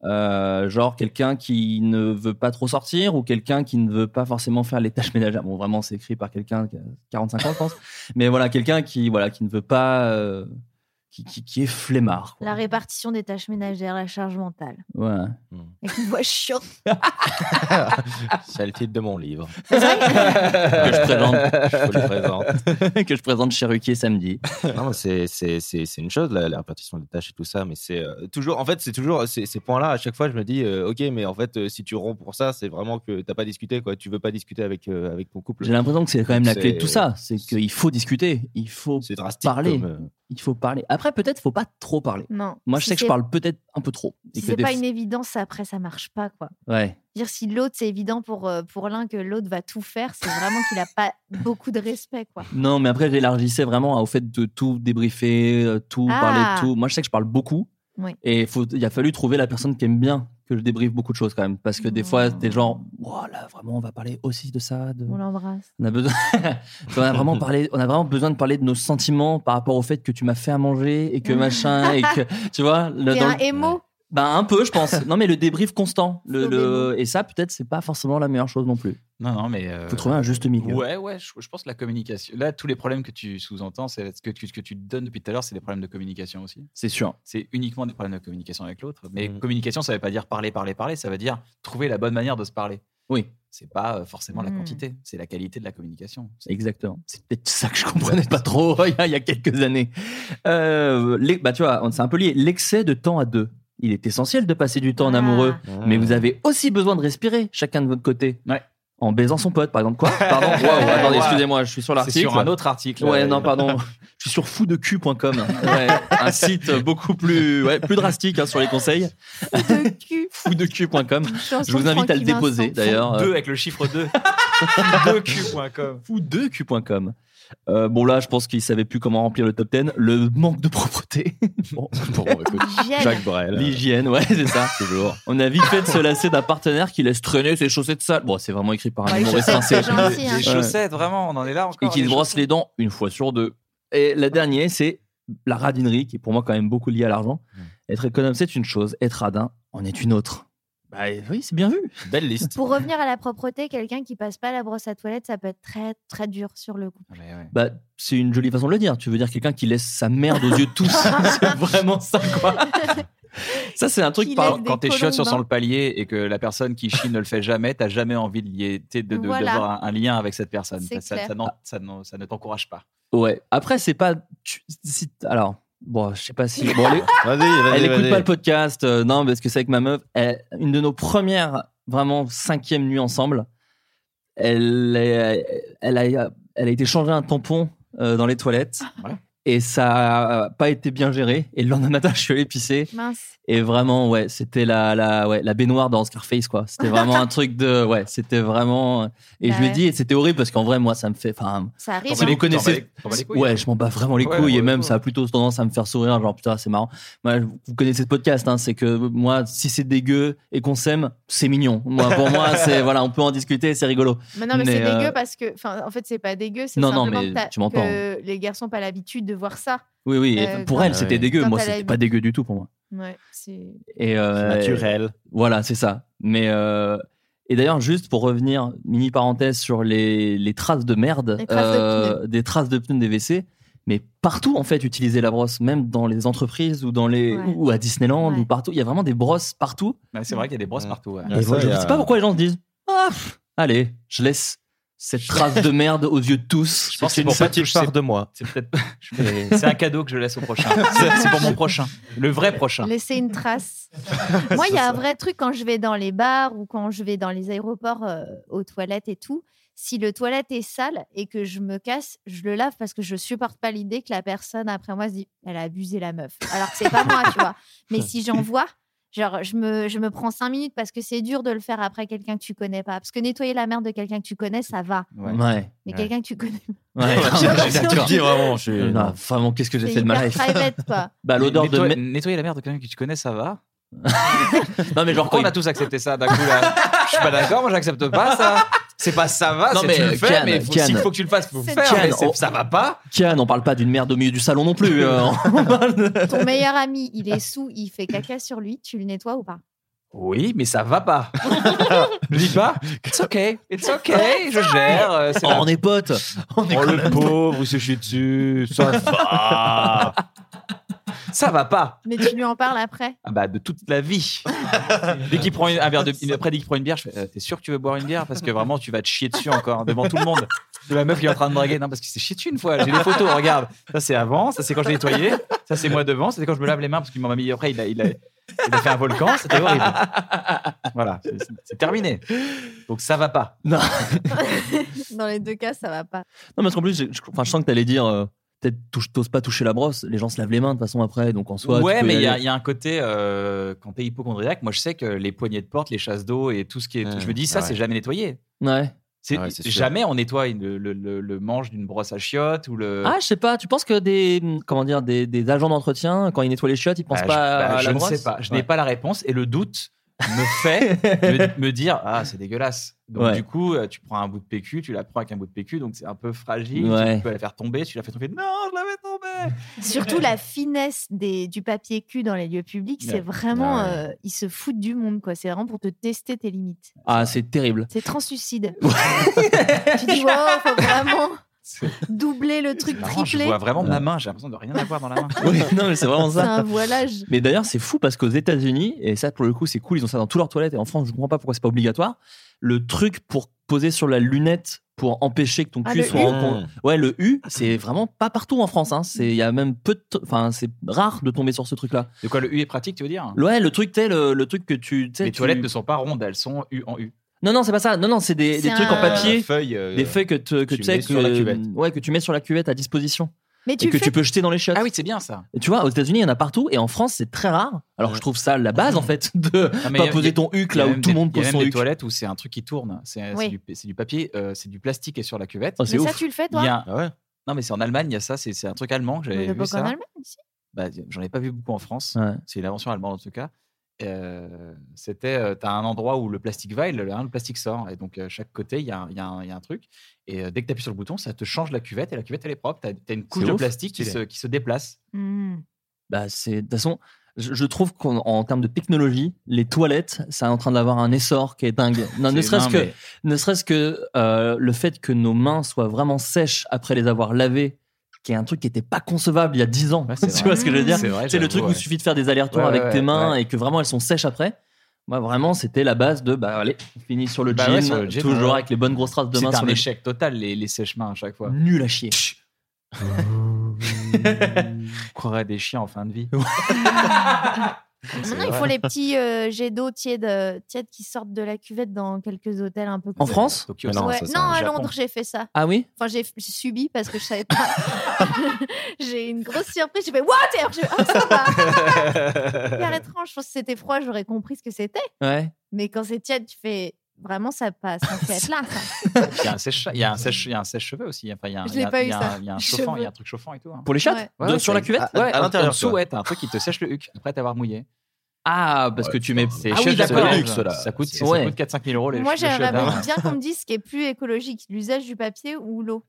Euh, genre quelqu'un qui ne veut pas trop sortir ou quelqu'un qui ne veut pas forcément faire les tâches ménagères. Bon, vraiment, c'est écrit par quelqu'un qui a 45 ans, [laughs] je pense. Mais voilà, quelqu'un qui, voilà, qui ne veut pas. euh, qui, qui, qui est flemmard. quoi. La répartition des tâches ménagères, la charge [laughs] mentale. Ouais. Avec une voix chiante. Ah. C'est le titre de mon livre. [laughs] que, je présente, Je vous le présente. [laughs] que je présente chez Ruquier samedi. Non, mais c'est- c'est c'est- c'est une chose, la, la répartition des tâches et tout ça, mais c'est euh, toujours, en fait, c'est toujours ces, ces points-là. À chaque fois, je me dis, euh, ok, mais en fait, euh, si tu romps pour ça, c'est vraiment que t'as pas discuté, quoi. Tu veux pas discuter avec, euh, avec ton couple. J'ai l'impression que c'est quand même la C'est- clé de tout ça. C'est qu'il faut discuter, il faut C'est drastique. parler. comme, euh, Il faut parler. Après, peut-être, faut pas trop parler. Non. Moi, je Si sais que c'est- je parle peut-être un peu trop. Si Et que c'est des pas f- une évidence, après ça marche pas quoi. Ouais. Dire si l'autre c'est évident pour euh, pour l'un que l'autre va tout faire, c'est vraiment qu'il a pas beaucoup de respect quoi. Non, mais après, j'élargissais vraiment au fait de tout débriefer, euh, tout Ah. parler de tout. Moi, je sais que je parle beaucoup. Oui. Et faut- il a fallu trouver la personne qui aime bien que je débriefe beaucoup de choses quand même. Parce que des fois, Mmh. t'es genre, Ouah, là, vraiment, on va parler aussi de ça. de- On l'embrasse. On, a besoin... [laughs] on, a vraiment parlé... on a vraiment besoin de parler de nos sentiments par rapport au fait que tu m'as fait à manger et que machin. et que, tu vois, le- Mmh. T'es dans un le- émo. Bah, un peu, je pense. Non, mais le débrief constant. Le, Faut le- Et ça, peut-être, c'est pas forcément la meilleure chose non plus. Non, non, mais. euh, Faut trouver un juste milieu. Ouais, ouais, je, je pense que la communication. Là, tous les problèmes que tu sous-entends, c'est ce que, tu- ce que tu donnes depuis tout à l'heure, c'est des problèmes de communication aussi. C'est sûr. C'est uniquement des problèmes de communication avec l'autre. Mais Mm. Mhm. communication, ça ne veut pas dire parler, parler, parler. Ça veut dire trouver la bonne manière de se parler. Oui, C'est pas euh, forcément la Mhm. quantité, c'est la qualité de la communication. C'est- Exactement. C'est peut-être ça que je comprenais pas trop [laughs] il y a- il y a quelques années. Euh, les- bah, tu vois, on- c'est un peu lié. L'excès de temps à deux. Il est essentiel de passer du temps en Ah. amoureux, mais hmm. vous avez aussi besoin de respirer chacun de votre côté. Ouais. en baisant son pote, par exemple. Quoi [laughs] Pardon Waouh, attendez, excusez-moi, je suis sur C'est l'article. sur un autre article. Ouais, Euh, non, pardon. Je suis sur foudecul.com. [laughs] Ouais, un site beaucoup plus, ouais, plus drastique hein, sur les conseils. [laughs] Foudecul.com. Je vous invite à le déposer, d'ailleurs. Deux avec le chiffre 2. 2Q.com. Foudecul.com. Euh, bon là, je pense qu'ils savaient plus comment remplir le top 10. Le manque de propreté. [laughs] Euh, bon, L'hygiène. Jacques Brel. L'hygiène, [laughs] ouais, c'est ça. Toujours. On a vite fait de se lasser d'un partenaire qui laisse traîner ses chaussettes sales. Bon, c'est vraiment écrit par un Ah, les humoriste chaussettes, français. c'est gentil, hein. Les Ouais. chaussettes, vraiment, on en est là Et encore. qui les se brosse les dents une fois sur deux. Et la dernière, c'est la radinerie, qui est pour moi quand même beaucoup liée à l'argent. Être économe, c'est une chose. Être radin, en est une autre. Bah oui, c'est bien vu. Belle liste. Pour revenir à la propreté, quelqu'un qui passe pas la brosse à toilette, ça peut être très très dur sur le coup. Bah, c'est une jolie façon de le dire. Tu veux dire quelqu'un qui laisse sa merde aux yeux de [laughs] tous. c'est vraiment ça, quoi. Ça, c'est un truc Qui par- laisse des quand t'es chiottes sur colombins. son le palier et que la personne qui chie ne le fait jamais, t'as jamais envie de lier, t'sais, de, de- Voilà. d'avoir un, un lien avec cette personne. C'est Ça, ça- clair. ça n'en- ça n'en- ça ne t'encourage pas. Ouais. Après, c'est pas. tu- si- alors, bon, je sais [laughs] pas si. Bon, elle, Vas-y, euh, vas-y, elle écoute vas-y. pas le podcast. euh, non, parce que c'est avec ma meuf. Elle- une de nos premières, vraiment cinquième nuit ensemble, elle, est- elle, a, elle a été changer un tampon euh, dans les toilettes. Et ça a pas été bien géré. Et le lendemain matin, [laughs] je suis allé pisser. Mince. Et vraiment, ouais, c'était la, la, ouais, la baignoire dans Scarface, quoi. C'était vraiment un truc de. Ouais, c'était vraiment. Et Bah je lui ai ouais. dit, et c'était horrible parce qu'en vrai, moi, ça me fait. Enfin, Ça arrive, Si hein. vous T'en connaissez. bats les- t'en bats les couilles. hein. hein. Ouais, je m'en bats vraiment les Ouais, couilles ouais, et même, ça a plutôt tendance à me faire sourire. Genre, putain, c'est marrant. Moi, vous connaissez ce podcast, hein, c'est que moi, si c'est dégueu et qu'on s'aime, c'est mignon. Moi, [laughs] pour moi, c'est. Voilà, on peut en discuter, c'est rigolo. Mais non, mais, c'est euh, dégueu parce que. Enfin, en fait, c'est pas dégueu, c'est Non, non, simplement mais que, t'as- tu m'entends. hein. que les garçons n'ont pas l'habitude de voir ça. Oui, oui. et Euh, pour quand- Ah elle, c'était dégueu. quand Moi, t'as c'était la- pas dégueu du tout pour moi. Ouais, c'est. Et euh, C'est naturel. Voilà, c'est ça. Mais euh, et d'ailleurs, juste pour revenir, mini parenthèse sur les, les traces de merde, euh, Les traces de des traces de pneus des WC, mais partout en fait, utiliser la brosse, même dans les entreprises ou dans les Ouais. ou à Disneyland ou partout, il y a vraiment des brosses partout. Ouais, Bah, c'est vrai qu'il y a des brosses partout. ouais. Et voilà, je ne sais pas pourquoi les gens se disent, ah, pff, allez, je laisse cette trace de merde aux yeux de tous. Je pense que c'est pour pas petite toucher- part de moi. C'est peut-être. je- C'est un cadeau que je laisse au prochain. C'est c'est pour mon prochain. Le vrai prochain. Laisser une trace. Moi, il y a un vrai truc quand je vais dans les bars ou quand je vais dans les aéroports euh, aux toilettes et tout. Si le toilette est sale et que je me casse, je le lave parce que je supporte pas l'idée que la personne après moi se dit elle a abusé la meuf. Alors que c'est pas moi, tu vois. Mais si j'en vois, genre je me, je me prends cinq minutes parce que c'est dur de le faire après quelqu'un que tu connais pas. Parce que nettoyer la merde de quelqu'un que tu connais, ça va. Ouais. Ouais. Mais quelqu'un que tu connais. [laughs] Ouais, Je suis d'accord. dis vraiment, je suis- Non, vraiment, qu'est-ce que j'ai C'est fait de ma hyper life private, quoi. Bah, l'odeur de Nettoie- me- Nettoyer la merde de quelqu'un que tu connais, ça va. Non, mais Oh, genre, on a tous accepté ça d'un coup là. Je suis pas d'accord, moi j'accepte pas ça. C'est pas ça va, Non, c'est mais, tu le fais, Kian, mais faut- Kian. s'il faut que tu le fasses, faut le C'est- faire. Kian, mais c'est- on- Ça va pas. Kian, on parle pas d'une merde au milieu du salon non plus. [laughs] euh, Ton meilleur ami, il est sous, il fait caca sur lui, tu le nettoies ou pas Oui, mais ça va pas. Je dis pas. It's ok, it's ok, je gère. euh, c'est Oh, on la- est potes. On est Oh, quand le même- pauvre, vous séchez dessus, ça Ah. va. Ça va pas. Mais tu lui en parles après. [laughs] Ah bah de toute la [laughs] vie. dès qu'il prend une- un verre de une- après dès qu'il prend une bière, je fais euh, t'es sûr que tu veux boire une bière parce que vraiment tu vas te chier dessus encore hein, devant tout le monde. De la meuf qui est en train de draguer, non parce qu'il s'est chié dessus une fois. J'ai des photos, regarde. Ça c'est avant, ça c'est quand je l'ai nettoyé, ça c'est moi devant, ça c'est quand je me lave les mains parce qu'il m'a mis après il a, il a- il a fait un volcan, c'était horrible. Voilà, c'est- c'est- c'est terminé. Donc ça va pas. Non. Dans les deux cas, ça va pas. Non, parce qu'en plus, je, je- enfin, je sens que t'allais dire, euh, peut-être touche- t'oses pas toucher la brosse, les gens se lavent les mains de toute façon après, donc en soi. tu ouais, peux mais il y, a- aller. il y a un côté euh, quand t'es hypochondriaque, moi je sais que les poignées de porte, les chasses d'eau et tout ce qui est, je me dis ça ouais. c'est jamais nettoyé. Ouais. C'est- Ouais, c'est sûr. jamais on nettoie une- le, le- le manche d'une brosse à chiottes ou le. Ah, je sais pas, tu penses que des, comment dire, des, des agents d'entretien, quand ils nettoient les chiottes, ils pensent Bah, je- pas bah, à je la ne brosse sais pas. Je Ouais. n'ai pas la réponse et le doute me fait [laughs] me, me dire ah c'est dégueulasse. Donc Ouais. du coup euh, tu prends un bout de PQ, tu la prends avec un bout de PQ, donc c'est un peu fragile. Ouais. Tu peux la faire tomber, tu la fais tomber. Non, je l'avais tombée. Surtout la finesse des, du papier cul dans les lieux publics, Ouais. c'est vraiment. Ah euh, ils se foutent du monde, quoi. C'est vraiment pour te tester tes limites. Ah, c'est terrible. C'est translucide. tu dis, wow, faut vraiment doubler le truc, Marrant, je tripler. vois vraiment ma main. J'ai l'impression de rien avoir dans [laughs] la main. Oui, non, mais c'est vraiment C'est ça. un voilage. Mais d'ailleurs, c'est fou parce qu'aux États-Unis, et ça pour le coup, c'est cool, ils ont ça dans toutes leurs toilettes. Et en France, je comprends pas pourquoi c'est pas obligatoire. Le truc pour poser sur la lunette pour empêcher que ton Ah, cul le soit U. en con- Mmh. Ouais, le U, c'est vraiment pas partout en France. hein. C'est il y a même peu de, to- enfin, c'est rare de tomber sur ce truc-là. De quoi le U est pratique, tu veux dire Ouais, le truc, t'es le, le truc que tu. tu sais, Les tu- toilettes ne sont pas rondes, elles sont U en U. Non, non, c'est pas ça. Non, non, c'est des, C'est des trucs en un- papier. Des feuilles, euh, des feuilles que, te- que tu tu sais mets sur la que- cuvette. Ouais, que tu mets sur la cuvette à disposition. Mais tu et le que fais- tu peux jeter dans les chiottes. Ah oui, c'est bien ça. Et tu vois, aux États-Unis, il y en a partout, et en France, c'est très rare. Alors, je trouve ça la base, en fait, de Non, Ah, mais pas y a- y poser a- ton huc y a là où même tout le des- monde y a pose même son des huc. toiles toilettes où c'est un truc qui tourne. C'est c'est Oui. du, c'est du papier, euh, c'est du plastique et sur la cuvette. Ah, Oh, c'est Mais ça, ouf. tu le fais, toi Il y a un- Non, mais c'est en Allemagne, il y a ça. C'est c'est un truc allemand que j'avais Mais le vu boc ça. en Allemagne, ici. Bah, J'en ai pas vu beaucoup en France. C'est une invention allemande en tout cas. Euh, C'était, euh, t'as un endroit où le plastique va et le, hein, le plastique sort. Et donc, euh, chaque côté, il y, a un- il y a un il y a un truc. Et euh, dès que tu appuies sur le bouton, ça te change la cuvette et la cuvette, elle est propre. T'as as une couche de ouf, plastique qui stylé. se, qui se déplace. Hmm. Bah, c'est de toute façon, je, je trouve qu'en en termes de technologie, les toilettes, ça est en train d'avoir un essor qui [laughs] est dingue. Non, ne C'est- serait-ce non, que, mais- ne serait-ce que euh, le fait que nos mains soient vraiment sèches après les avoir lavées, qui est un truc qui n'était pas concevable il y a 10 [laughs] ans. c'est tu vrai. vois ce que je veux dire C'est vrai, C'est le j'avoue, truc où ouais. il suffit de faire des allers-retours Ouais, avec ouais, tes mains ouais. et que vraiment elles sont sèches après. Moi, vraiment, c'était la base de bah allez, on finit sur le, Bah jean, ouais, sur le jean, toujours ouais. avec les bonnes grosses traces de main C'est sur un le échec total, les, les sèches-mains à chaque fois. Nul à chier. On [laughs] croirait à des chiens en fin de vie. Maintenant, Ah, il faut les petits euh, jets d'eau tiède, euh, tiède qui sortent de la cuvette dans quelques hôtels un peu. En cool. France Ouais. Ah non, non, ça, c'est au à Japon. Londres, j'ai fait ça. Ah oui Enfin, j'ai j'ai subi parce que je savais pas. [laughs] j'ai une grosse surprise. J'ai fait What Et alors, j'ai fait, Ah, ça va [laughs] Hyper étrange. Je pense que c'était froid, j'aurais compris ce que c'était. Ouais. Mais quand c'est tiède, tu fais Vraiment, ça passe. Ça [laughs] être là. ça. Il y a un sèche- il y a un sèche- il y a un sèche-cheveux aussi. Enfin, il y a un- Je il y l'ai pas a- il y eu, a ça. un- il y [laughs] a un Les chauffant, il y cheveux. a un truc chauffant et tout. hein. Pour les chiottes Ouais, De- ouais, Sur la c'est- cuvette ah, Ouais, À- à en- l'intérieur, En dessous, quoi. ouais, t'as un truc qui te sèche le huc après t'avoir mouillé. Ah, parce que tu mets. C'est Ah chiottes, oui, c'est d'accord. le luxe, là. Ça coûte, ça Ouais. coûte 4-5 Oh, 000 euros les Moi, les chiottes, hein. j'aimerais bien qu'on me dise ce qui est plus écologique l'usage du papier ou l'eau.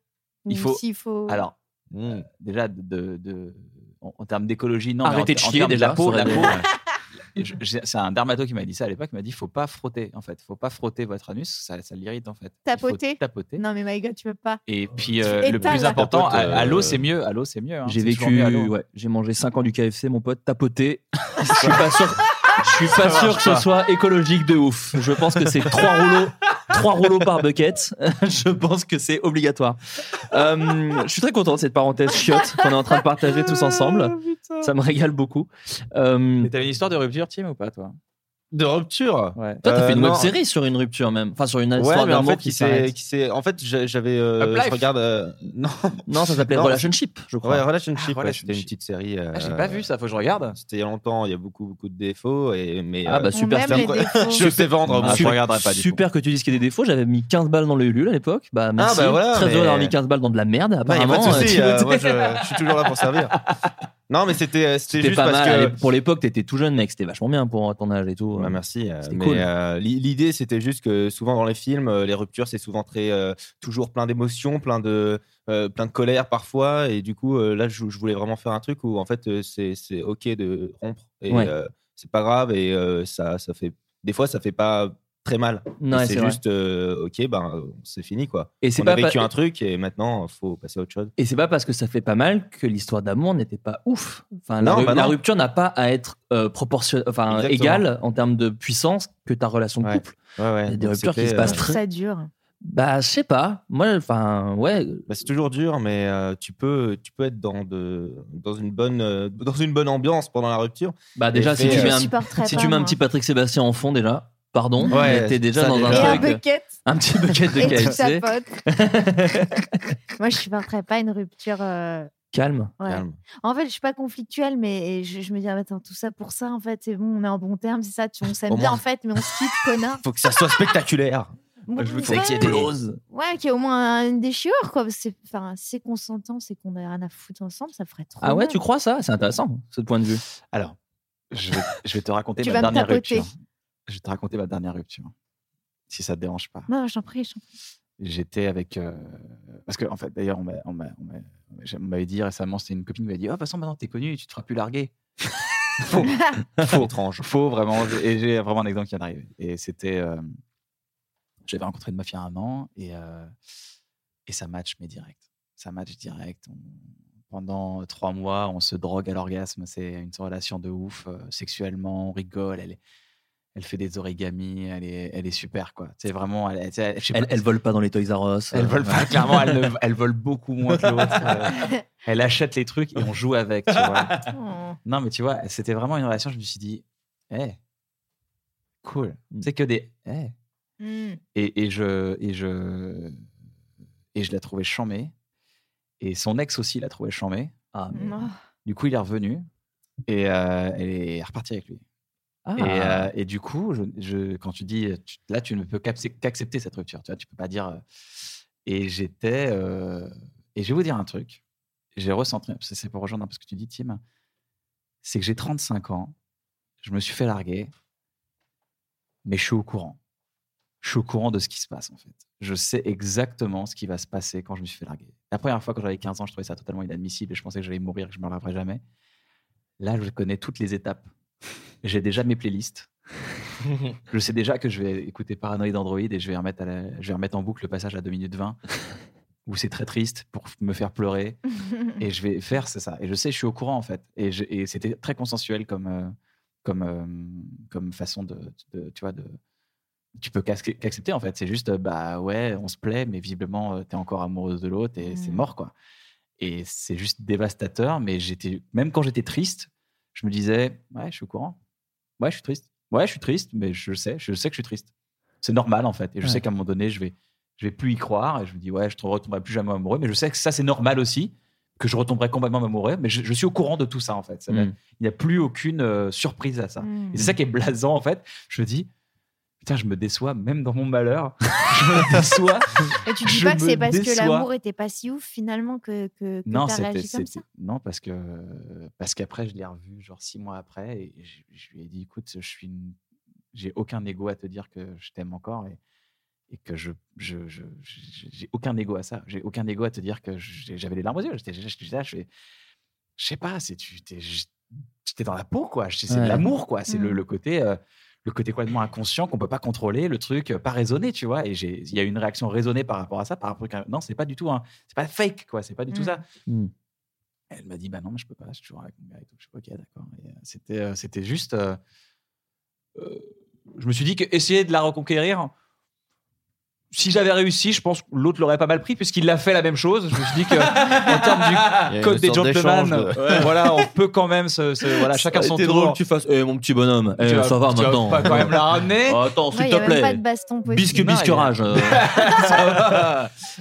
Il Ou faut. s'il faut- Alors, Hmm. euh, déjà, de, de- de- en, en termes d'écologie, non. mais Arrêtez en- de en chier, termes déjà, La peau, ça la va peau. bien. [laughs] Je- j'ai- C'est un dermato qui m'a dit ça à l'époque. Il m'a dit faut pas frotter, en fait. faut pas frotter votre anus, ça, ça l'irrite, en fait. Il faut Tapoter. Tapoter. Non, mais my god, tu peux pas. Et puis, euh, le étales. plus important, à, Tapote, euh, à l'eau, c'est mieux. À l'eau, c'est mieux. hein. J'ai C'est toujours vécu, mieux à l'eau. ouais, j'ai mangé 5 ans du KFC, mon pote, tapoté. Je suis pas sûr, je suis pas marche sûr que ce pas. soit écologique de ouf. Je pense que c'est 3 rouleaux, trois rouleaux par bucket. [laughs] Je pense que c'est obligatoire. Euh, je suis très content de cette parenthèse chiotte qu'on est en train de partager tous ensemble. Ça me régale beaucoup. Euh, Et T'avais une histoire de rupture, Tim, ou pas, toi De rupture Ouais. toi, t'as fait une Euh, web non. série sur une rupture même, enfin sur une histoire Ouais, mais en d'amour fait, qui qui s'est, s'arrête. qui s'est- en fait, j'a- j'avais, euh, Up Life. je regarde, euh, non, Non, ça s'appelait Non, Relationship, je crois. Ouais, Relationship, Ah, ouais, c'était Relationship. une petite série. Ah, j'ai euh, pas vu ça, faut que je regarde. C'était il y a longtemps, il y a beaucoup, beaucoup de défauts. Et, mais, euh, Ah bah, On super, aime ça me- les défauts. je sais vendre. Ah, moi, super- je regarderai Bah, pas du tout. Super que tu dises qu'il y a des défauts. J'avais mis 15 balles dans le Ulule à l'époque. Bah, merci. bah voilà, Très mais- heureux d'avoir mis 15 balles dans de la merde, Bah, y a apparemment. pas de souci, [laughs] Tu- euh, moi, je, je suis toujours là pour servir. Non, mais c'était, euh, c'était C'était juste pas parce mal. à que l'ép- Pour l'époque, t'étais tout jeune, mec. C'était vachement bien pour ton âge et tout. Bah, merci. euh, C'était Mais cool. euh, l'i- l'idée, c'était juste que souvent dans les films, euh, les ruptures, c'est souvent très euh, toujours plein d'émotions, plein de euh, plein de colère parfois. Et du coup, euh, là, je, je voulais vraiment faire un truc où en fait, euh, c'est c'est ok de rompre et Ouais. euh, c'est pas grave et euh, ça ça fait des fois ça fait pas très mal. Non, Et ouais, c'est c'est vrai. juste euh, ok, ben euh, c'est fini quoi. Et c'est On pas a vécu pa- un truc et maintenant faut passer à autre chose. Et c'est pas parce que ça fait pas mal que l'histoire d'amour n'était pas ouf. Enfin, la, Non, ru- bah la non. rupture n'a pas à être euh, proportion- enfin, Exactement. égale en termes de puissance que ta relation de couple. Ouais, ouais. Il y a des Donc, ruptures qui c'était, se passent euh, très. Ça dure. Bah, je sais pas. Moi, enfin, ouais. Bah, c'est toujours dur, mais euh, tu peux, tu peux être dans de, dans une bonne, euh, dans une bonne ambiance pendant la rupture. Bah, déjà, Et si fait, tu euh, mets un, si tu mets un petit Patrick Sébastien en fond, déjà, pardon, Ouais, mais t'es déjà ça, dans déjà. Et un un truc. bucket. Un petit bucket [laughs] de Et tu KFC. tapotes. Moi, je supporterais pas une rupture. euh, [laughs] Calme. ouais. En fait, je suis pas conflictuelle, mais je, je me dis, ah, attends, tout ça pour ça, en fait, c'est bon, on est en bon terme, c'est ça, tu- on s'aime Au bien, moins. en fait, mais on se quitte, [laughs] connard. faut que ça soit spectaculaire. Moi, je veux que Faut ça qu'il y ait des- explose. Ouais, qu'il y ait au moins un- une déchirure, quoi. parce que c'est- Enfin, c'est qu'on s'entend, c'est qu'on a rien à foutre ensemble, ça ferait trop. Ah ouais, mal. tu crois ça C'est intéressant, ce point de vue. Alors, je vais, je vais te raconter Tu ma vas me dernière tapoter. rupture. Je vais te raconter ma dernière rupture. Si ça te dérange pas. Non, j'en prie, j'en prie. J'étais avec. euh, parce que, en fait, d'ailleurs, on m'a- on m'a- on m'a- on m'avait dit récemment, c'était une copine qui m'avait dit Oh, de toute façon, maintenant t'es connu, tu te feras plus larguer. Faux. Faux. Étrange. Faux, vraiment. Et j'ai vraiment un exemple qui vient d'arriver. Et c'était. euh, J'avais rencontré une meuf il y a un an et, euh, et ça match, mais direct. Ça match direct. On- pendant trois mois, on se drogue à l'orgasme. C'est une relation de ouf. euh, sexuellement, on rigole. Elle, est- elle fait des origamis. Elle est, elle est super, quoi. C'est vraiment. Elle, elle- tu sais, elle- je sais pas- Elle, elle vole pas dans les Toys R Us. elle Euh, vole pas, ouais. clairement, elle, ne- elle vole beaucoup moins que l'autre. Euh, elle achète les trucs et on joue avec, tu vois. Non, mais tu vois, eh, c'était vraiment une relation, je me suis dit, hé, cool. C'est que des, hé, Hmm. Et, et je, et je, et je l'ai trouvé chamé. Et son ex aussi l'a Ah, trouvé chamé. Oh. Du coup, il est revenu et euh, elle est repartie avec lui. Ah. Et, euh, et du coup, je, je- quand tu dis tu- là, tu ne peux qu'ac- qu'accepter cette rupture. Tu vois, tu peux pas dire. euh, et j'étais. euh, et je vais vous dire un truc. J'ai ressenti. parce que C'est pour rejoindre un peu ce que tu dis, Tim. C'est que j'ai 35 ans. Je me suis fait larguer. Mais je suis au courant. Je suis au courant de ce qui se passe, en fait. Je sais exactement ce qui va se passer quand je me suis fait larguer. La première fois, quand j'avais 15 ans, je trouvais ça totalement inadmissible et je pensais que j'allais mourir et que je ne me larguerais jamais. Là, je connais toutes les étapes. J'ai déjà mes playlists. je sais déjà que je vais écouter Paranoid Android et je vais remettre, à la- je vais remettre en boucle le passage à 2 minutes 20 où c'est très triste pour me faire pleurer. Mm. et je vais faire, c'est ça. Et je sais, je suis au courant en fait. Et, je- et c'était très consensuel comme, euh, comme, euh, comme façon de, de- tu vois, de. Tu peux qu'ac- qu'accepter en fait. C'est juste, euh, bah ouais, on se plaît, mais visiblement, euh, t'es encore amoureuse de l'autre et c'est mort quoi. Et c'est juste dévastateur. Mais j'étais, même quand j'étais triste, je me disais, ouais, je suis au courant. Ouais, je suis triste. Ouais, je suis triste, mais je sais, je sais que je suis triste. C'est normal en fait. Et je Ouais. sais qu'à un moment donné, je vais, je vais plus y croire. Et je me dis, ouais, je ne retomberai plus jamais amoureux. Mais je sais que ça, c'est normal aussi, que je retomberai complètement amoureux. Mais je, je suis au courant de tout ça en fait. Ça va- Mm. Il n'y a plus aucune euh, surprise à ça. Hmm. Mm. Et c'est ça qui est blasant en fait. Je me dis, putain, je me déçois même dans mon malheur. [laughs] je me déçois. Et tu dis Je pas que me c'est parce que déçois. l'amour était pas si ouf finalement que, que, que Non, t'as c'était- réagi comme ça. c'était- non, parce que parce qu'après je l'ai revu genre six mois après et je, je lui ai dit écoute je suis une- j'ai aucun ego à te dire que je t'aime encore et, et que je je je- je- j'ai aucun ego à ça j'ai aucun ego à te dire que j'ai- j'avais les larmes aux yeux j'étais j'étais là, je fais, je sais pas c'est tu t'es j'étais dans la peau quoi c'est c'est Ouais. de l'amour quoi c'est le, Mm. Mmh. le côté euh, le côté complètement inconscient qu'on peut pas contrôler, le truc euh, pas raisonné, tu vois. Et j'ai- il y a une réaction raisonnée par rapport à ça, par rapport à non, c'est pas du tout un, c'est pas fake, quoi, c'est pas du tout ça. Mmh. Elle m'a dit, bah non, mais je peux pas, je suis toujours avec mon gars et tout. Je suis ok, d'accord. Et, euh, C'était, euh, c'était juste. euh, euh, je me suis dit que essayer de la reconquérir. Si j'avais réussi, je pense que l'autre l'aurait pas mal pris puisqu'il l'a fait la même chose. Je me suis dit [laughs] que en termes Il y a du une code des sorte d'échange gentlemen, de- euh, voilà, on peut quand même se, se- voilà, Ça chacun aurait son été tour. drôle que tu fasses. Eh, mon petit bonhomme, eh, Tu vas- ça va tu vas maintenant. pas quand même la ramener [laughs] Oh, Attends, Ouais, s'il il y te a même pas plaît. de baston possible. Bisque, [laughs] bisque rage. euh.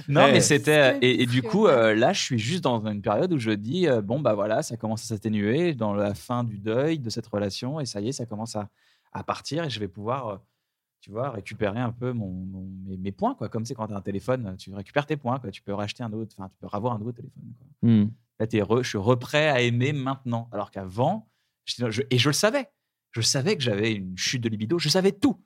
non, [laughs] Eh. mais c'était. Et, et du coup, euh, là, je suis juste dans une période où je dis euh, bon, bah voilà, ça commence à s'atténuer dans la fin du deuil de cette relation, et ça y est, ça commence à, à partir, et je vais pouvoir, euh, tu vois, récupérer un peu mon, mon- mes, mes points, quoi. Comme c'est quand tu as un téléphone, tu récupères tes points, quoi. Tu peux racheter un autre, enfin, tu peux avoir un nouveau téléphone. quoi. Hmm. Là, t'es re- je suis reprêt à aimer maintenant. Alors qu'avant, j'étais- je- et je le savais, je savais que j'avais une chute de libido, je savais tout.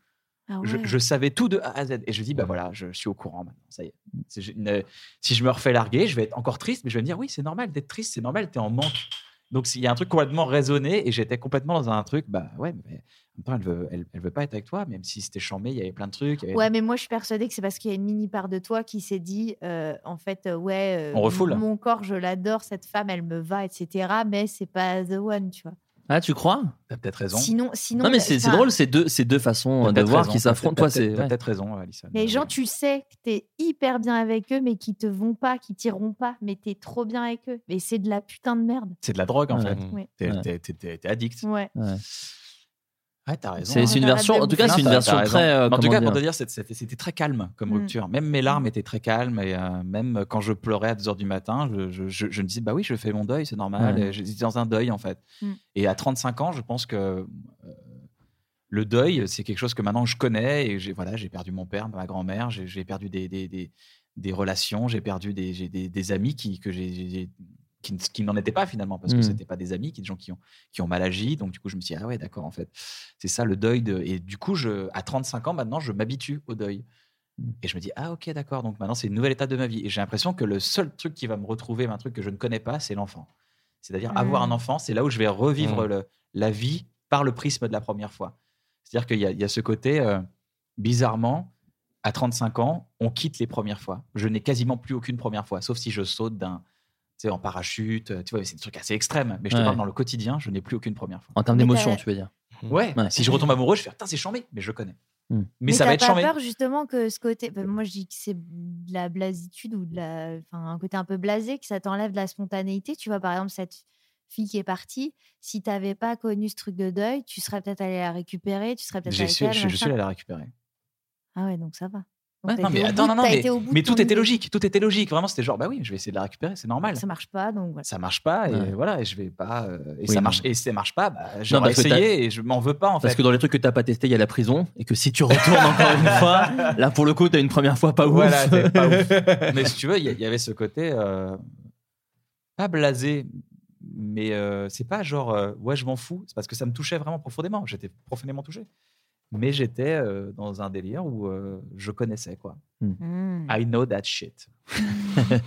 Ah je, ouais. je savais tout de A à Z. Et je dis, bah voilà, je suis au courant maintenant, ça y est. C'est une- euh, si je me refais larguer, je vais être encore triste, mais je vais me dire, oui, c'est normal d'être triste, c'est normal, t'es en manque. Donc il y a un truc complètement raisonné et j'étais complètement dans un truc, bah ouais, mais en même temps, elle veut, elle, elle veut pas être avec toi, même si c'était chambé, il y avait plein de trucs. il y avait- Ouais, mais moi je suis persuadée que c'est parce qu'il y a une mini part de toi qui s'est dit, euh, en fait, euh, ouais, euh, On refoule. mon corps, je l'adore, cette femme, elle me va, etc. Mais c'est pas the one, tu vois. Ah, tu crois T'as peut-être raison. Sinon, sinon. non, mais t'as- c'est c'est enfin, drôle, ces deux, ces deux façons T'as de peut-être voir raison, qui t'as s'affrontent. peut-être- Toi, c'est. T'as ouais. peut-être raison, Alissa. Les gens, tu sais que t'es hyper bien avec eux, mais qui te vont pas, qui t'iront pas, mais t'es trop bien avec eux. Mais c'est de la putain de merde. C'est de la drogue, en Ouais. fait. Ouais. T'es- Ouais. t'es- T'es t'es- t'es addict. Ouais. Ouais. Ouais, t'as raison. hein. C'est- c'est une On version- arrête en de tout cas, bouffer. c'est une T'as- version t'as raison. très, euh, Mais en tout comment cas, pour dire te dire, c'est- c'était c'était très calme comme Mm. rupture. Même mes larmes étaient très calmes. Et euh, même quand je pleurais à 2h du matin, je, je- je- je me disais, bah oui, je fais mon deuil, c'est normal. Ouais. Et J'étais dans un deuil, en fait. Mm. Et à 35 ans, je pense que euh, le deuil, c'est quelque chose que maintenant je connais. Et j'ai voilà, j'ai perdu mon père, ma grand-mère, j'ai j'ai perdu des, des, des- des relations, j'ai perdu des, j'ai des- des amis qui, que j'ai- j'ai- j'ai- qui, ne- qui n'en étaient pas finalement, parce Mm. que c'était pas des amis, qui des gens qui ont, qui ont mal agi. Donc du coup, je me suis dit, ah ouais, d'accord, en fait. C'est ça le deuil. de- Et du coup, je, à 35 ans maintenant, je m'habitue au deuil. Et je me dis, ah ok, d'accord, donc maintenant c'est une nouvelle étape de ma vie. Et j'ai l'impression que le seul truc qui va me retrouver, un truc que je ne connais pas, c'est l'enfant. C'est-à-dire Mm. avoir un enfant, c'est là où je vais revivre Mm. le- la vie par le prisme de la première fois. C'est-à-dire qu'il y, a- il y a ce côté, euh, bizarrement, à 35 ans, on quitte les premières fois. Je n'ai quasiment plus aucune première fois, sauf si je saute d'un, tu sais, en parachute. euh, Tu vois, mais c'est des trucs assez extrêmes. Mais je te Ouais. parle dans le quotidien, je n'ai plus aucune première fois. En termes Mais d'émotion, t'as- tu veux dire. Ouais, Ouais. si je retombe amoureux, je fais, putain, c'est chambé, mais je connais. Mm. Mais, ça va t'as être pas chambé. peur justement que ce côté. ben, moi, je dis que c'est de la blasitude ou de la, enfin, un côté un peu blasé, que ça t'enlève de la spontanéité. Tu vois, par exemple, cette fille qui est partie, si t'avais pas connu ce truc de deuil, tu serais peut-être allé la récupérer, tu serais peut-être J'ai avec su, elle, je, je machin. suis allé la récupérer. Ah ouais, donc ça va. Donc Ouais, t'as non, été mais au attends, bout- non, non, t'as mais, été au bout de mais ton tout était idée. logique, tout était logique. Vraiment, c'était genre, bah oui, je vais essayer de la récupérer, c'est normal. Ça marche pas, donc voilà. Ça marche pas, et voilà, et je vais pas. euh, et, Oui, ça non. marche, et si ça marche pas, bah, Non, j'aurais parce que essayé t'as- et je m'en veux pas en Parce fait. que dans les trucs que t'as pas testé, il y a la prison. Et que si tu retournes encore une fois, là pour le coup, t'as une première fois pas ouf. Voilà, t'es pas [laughs] ouf. Mais si tu veux, il y, il y avait ce côté euh, pas blasé, mais euh, c'est pas genre euh, ouais je m'en fous, c'est parce que ça me touchait vraiment profondément. J'étais profondément touché, mais j'étais euh, dans un délire où euh, je connaissais quoi. Mmh. I know that [laughs] shit.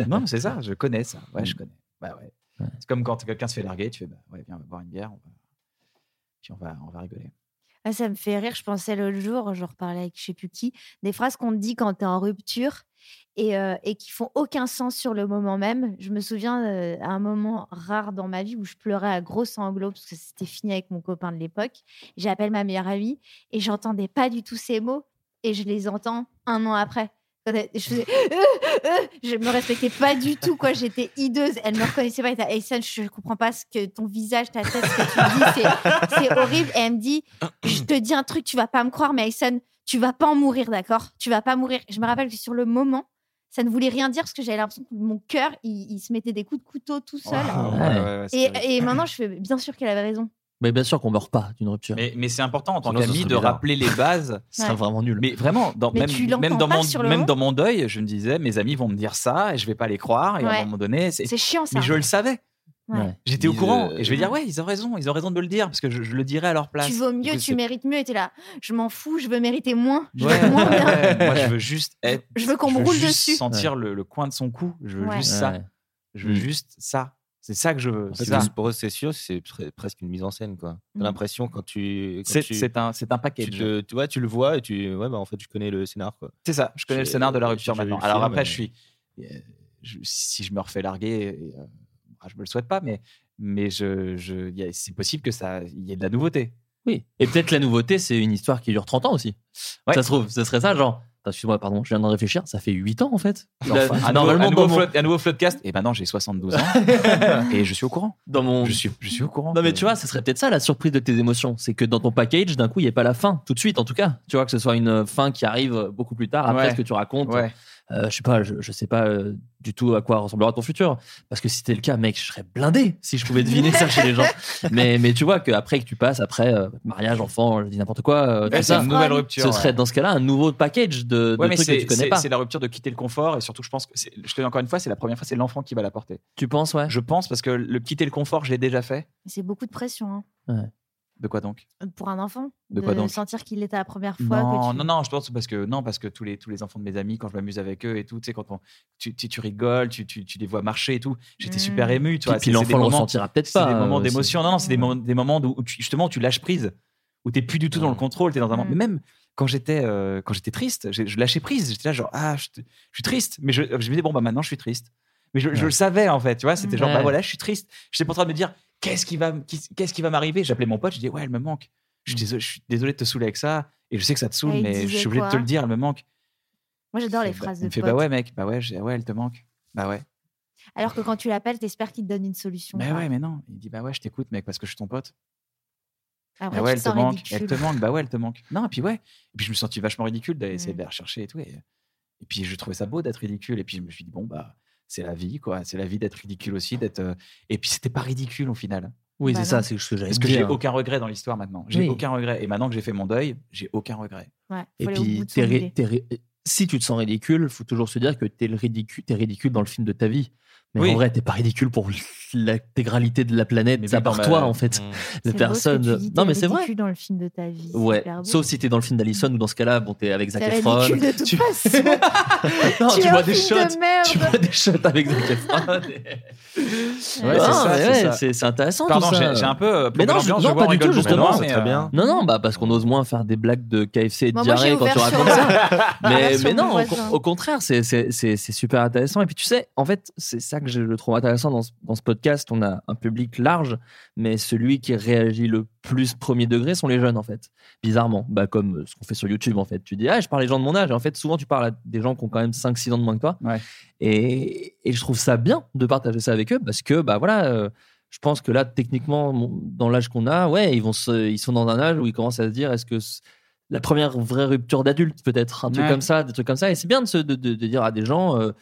non, mais c'est ça, je connais ça. Ouais, Mm. je connais. Bah ouais. C'est comme quand quelqu'un se fait larguer, tu fais bah ouais viens on va boire une bière, on va- puis on va on va rigoler. Ah, ça me fait rire, je pensais l'autre jour, je reparlais avec je sais plus qui, des phrases qu'on te dit quand tu es en rupture et, euh, et qui font aucun sens sur le moment même. Je me souviens euh, à un moment rare dans ma vie où je pleurais à gros sanglots parce que c'était fini avec mon copain de l'époque. J'appelle ma meilleure amie et j'entendais pas du tout ces mots et je les entends un an après. Quand elle- Je faisais, [laughs] Euh, euh je me respectais pas du tout quoi, j'étais hideuse. Elle me reconnaissait pas. Elle était, Alison, je comprends pas ce que ton visage, ta tête, ce que tu dis, c'est- c'est horrible. Et elle me dit, je te dis un truc, tu vas pas me croire, mais Alison, tu vas pas en mourir, d'accord Tu vas pas mourir. Je me rappelle que sur le moment, ça ne voulait rien dire parce que j'avais l'impression que mon cœur, il, il se mettait des coups de couteau tout seul. Ouais, ouais, ouais, ouais, c'est et, et maintenant, je fais bien sûr qu'elle avait raison. Mais bien sûr qu'on meurt pas d'une rupture. Mais, mais c'est important en tant Sinon, ce qu'ami serait de bizarre. rappeler les bases. Ce serait Ouais. vraiment nul. Mais vraiment, dans, Mais même, tu l'entends même dans pas mon, sur le même moment. dans mon deuil, je me disais, mes amis vont me dire ça et je vais pas les croire. Et à Ouais. un moment donné, c'est C'est chiant, ça. hein. Mais je le savais. Ouais. Ouais. J'étais au Ils, courant. euh, Et je vais dire, ouais, ils ont raison. Ils ont raison de le dire parce que je, je le dirais à leur place. Tu vaux Du mieux, coup, c'est- tu mérites mieux. Et t'es là, je m'en fous, je veux mériter moins. Je Ouais, veux moins [laughs] bien. ouais, [laughs] Moi, je veux juste être. Je veux qu'on me roule juste dessus. sentir le, le coin de son cou. Je veux Ouais. Mm. juste Ouais. ça. Je veux juste ça. C'est ça que je veux. En C'est fait, ça. le processus, c'est pre- presque une mise en scène. quoi. Mm. T'as l'impression quand tu. quand C'est- tu- c'est un- c'est un package. Tu, te- tu vois, tu le vois et tu. Ouais, bah en fait, je connais le scénar. quoi. C'est ça, je connais le J'ai- scénar de la rupture j'ai vu le maintenant. Alors film, après, mais- je suis. euh, je- si je me refais larguer, et, euh, bah, je me le souhaite pas, mais, mais je, je, il y a- c'est possible que ça il y ait de la nouveauté. Oui. Et peut-être la nouveauté, c'est une histoire qui dure 30 ans aussi. Ouais. Ça se trouve, ça serait ça, genre. Attends, Excuse-moi, pardon, je viens de réfléchir, ça fait 8 ans en fait. Enfin, Là, ah, non, un, nouveau dans mon- flood- un nouveau floodcast, et maintenant j'ai 72 ans, [laughs] [laughs] et je suis au courant. Dans mon... je, suis, je suis au courant. Non mais tu vois, ce serait peut-être ça la surprise de tes émotions, c'est que dans ton package, d'un coup, il n'y a pas la fin, tout de suite en tout cas. Tu vois, que ce soit une euh, fin qui arrive euh, beaucoup plus tard, après Ouais. ce que tu racontes. Ouais. Euh, je sais pas, je, je sais pas euh, du tout à quoi ressemblera ton futur. Parce que si c'était le cas, mec, je serais blindé si je pouvais deviner ça chez [laughs] les gens. Mais, mais tu vois qu'après que tu passes, après euh, mariage, enfant, je dis n'importe quoi, euh, Ouais, tout c'est ça, une nouvelle rupture, Ce ouais. serait dans ce cas-là un nouveau package de, de Ouais, mais trucs que c'est- tu connais c'est- pas. c'est la rupture de quitter le confort, et surtout, je pense que, c'est- je te dis encore une fois, c'est la première fois, c'est l'enfant qui va la porter. Tu penses, ouais Je pense, parce que le quitter le confort, je l'ai déjà fait. C'est beaucoup de pression hein, De quoi donc pour un enfant De quoi donc sentir qu'il était la première fois. que Non, tu- non, non, je pense parce que non, parce que tous les tous les enfants de mes amis, quand je m'amuse avec eux et tout, tu sais, quand on, tu, tu, tu rigoles, tu, tu, tu les vois marcher et tout, j'étais Mm. super ému, tu Puis- vois. puis c'est- c'est l'enfant des le moments- ressentira peut-être c'est pas, des euh, moments c'est- d'émotion. Non, non, c'est des, moments- des moments où tu- justement tu lâches prise, où t'es plus du tout dans le contrôle, t'es dans un Mm. moment. Même quand j'étais euh, quand j'étais triste, j'ai- je lâchais prise. J'étais là genre ah, je, te- je suis triste, mais je, je me disais bon bah maintenant je suis triste. Mais je, je Ouais. le savais en fait, tu vois, c'était genre Ouais. bah voilà, je suis triste. J'étais pas en train de me dire qu'est-ce qui va m- qu'est-ce qu'est-ce qui va m'arriver. J'appelais mon pote, je dis ouais, elle me manque. Mm. Je suis désolé, je suis désolé de te saouler avec ça. Et je sais que ça te saoule, Et il mais je disait suis obligé de te quoi le dire, elle me manque. Moi, j'adore les Bah, phrases il de me fait potes. bah ouais, mec, bah ouais, j'ai- ouais, elle te manque. Bah ouais. Alors que quand tu l'appelles, t'espères qu'il te donne une solution. Bah quoi. ouais, mais non. Il dit bah ouais, je t'écoute, mec, parce que je suis ton pote. Après, bah tu ouais, elle te te sens manque. ridicule. Elle te manque. Bah ouais, elle te manque. Non, et puis ouais. Et puis je me sentis vachement ridicule d'aller Mmh. essayer de la rechercher et tout. Et, et puis je trouvais ça beau d'être ridicule. Et puis je me suis dit bon bah c'est la vie quoi. C'est la vie d'être ridicule aussi. D'être. euh, Et puis c'était pas ridicule au final. Oui, Bah c'est ça, non. c'est ce que j'allais Parce que dire. j'ai aucun regret dans l'histoire maintenant. J'ai Oui. aucun regret. Et maintenant que j'ai fait mon deuil, j'ai aucun regret. Ouais, Et faut aller au bout puis, de son t'es ri- idée. t'es ri- si tu te sens ridicule, faut toujours se dire que t'es le ridicule, t'es ridicule dans le film de ta vie. Mais Oui. en vrai, t'es pas ridicule pour [laughs] l'intégralité de la planète, Mais à oui, part dans toi, ma- en fait. [laughs] Mm. C'est Les beau ce que personnes. tu dis, t'es non, mais c'est vrai. ridicule dans le film de ta vie. c'est Ouais, hyper beau. sauf si t'es dans le film d'Alison ou dans ce cas-là, bon, t'es avec Zac C'est Efron. ridicule [laughs] de toute [laughs] façon. Non, Tu tu, es un vois des shots. film de merde. [laughs] Ah, Tu bah. vois des shots avec Zac Efron. Ouais, Non, c'est ça, mais c'est ouais, ça. c'est c'est intéressant. Pardon, tout ça. j'ai- j'ai un peu, euh, Mais plombé non, je- l'ambiance, je non vois, pas on du rigole tout, beaucoup. Mais justement. euh, non, c'est très bien. Non, non, bah, parce qu'on ose moins faire des blagues de KFC et de Bon, Bah, moi, j'ai diarrhée quand tu ouvert sur- racontes ça. Mais, sur mais mon non, au, voisin. au contraire, c'est- c'est c'est- c'est super intéressant. Et puis, tu sais, en fait, c'est ça que je le trouve intéressant dans ce, dans ce podcast. On a un public large, mais celui qui réagit le plus premier degré sont les jeunes, en fait. Bizarrement, bah, comme euh, ce qu'on fait sur YouTube, en fait. Tu dis, ah, je parle les gens de mon âge. Et en fait, souvent, tu parles à des gens qui ont quand même 5-6 ans de moins que toi. Et, et je trouve ça bien de partager ça avec eux parce que, bah voilà. euh, je pense que là, techniquement, mon- dans l'âge qu'on a, ouais, ils, vont se- ils sont dans un âge où ils commencent à se dire est-ce que c- la première vraie rupture d'adulte, peut-être, un truc Ouais. comme ça, des trucs comme ça. Et c'est bien de, se, de, de- de dire à des gens euh,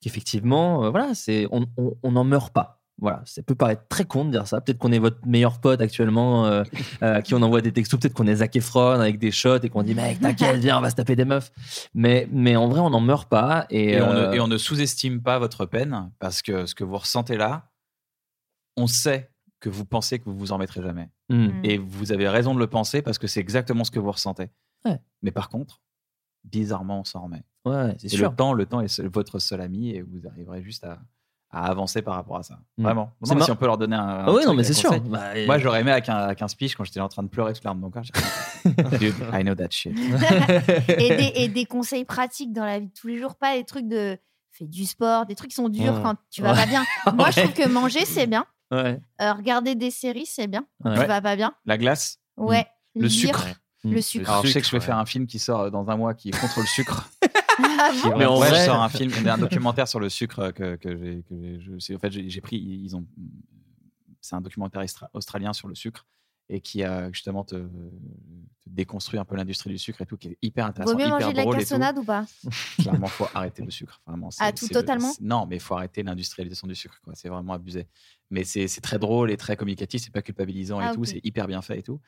qu'effectivement, euh, voilà, c'est on on- on n'en meurt pas. Voilà, ça peut paraître très con de dire ça. Peut-être qu'on est votre meilleur pote actuellement, [laughs] euh, euh, à qui on envoie des textos. Peut-être qu'on est Zac Efron avec des shots et qu'on dit mec, t'inquiète, viens, on va se taper des meufs. Mais, mais en vrai, on n'en meurt pas. Et, Et, on, euh, ne, et on ne sous-estime pas votre peine parce que ce que vous ressentez là, on sait que vous pensez que vous vous en mettrez jamais. Mm. Mmh. Et vous avez raison de le penser parce que c'est exactement ce que vous ressentez. Ouais. Mais par contre, bizarrement, on s'en remet. Ouais, c'est et sûr. Le temps, le temps est seul- votre seul ami et vous arriverez juste à, à avancer par rapport à ça. Mm. Vraiment. C'est Non, mais mar- si on peut leur donner un. un Ah ouais, truc, non, mais un c'est sûr. conseil. Bah, et- Moi, j'aurais aimé avec un, avec un speech quand j'étais en train de pleurer tout le de mon [laughs] corps. j'ai- Dude, I know that shit. [laughs] Mm. et, [laughs] des, et des conseils pratiques dans la vie de tous les jours, pas des trucs de fais du sport, des trucs qui sont durs Ouais. quand tu vas Ouais. pas [laughs] bien. Moi, je Ouais. trouve que manger, c'est bien. Ouais. Euh, regarder des séries, c'est bien. quand Ouais. Tu vas pas bien. La glace Ouais. Le Lire. sucre. Le sucre. [laughs] Alors, je sais Sucre, que je vais faire un film qui sort dans un mois qui est contre le sucre. Ah Qui bon est vraiment- en ouais, vrai- je [laughs] sors un film, un documentaire sur le sucre euh, que, que j'ai. que j'ai- je- c'est- En fait, j'ai j'ai pris. Ils ont. C'est un documentaire austra- australien sur le sucre et qui a justement te, te déconstruit un peu l'industrie du sucre et tout, qui est hyper intéressant, Vaut mieux hyper manger de la drôle et tout. cassonade ou pas Clairement, faut arrêter le sucre. Vraiment, c'est- Ah, tout c'est le- totalement c'est- non, mais il faut arrêter l'industrialisation du sucre. quoi. C'est vraiment abusé. Mais c'est c'est très drôle et très communicatif. C'est pas culpabilisant et Ah, tout. ok. C'est hyper bien fait et tout.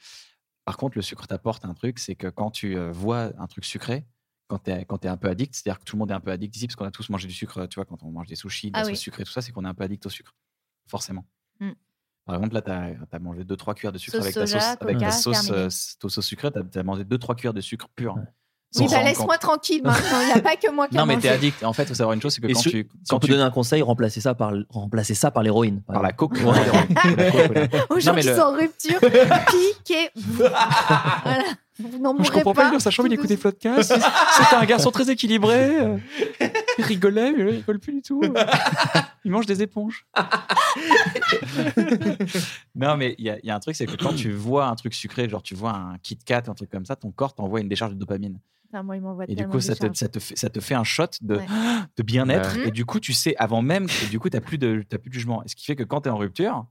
Par contre, le sucre t'apporte un truc, c'est que quand tu euh, vois un truc sucré, quand tu es, un peu addict, c'est-à-dire que tout le monde est un peu addict ici, parce qu'on a tous mangé du sucre, tu vois, quand on mange des sushis, de Ah la oui. sauce sucrée, tout ça, c'est qu'on est un peu addict au sucre, forcément. Mm. Par exemple, là, tu as, mangé 2-3 cuillères de sucre Sauce avec ta soja, sauce, avec coca, ta sauce, terminé. euh, ta sauce sucrée, tu as, mangé 2-3 cuillères de sucre pur. hein. Oui, Sans bah rendre laisse-moi compte. tranquille maintenant. Il n'y a pas que moi qui Non, en mais mange. t'es addict. En fait, faut savoir une chose, c'est que Et quand si- tu. si Quand on peut tu... [laughs] donner un conseil, remplacer ça par, l- remplacer ça par l'héroïne. Par, la coke. [laughs] Aux gens Non, mais qui le- sont en [laughs] rupture, piquez-vous. Voilà. Vous n'en Je mourrez comprends pas, il est pas. dans sa chambre, il écoutait Floodcast. C'était un garçon très équilibré. euh, Il rigolait, mais là, il rigole plus du tout. Il mange des éponges. Non, mais il y, a- il y a un truc, c'est que quand tu vois un truc sucré, genre tu vois un Kit Kat, un truc comme ça, ton corps t'envoie une décharge de dopamine. Putain, moi, il m'envoie Et du tellement coup, des ça te, charges. ça, te fait, ça te fait un shot de, Ouais. [gasps] de bien-être. Ouais. Et du coup, tu sais, avant même, que- du coup, tu n'as plus, de- t'as plus de jugement. Et ce qui fait que quand tu es en rupture,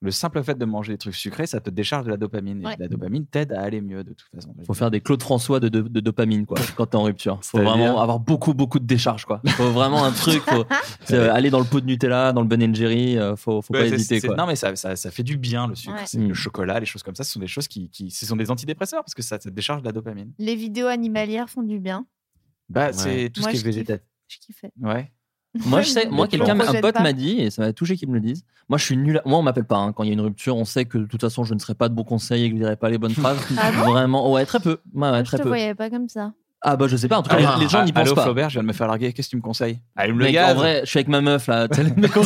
le simple fait de manger des trucs sucrés, ça te décharge de la dopamine. Et Ouais. la dopamine t'aide à aller mieux, de toute façon. Faut faire des Claude François de, de, de dopamine, quoi, quand t'es en rupture. Faut C'est-à-dire vraiment avoir beaucoup, beaucoup de décharge, quoi. Faut vraiment un truc, faut euh, aller dans le pot de Nutella, dans le Ben Jerry, euh, faut, faut Ouais, pas c'est- hésiter, c'est- quoi. Mm. Non, mais ça, ça, ça fait du bien, le sucre. Ouais. C'est que Le chocolat, les choses comme ça, ce sont des choses qui, qui ce sont des antidépresseurs parce que ça, ça te décharge de la dopamine. Les vidéos animalières font du bien. Bah, c'est tout Moi, ce qui je est végétatif. Je kiffais. Ouais. Moi, je sais, moi, Mais tu quelqu'un, le un projettes pote pas. m'a dit, et ça m'a touché qu'il me le dise. Moi, je suis nul. à- Moi, on m'appelle pas. hein. Quand il y a une rupture, on sait que de toute façon, je ne serai pas de bons conseils et que je dirai pas les [laughs] bonnes phrases. Ah bon Vraiment, ouais, très peu. Ouais, ouais, Je très te peu. voyais pas comme ça. Ah bah, je sais pas. En tout cas, les- les, gens n'y Ah, pensent allô, pas. Flaubert, je viens de me faire larguer. Qu'est-ce que tu Ah, me conseilles Allume le Mec, gaz. en vrai, je suis avec ma [laughs] meuf là. T'as le mec,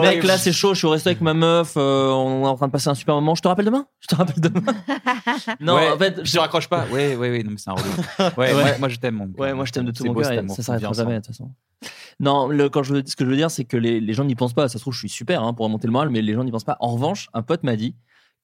Mec, là c'est chaud, je suis resté avec ma meuf, euh, on est en train de passer un super moment. Je te rappelle demain Je te rappelle demain. [laughs] non, Ouais, en fait, je te raccroche pas. Ouais, ouais, ouais, non, mais c'est un relou. [laughs] Ouais, Ouais. moi- moi, je t'aime, mon Ouais, moi je t'aime de tout C'est mon beau, cœur cet et amour ça qu'on s'arrêtera vit jamais de ensemble. toute façon. Non, le, quand je, ce que je veux dire, c'est que les, les gens n'y pensent pas. Ça se trouve, je suis super hein, pour remonter le moral, mais les gens n'y pensent pas. En revanche, un pote m'a dit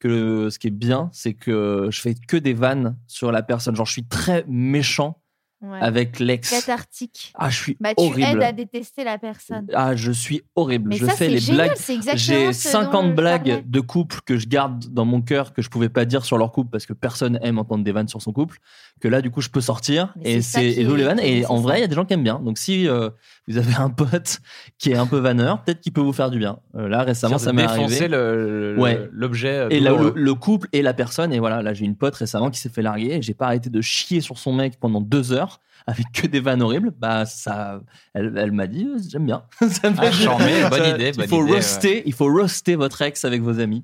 que ce qui est bien, c'est que je fais que des vannes sur la personne. Genre, je suis très méchant Ouais. Ah, avec l'ex. Cathartique. Ah, je suis Bah, tu aides horrible. à détester la personne. Ah, je suis horrible. Mais je ça, fais c'est les génial, blagues. c'est exactement J'ai ce dont 50 je parlais. blagues de couple que je garde dans mon cœur que je pouvais pas dire sur leur couple parce que personne aime entendre des vannes sur son couple. Que là, du coup, je peux sortir Mais et c'est ça c'est qui et jouer les est- vannes. Et c'est en ça. vrai, il y a des gens qui aiment bien. Donc, si euh, vous avez un pote [laughs] qui est un peu vanneur, peut-être qu'il peut vous faire du bien. Euh, là, récemment, C'est-à-dire ça de m'est arrivé. défoncer le- le- Ouais. l'objet euh, Et là, le, douloureux. le couple et la personne. Et voilà, là, j'ai une pote récemment qui s'est fait larguer. et J'ai pas arrêté de chier sur son mec pendant deux heures avec que des vannes horribles. Bah, ça, elle, elle m'a dit, euh, j'aime bien. [laughs] ça me Ah, j'en mets, bonne ça- idée, Il bonne faut idée, roaster, il faut roaster votre ex avec vos amis.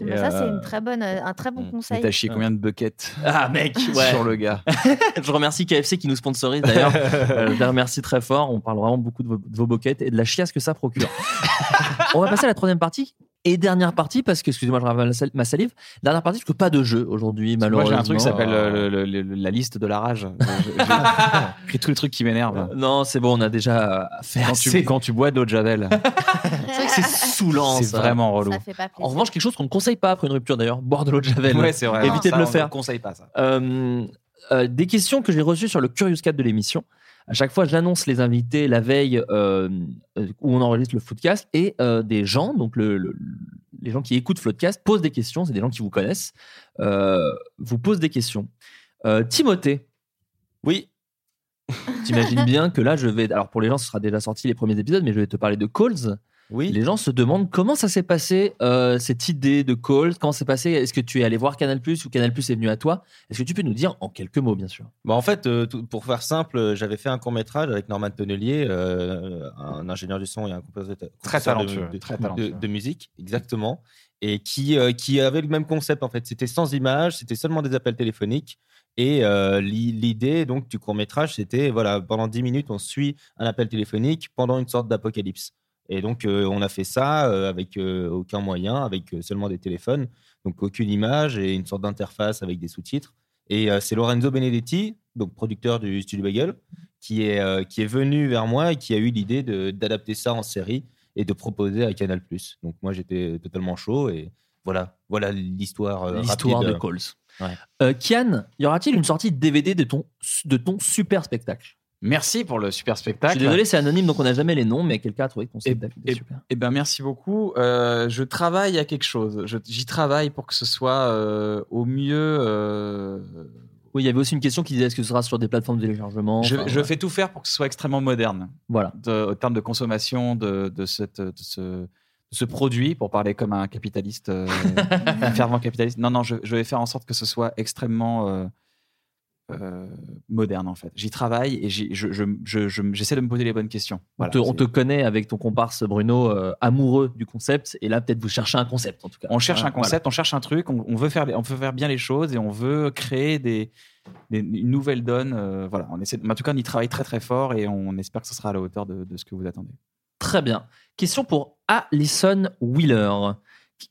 Bah, ça, c'est une très bonne, euh, un très bon Mm. Mais conseil. T'as chié combien de buckets Ah [laughs] mec, ouais. sur le gars [laughs] je remercie KFC qui nous [laughs] sponsorise d'ailleurs. Euh, je les remercie très fort. On parle vraiment beaucoup de vos, de vos boquettes et de la chiasse que ça [laughs] procure. On va passer à la troisième partie. Et dernière partie, parce que, excusez-moi, je ravale ma sal- ma salive. Dernière partie, parce que pas de jeu aujourd'hui, Moi, malheureusement. j'ai un truc qui s'appelle euh, le- le- le- la liste de la rage. J'ai- [laughs] j'ai- J'ai tous les trucs qui m'énervent. Non, c'est bon, on a déjà euh, fait Ah bah. Quand assez. tu, quand tu bois de l'eau de [laughs] Javel. C'est vrai que [laughs] c'est saoulant. C'est ça. vraiment relou. Ça fait pas en revanche, quelque chose qu'on ne conseille pas après une rupture d'ailleurs, boire de l'eau de javel. Ouais, c'est vrai. Évitez Ça, de on le ne faire. conseille pas, ça. Euh, euh, des questions que j'ai reçues sur le Curious Cat de l'émission. À chaque fois, j'annonce les invités la veille euh, euh, où on enregistre le Floodcast et euh, des gens, donc le- le- les gens qui écoutent Floodcast, posent des questions. C'est des gens qui vous connaissent, euh, vous posent des questions. Euh, Timothée. Oui. [laughs] T'imagines bien que là, je vais. Alors, pour les gens, ce sera déjà sorti les premiers épisodes, mais je vais te parler de Calls. Oui. Les gens se demandent comment ça s'est passé, euh, cette idée de Calls. Comment c'est passé Est-ce que tu es allé voir Canal ou Canal est venu à toi Est-ce que tu peux nous dire en quelques mots, bien sûr Bah, en fait, euh, tout- pour faire simple, euh, j'avais fait un court métrage avec Norman Penelier, euh, un ingénieur du son et un compositeur compositeur Très de- talentueux, de, très de- talentueux. de musique, exactement, et qui euh, qui avait le même concept en fait. C'était sans images, c'était seulement des appels téléphoniques. Et euh, l'i- l'idée donc du court métrage, c'était voilà, pendant 10 minutes, on suit un appel téléphonique pendant une sorte d'apocalypse. Et donc, euh, on a fait ça euh, avec euh, aucun moyen, avec euh, seulement des téléphones, donc aucune image et une sorte d'interface avec des sous-titres. Et euh, c'est Lorenzo Benedetti, donc producteur du Studio Bagel, qui est, euh, qui est venu vers moi et qui a eu l'idée de- d'adapter ça en série et de proposer à Canal. Donc, moi, j'étais totalement chaud et voilà, voilà l'histoire. euh, L'histoire rapide. de Calls. Euh, Kian, y aura-t-il une sortie DVD de ton, de ton super spectacle Merci pour le super Je spectacle. suis désolé, c'est anonyme, donc on n'a jamais les noms, mais quelqu'un a trouvé ton Et, spectacle. et- eh ben merci beaucoup. Euh, je travaille à quelque chose. Je- J'y travaille pour que ce soit euh, au mieux. euh, Oui, il y avait aussi une question qui disait est-ce que ce sera sur des plateformes de téléchargement je Enfin, je voilà. fais tout faire pour que ce soit extrêmement moderne. Voilà. De- au terme de consommation de, de cette, de ce, de ce produit, pour parler comme un capitaliste, euh, un fervent capitaliste. Non, non, je, je vais faire en sorte que ce soit extrêmement euh, euh, moderne en fait. J'y travaille et j'y- je- je- je- je- j'essaie de me poser les bonnes questions. On, Voilà, te, on c'est- te connaît avec ton comparse Bruno, euh, amoureux du concept, et là peut-être vous cherchez un concept en tout cas. On cherche Voilà, un concept, on cherche un truc, on, on veut faire, les- on veut faire bien les choses et on veut créer des, des- une nouvelle donne. euh, voilà, on essaie, en tout cas, on y travaille très très fort et on espère que ce sera à la hauteur de, de ce que vous attendez. Très bien. Question pour Alison Wheeler.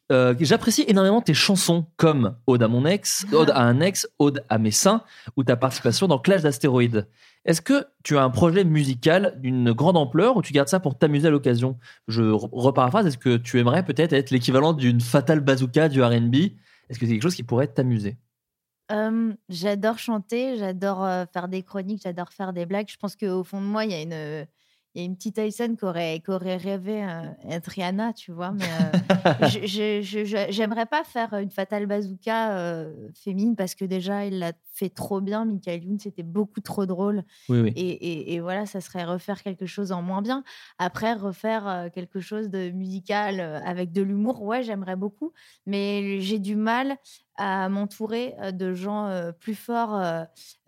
Euh, J'apprécie énormément tes chansons comme Ode à mon ex, Ode à un ex, Ode à mes seins ou ta participation dans Clash d'astéroïdes. Est-ce que tu as un projet musical d'une grande ampleur ou tu gardes ça pour t'amuser à l'occasion Je re- reparaphrase, est-ce que tu aimerais peut-être être l'équivalent d'une fatale bazooka du RB Est-ce que c'est quelque chose qui pourrait t'amuser Euh, j'adore chanter, j'adore euh, faire des chroniques, j'adore faire des blagues. Je pense qu'au fond de moi, il y a une, euh, il y a une petite Tyson qui aurait, qui aurait rêvé euh, être Rihanna, tu vois. Mais [laughs] euh, je- je- je- je- j'aimerais pas faire une fatale bazooka euh, féminine parce que déjà, il l'a fait trop bien. Michael Youn, c'était beaucoup trop drôle. Oui, oui. Et, et- et voilà, ça serait refaire quelque chose en moins bien. Après, refaire euh, quelque chose de musical euh, avec de l'humour, ouais, j'aimerais beaucoup. Mais j'ai du mal à m'entourer euh, de gens euh, plus forts euh,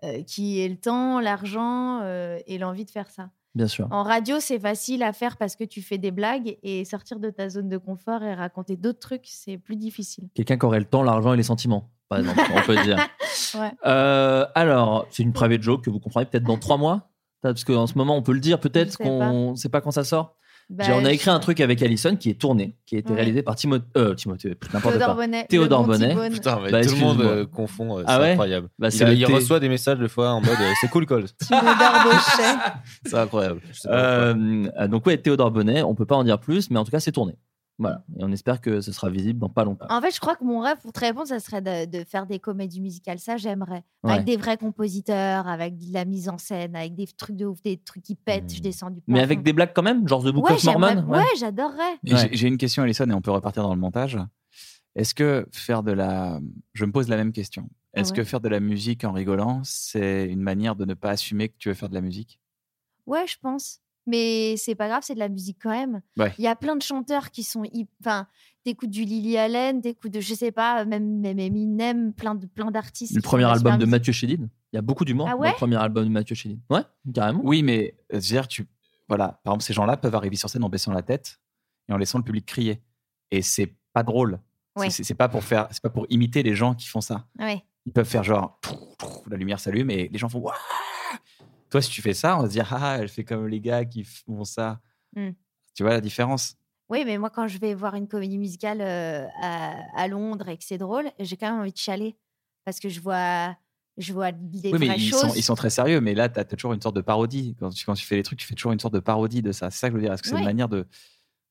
euh, qui aient le temps, l'argent euh, et l'envie de faire ça. Bien sûr. En radio, c'est facile à faire parce que tu fais des blagues et sortir de ta zone de confort et raconter d'autres trucs, c'est plus difficile. Quelqu'un qui aurait le temps, l'argent et les sentiments, par exemple, on peut dire. [laughs] Ouais. Euh, alors, c'est une private joke que vous comprendrez peut-être dans trois mois. Parce qu'en ce moment, on peut le dire, peut-être sais qu'on ne sait pas quand ça sort. Bah, J'ai- on a je- écrit un truc avec Allison qui est tourné, qui a été Ouais. réalisé par Timothée. euh, Timothée, putain, n'importe Théodore quoi. Bonnet, Théodore le bon Bonnet. Tibone. Putain, mais Bah, tout le monde, excuse-moi. euh, confond, euh, Ah c'est ouais incroyable. Bah, il, c'est a- le il thé. reçoit des messages de fois en mode euh, c'est cool, Cole. Théodore Bochet. c'est incroyable. Je sais pas pourquoi. Euh, euh, donc, ouais, Théodore Bonnet, on peut pas en dire plus, mais en tout cas, c'est tourné. Voilà. Et on espère que ce sera visible dans pas longtemps. En fait, je crois que mon rêve, pour te répondre, ça serait de, de faire des comédies musicales. Ça, j'aimerais. Avec Ouais. Ah, des vrais compositeurs, avec de la mise en scène, avec des trucs de ouf, des trucs qui pètent, je descends du Mmh. Mais plafond. avec des blagues quand même, genre The Book ouais, of j'aimerais- Mormon. Ouais, j'adorerais. Et j'ai- J'ai une question, Alison, et on peut repartir dans le montage. Est-ce que faire de la. Je me pose la même question. Ah Est-ce que ouais. faire de la musique en rigolant, c'est une manière de ne pas assumer que tu veux faire de la musique Ouais, je pense. Mais c'est pas grave, c'est de la musique quand même. Il Ouais. y a plein de chanteurs qui sont. hy- Enfin, t'écoutes du Lily Allen, t'écoutes de, je sais pas, même, même Eminem, plein de plein d'artistes. Le qui font premier la super album de musique. Mathieu Chédid. Il y a beaucoup d'humour Ah dans ouais le premier album de Mathieu Chédid. Ouais, carrément. Oui, mais euh, c'est-à-dire, tu. Voilà, par exemple, ces gens-là peuvent arriver sur scène en baissant la tête et en laissant le public crier. Et c'est pas drôle. C'est- Ouais. C'est c'est pas pour faire, c'est pas pour imiter les gens qui font ça. Ouais. Ils peuvent faire genre [laughs] la lumière s'allume et les gens font Ouah Toi, si tu fais ça, on va se dire ah, elle fait comme les gars qui font ça. Hmm. Tu vois la différence Oui, mais moi, quand je vais voir une comédie musicale euh, à, à Londres et que c'est drôle, j'ai quand même envie de chialer. Parce que je vois, je vois des Oui, mais vraies ils choses. sont, ils sont très sérieux. Mais là, tu as toujours une sorte de parodie. Quand tu, quand tu fais les trucs, tu fais toujours une sorte de parodie de ça. C'est ça que je veux dire. Est-ce que c'est Ouais. une manière de,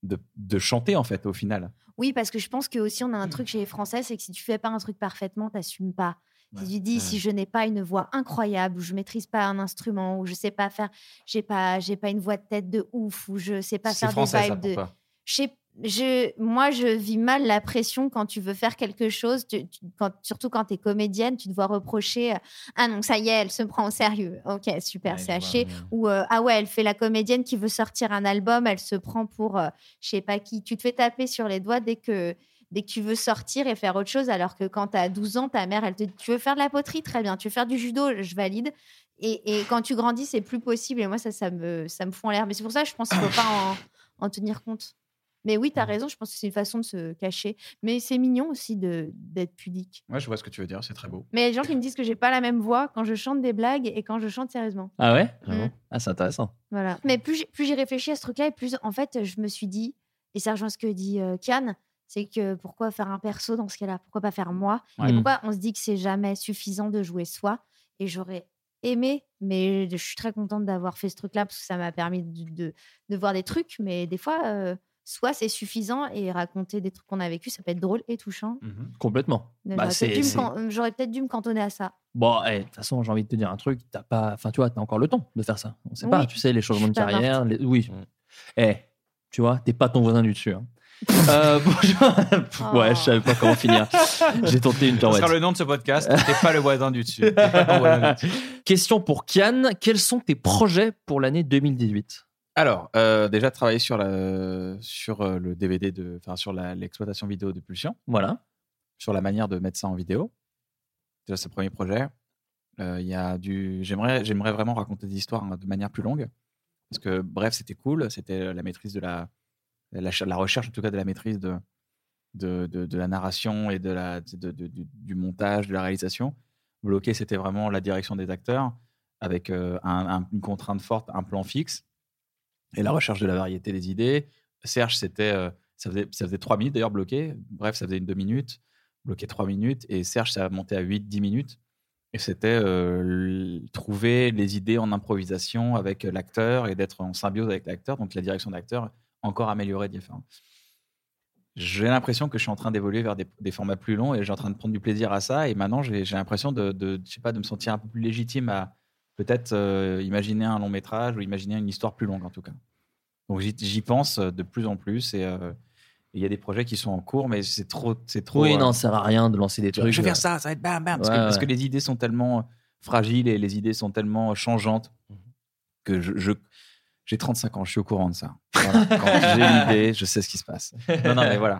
de, de chanter en fait au final Oui, parce que je pense que aussi on a un truc [clears throat] chez les Français, c'est que si tu fais pas un truc parfaitement, t'assumes pas. Si tu dis si je n'ai pas une voix incroyable, ou je maîtrise pas un instrument, ou je sais pas faire, j'ai pas, j'ai pas une voix de tête de ouf, ou je sais pas C'est faire français, des ça, vibes pour de. toi. Je sais- je, moi, je vis mal la pression quand tu veux faire quelque chose, tu- tu- quand, surtout quand tu es comédienne, tu te vois reprocher euh, Ah non, ça y est, elle se prend au sérieux. Ok, super, c'est haché. Ou euh, Ah ouais, elle fait la comédienne qui veut sortir un album, elle se prend pour euh, je sais pas qui. Tu te fais taper sur les doigts dès que, dès que tu veux sortir et faire autre chose, alors que quand tu as 12 ans, ta mère, elle te dit Tu veux faire de la poterie Très bien. Tu veux faire du judo Je valide. Et, et quand tu grandis, c'est plus possible. Et moi, ça, ça me, ça me fout en l'air. Mais c'est pour ça que je pense qu'il ne faut pas en- en tenir compte. Mais oui, tu as raison, je pense que c'est une façon de se cacher. Mais c'est mignon aussi de- d'être pudique. Ouais, je vois ce que tu veux dire, c'est très beau. Mais il y a des gens qui me disent que j'ai pas la même voix quand je chante des blagues et quand je chante sérieusement. Ah ouais Vraiment Ah, c'est intéressant. Voilà. Mais plus j'ai- plus j'ai réfléchi à ce truc-là, et plus en fait, je me suis dit, et ça rejoint ce que dit euh, Kian, c'est que pourquoi faire un perso dans ce cas-là Pourquoi pas faire moi Ouais. Et Mm. pourquoi on se dit que c'est jamais suffisant de jouer soi Et j'aurais aimé, mais je suis très contente d'avoir fait ce truc-là parce que ça m'a permis de, de- de voir des trucs, mais des fois, euh, soit c'est suffisant et raconter des trucs qu'on a vécu, ça peut être drôle et touchant. Complètement. Mais Bah, J'aurais c'est- peut-être dû me c'est- can- euh, j'aurais peut-être dû me cantonner à ça. Bon, eh, de toute façon, j'ai envie de te dire un truc. T'as pas, enfin, tu vois, t'as encore le temps de faire ça. On sait Oui. pas, tu sais, les changements de Je suis pas carrière. les- Oui. Mmh. Eh, tu vois, t'es pas ton voisin du [laughs] dessus. hein. Euh, bonjour. Ouais, je savais pas comment finir. Oh. J'ai tenté une Ça pirouette. sera le nom de ce podcast. T'es pas le voisin du dessus. T'es pas ton voisin du dessus. Question pour Kian. Quels sont tes projets pour l'année 2018 Alors, euh, déjà travailler sur, la, sur euh, le DVD, de, enfin sur la- l'exploitation vidéo de Pulsion. Voilà. Sur la manière de mettre ça en vidéo. Déjà, c'est le premier projet. Euh, il y a du... J'aimerais j'aimerais vraiment raconter des histoires hein, de manière plus longue. Parce que, bref, c'était cool. C'était la maîtrise de la, la, ch- la recherche, en tout cas, de la maîtrise de, de, de- de la narration et de la, de- de- du, du montage, de la réalisation. Bloqué, c'était vraiment la direction des acteurs avec euh, un- un- une contrainte forte, un plan fixe et la recherche de la variété des idées. Serge, c'était, euh, ça, faisait, ça faisait 3 minutes d'ailleurs bloqué. Bref, ça faisait une 2 minutes, bloqué 3 minutes. Et Serge, ça a monté à 8-10 minutes. Et c'était euh, l- trouver les idées en improvisation avec euh, l'acteur et d'être en symbiose avec l'acteur. Donc la direction d'acteur, encore améliorée, différente. J'ai l'impression que je suis en train d'évoluer vers des, des formats plus longs et j'ai en train de prendre du plaisir à ça. Et maintenant, j'ai j'ai l'impression de, de, je sais pas, de me sentir un peu plus légitime à peut-être euh, imaginer un long métrage ou imaginer une histoire plus longue en tout cas. Donc j'y- j'y pense euh, de plus en plus et euh, et il y a des projets qui sont en cours, mais c'est trop, c'est trop. Oui, euh, non, ça sert à rien de lancer des tu vois, trucs. Je vais euh, faire ça, ça va être bam bam. Parce, Ouais, que, parce ouais. que les idées sont tellement euh, fragiles et les idées sont tellement euh, changeantes que je. je- j'ai 35 ans, je suis au courant de [laughs] ça. Voilà. Quand j'ai une idée, je sais ce qui se passe. [laughs] Non, non, mais voilà.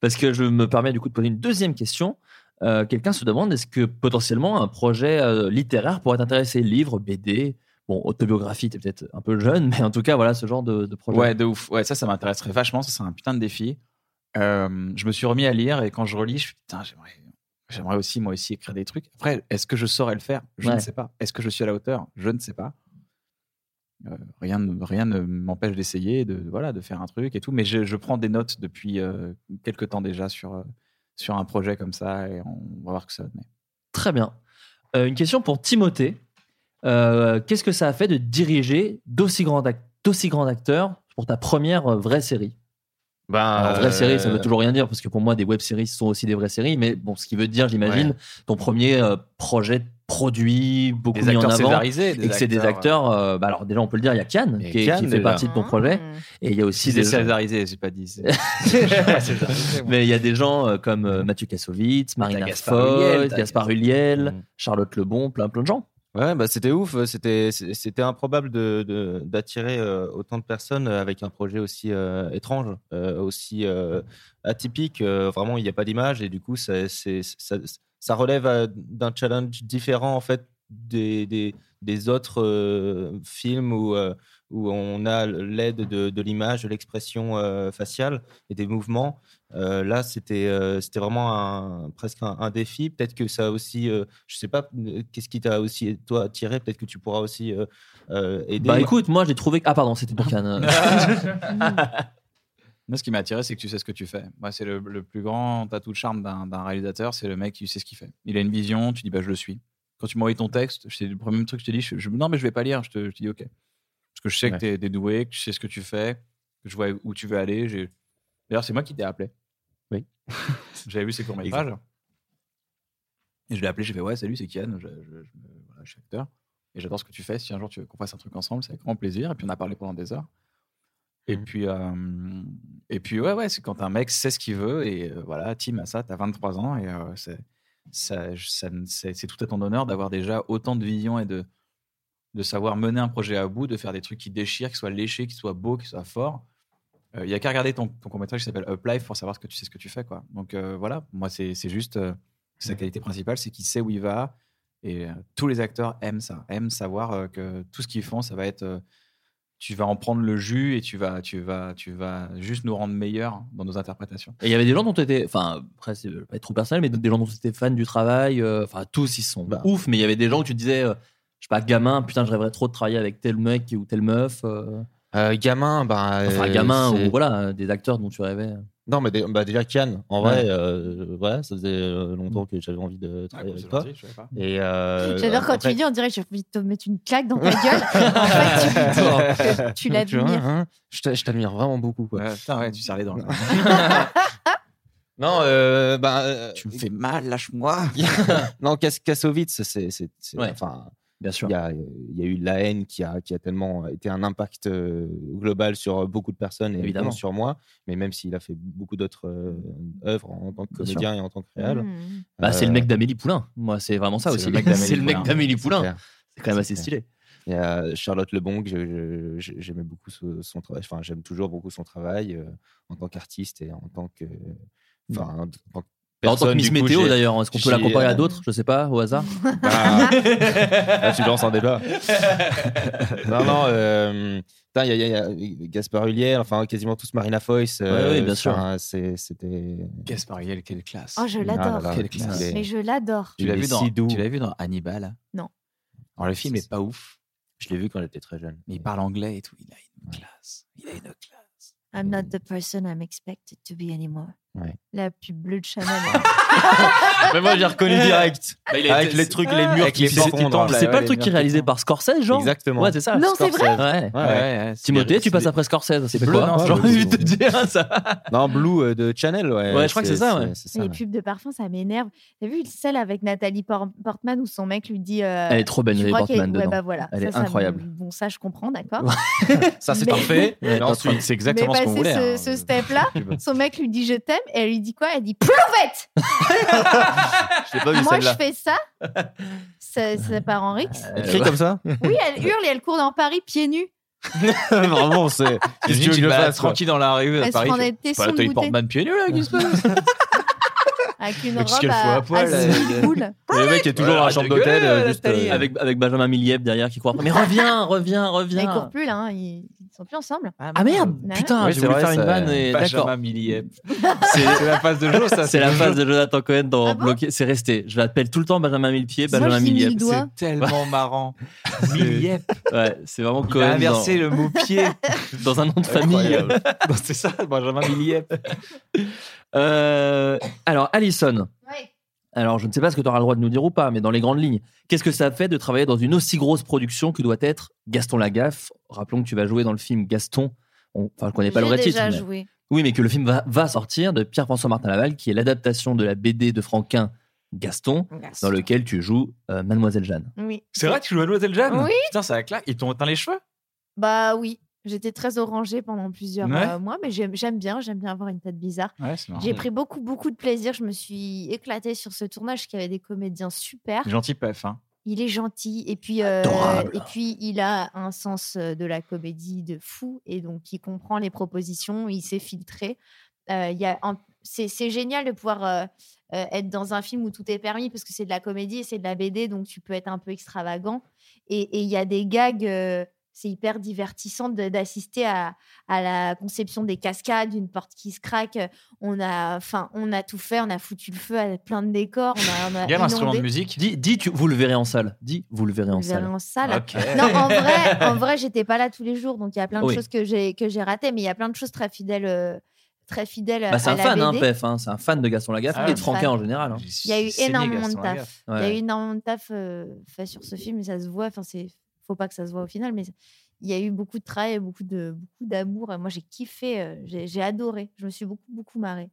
Parce que je me permets du coup de poser une deuxième question. Euh, Quelqu'un se demande est-ce que potentiellement un projet euh, littéraire pourrait t'intéresser Livre, BD, bon, autobiographie, t'es peut-être un peu jeune, mais en tout cas, voilà ce genre de, de projet. Ouais, de ouf. Ouais, ça, ça m'intéresserait vachement. Ça, c'est un putain de défi. Euh, je me suis remis à lire et quand je relis, je suis putain, j'aimerais, j'aimerais aussi, moi aussi, écrire des trucs. Après, est-ce que je saurais le faire Je Ouais. ne sais pas. Est-ce que je suis à la hauteur Je ne sais pas. Euh, rien, ne- rien ne m'empêche d'essayer, de, voilà, de faire un truc et tout. Mais je, je prends des notes depuis euh, quelques temps déjà sur, euh, sur un projet comme ça et on va voir que ça va donner. Très bien. Euh, une question pour Timothée. Euh, Qu'est-ce que ça a fait de diriger d'aussi grands ac- d'aussi grands acteurs pour ta première euh, vraie série Ben, Alors, euh, Euh, vraie série, ça veut toujours rien dire, parce que pour moi, des web-séries sont aussi des vraies séries, mais bon, ce qui veut dire, j'imagine, Ouais. ton premier euh, projet produit, beaucoup Des mis en acteurs avant, césarisés, des et que c'est des acteurs, acteurs, euh, bah alors déjà, on peut le dire, il y a Kian, Et qui, est- qui Kian, fait déjà. partie de ton Mmh. projet, et il y a aussi Si c'est des gens- [laughs] césarisé, j'ai pas dit. c'est- mais il y a des gens euh, comme euh, Mathieu Kassovitz, Marina Gaspard Foy, Ulliel, t'as- Gaspard Ulliel, Charlotte Lebon, plein plein de gens. Ouais, bah c'était ouf. C'était c'est- c'était improbable de- de- d'attirer euh, autant de personnes avec un projet aussi euh, étrange, euh, aussi euh, atypique. Euh, vraiment, il n'y a pas d'image et du coup, ça, c'est- ça, ça relève euh, d'un challenge différent en fait des, des, des autres euh, films où, euh, où on a l'aide de, de l'image, de l'expression euh, faciale et des mouvements. Euh, là, c'était euh, c'était vraiment un, presque un, un défi. Peut-être que ça a aussi, euh, je sais pas, euh, qu'est-ce qui t'a aussi toi attiré. Peut-être que tu pourras aussi euh, euh, aider. Bah écoute, moi j'ai trouvé. que- Ah pardon, c'était pour Kian. Mm. Moi, ce qui m'a attiré, c'est que tu sais ce que tu fais. Moi, c'est le, le plus grand atout de charme d'un d'un réalisateur, c'est le mec qui sait ce qu'il fait. Il a une vision, tu dis, bah, je le suis. Quand tu m'envoies ton texte, c'est le premier truc que je te dis, je, je- non, mais je vais pas lire, je te, je te dis, ok. Parce que je sais Ouais. que tu es, doué, que je sais ce que tu fais, que je vois où tu veux aller. j'ai- D'ailleurs, c'est moi qui t'ai appelé. Oui. [laughs] J'avais vu ses courts-métrages. Et je l'ai appelé, j'ai fait, ouais, salut, c'est Kian, je, je- je- voilà, je suis acteur. Et j'adore ce que tu fais. Si un jour tu veux qu'on fasse un truc ensemble, c'est avec grand plaisir. Et puis on a parlé pendant des heures. Et puis, euh, et puis ouais, ouais, c'est quand un mec sait ce qu'il veut et euh, voilà, Tim a ça, t'as 23 ans et euh, c'est, ça, je- ça ne- c'est, c'est tout à ton honneur d'avoir déjà autant de vision et de, de savoir mener un projet à bout, de faire des trucs qui déchirent, qui soient léchés, qui soient beaux, qui soient forts. Euh, Il n'y a qu'à regarder ton, ton court-métrage qui s'appelle Up Life pour savoir ce que tu sais ce que tu fais. Quoi. Donc euh, voilà, moi, c'est, c'est juste euh, sa qualité principale, c'est qu'il sait où il va. Et euh, tous les acteurs aiment ça, aiment savoir euh, que tout ce qu'ils font, ça va être. euh, tu vas en prendre le jus et tu vas, tu vas, tu vas juste nous rendre meilleurs dans nos interprétations. Et il y avait des gens dont tu étais, enfin, après, c'est euh, pas être trop personnel, mais des gens dont tu étais fan du travail, euh, enfin, tous ils sont ouf, mais il y avait des gens où tu te disais, euh, je sais pas, gamin, putain, je rêverais trop de travailler avec tel mec ou telle meuf. euh. gamin, bah. Enfin, euh, gamin, c'est- ou voilà, euh, des acteurs dont tu rêvais. Non, mais dé- bah, déjà Kian, en Ouais. vrai, euh, voilà, ça faisait euh, longtemps que j'avais envie de Ah, travailler avec toi. Et, euh, J'adore quand après- tu dis, on dirait que j'ai envie de te mettre une claque dans ta gueule. en [laughs] fait, tu me dis que tu vois, l'admires. hein, je t'a- je t'admire vraiment beaucoup. Quoi. putain, ouais, tu serres les dents. là. non, euh, bah, tu me fais mal, lâche-moi. non, Kas- Kassovitz, c'est. c'est- c'est- Ouais. Enfin, Bien sûr. Il y, a, il y a eu la haine qui a, qui a tellement été un impact euh, global sur beaucoup de personnes et évidemment Évidemment. sur moi, mais même s'il a fait beaucoup d'autres euh, œuvres en tant que Bien sûr. comédien et en Hmm. tant que réal. Bah, c'est le Euh, mec d'Amélie Poulain. Moi, c'est vraiment ça c'est aussi. le mec d'Amélie C'est le mec Poulain. d'Amélie C'est Poulain. clair. C'est quand même assez C'est stylé. clair. Il y a Charlotte Lebon, que je- je- j'aimais beaucoup ce- son travail. Enfin, j'aime toujours beaucoup son travail euh, en tant qu'artiste et en tant que. Enfin, en tant que Bah, en tant que personne, du Miss coup, Météo j'ai- d'ailleurs, est-ce qu'on peut la j'ai- comparer à d'autres Je sais pas, au hasard. Ah. Là, Ah, tu lances un débat. [laughs] non, non. euh, putain, Il y, a- il y a il y a Gaspard Ullière, enfin quasiment tous Marina Foïs. euh, Ouais, ouais, bien sûr. enfin, c'est- C'était. [laughs] Gaspard Ullière, quelle classe. Oh, je Ah l'adore. Quelle classe. Mais je l'adore. Tu l'as vu, dans- tu l'as vu dans Hannibal Non. Alors, le film est pas ouf. Je l'ai vu quand j'étais très jeune. Mais il parle anglais et tout. Il a une classe. Il a une classe. I'm not the person I'm expected to be anymore. Ouais. La pub bleue de [laughs] Chanel. Ah, Mais moi, j'ai reconnu direct. avec les trucs, les murs Avec qui les portes qui s'effondrent. tombent, là, C'est ouais, pas les le truc qui est murs réalisé par Scorsese, genre Exactement. Ouais, c'est ça. Non, c'est vrai Ouais. Ouais, ouais, ouais, c'est Timothée, des- tu passes c'est après Scorsese, c'est Bleu, quoi non, J'ai c'est- envie de te dire ça. Non, Blue euh, de Channel, ouais. Ouais, je crois que c'est ça, ouais. c'est Les ouais. pubs de parfum, ça m'énerve. T'as vu celle avec Nathalie Por- Portman où son mec lui dit. euh, Elle est trop belle, je Nathalie crois qu'elle- Portman, Ouais, dedans. bah voilà. Elle Ça, est ça me- incroyable. Bon, ça, je comprends, d'accord. Ça, c'est Mais- parfait. Ouais, Non, t'es en train de- c'est exactement Mais ce qu'on passer voulait. hein. [laughs] ce, [laughs] step-là, son mec lui dit je t'aime et elle lui dit quoi Elle dit Prove it [laughs] Je l'ai pas vu Moi, je celle-là. [laughs] fais ça. ça. ça part en rix. Elle crie comme [laughs] ça Oui, elle hurle et elle court dans Paris pieds nus. Vraiment, [laughs] c'est. Qu'est-ce que tu veux que je fasse quoi tranquille dans la rue Elle à se Paris. prendait tu fais, des C'est pas la sons de Tony goûter. Portman pieds nus là, qu'est-ce qui se passe Avec une Mais qu'est-ce robe qu'elle fout à à, poil, à elle- [laughs] six boules. Le mec est toujours dans la chambre d'hôtel, euh, juste, euh, Avec, avec Benjamin Milliev derrière qui court. après, Mais reviens, reviens, Mais ils courent reviens. plus là, hein, ils ils sont plus ensemble. Ah merde, Ouais. putain, Oui, j'ai c'est voulu vrai, faire une ça- vanne et d'accord. Benjamin Milliev. [laughs] C'est la phase de Jo, [laughs] ça, C'est c'est la Jo. phase de Jonathan Cohen dans Bloqué. C'est resté. Je l'appelle tout le temps Benjamin Millepied, Moi, Benjamin je dis Milliev. mille doigts. C'est tellement marrant. Milliev. Ouais, c'est vraiment Il Cohen. a inversé dans- le mot [laughs] pied. dans un nom de famille. Incroyable. [laughs] Non, c'est ça, Benjamin Milliev. Euh, alors, Alison. Alors, je ne sais pas ce que tu auras le droit de nous dire ou pas, mais dans les grandes lignes, qu'est-ce que ça fait de travailler dans une aussi grosse production que doit être Gaston Lagaffe Rappelons que tu vas jouer dans le film Gaston. On- Enfin, je ne connais pas le J'ai vrai déjà titre. mais- joué. Oui, mais que le film va, va sortir de Pierre-François Martin Laval, qui est l'adaptation de la BD de Franquin Gaston, Gaston. dans lequel tu joues euh, Mademoiselle Jeanne. Oui. C'est vrai, tu joues à Mademoiselle Jeanne Oui. Putain, ça claque. Ils t'ont teint les cheveux Bah oui, j'étais très orangée pendant plusieurs Ouais. Ah euh, mois, mais j'aime j'aime bien, j'aime bien avoir une tête bizarre. Ouais, c'est marrant. J'ai pris beaucoup, beaucoup de plaisir. Je me suis éclatée sur ce tournage qui avait des comédiens super. Gentil pef, hein. Il est gentil et puis euh, Adorable. et puis il a un sens euh, de la comédie de fou et donc il comprend les propositions, il s'est filtré. Euh, il y a un- c'est c'est génial de pouvoir euh, euh, être dans un film où tout est permis parce que c'est de la comédie et c'est de la BD donc tu peux être un peu extravagant et et il y a des gags euh, c'est hyper divertissant de- d'assister à, à la conception des cascades, d'une porte qui se craque. On a, enfin, on a tout fait, on a foutu le feu à plein de décors. On a, on a inondé. musique. Dis, dis tu, vous le verrez en salle. Dis, vous le verrez en Vous verrez salle. en salle. [laughs] Non, en [laughs] vrai, en vrai, j'étais pas là tous les jours, donc il y a plein de Oui. choses que j'ai que j'ai ratées, mais il y a plein de choses très fidèles, euh, très fidèles Bah, c'est à un la fan, hein, BD. Pef. hein. C'est un fan de Gaston Lagaffe Ah, et de fan. Franquin en général. hein. Il y a eu énormément de taf. Il y a Ouais. eu énormément de taf euh, fait sur ce film, et ça se voit. Enfin, c'est faut pas que ça se voit au final, mais il y a eu beaucoup de travail, et beaucoup de beaucoup d'amour. Et Moi, j'ai kiffé, euh, j'ai j'ai adoré. Je me suis beaucoup beaucoup marrée.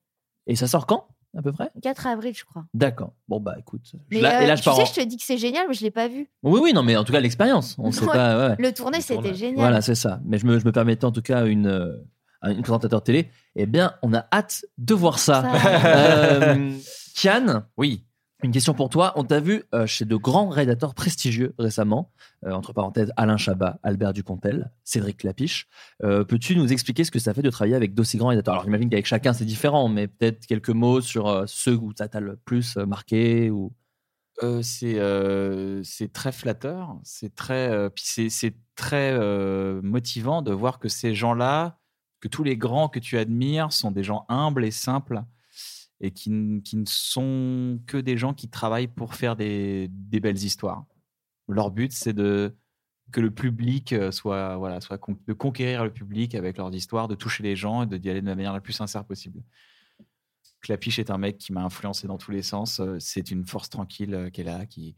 Et ça sort quand à peu près 4 avril, je crois. D'accord. Bon, bah écoute. je- Mais, là- et euh, là, je tu pars sais, en- je te dis que c'est génial, mais je l'ai pas vu. Oui, oui, non, mais en tout cas, l'expérience. On sait Ouais. pas. ouais, ouais. Le tournée, c'était génial. Voilà, c'est ça. Mais je me, je me permettais en tout cas une, euh, à une présentateur télé. Eh bien, on a hâte de voir ça. [laughs] Ça. Euh, Kian, oui. Une question pour toi. On t'a vu euh, chez de grands rédacteurs prestigieux récemment, euh, entre parenthèses Alain Chabat, Albert Dupontel, Cédric Lapiche. Euh, Peux-tu nous expliquer ce que ça fait de travailler avec d'aussi grands rédacteurs Alors j'imagine qu'avec chacun c'est différent, mais peut-être quelques mots sur euh, ceux où ça t'a le plus euh, marqué ou Euh, c'est euh, c'est très flatteur, c'est très euh, puis c'est c'est très euh, motivant de voir que ces gens-là, que tous les grands que tu admires sont des gens humbles et simples et qui, n- qui ne sont que des gens qui travaillent pour faire des, des belles histoires. Leur but, c'est de que le public euh, soit voilà soit con- de conquérir le public avec leurs histoires, de toucher les gens et de d'y aller de la manière la plus sincère possible. Clapiche est un mec qui m'a influencé dans tous les sens. Euh, C'est une force tranquille euh, qui est là, qui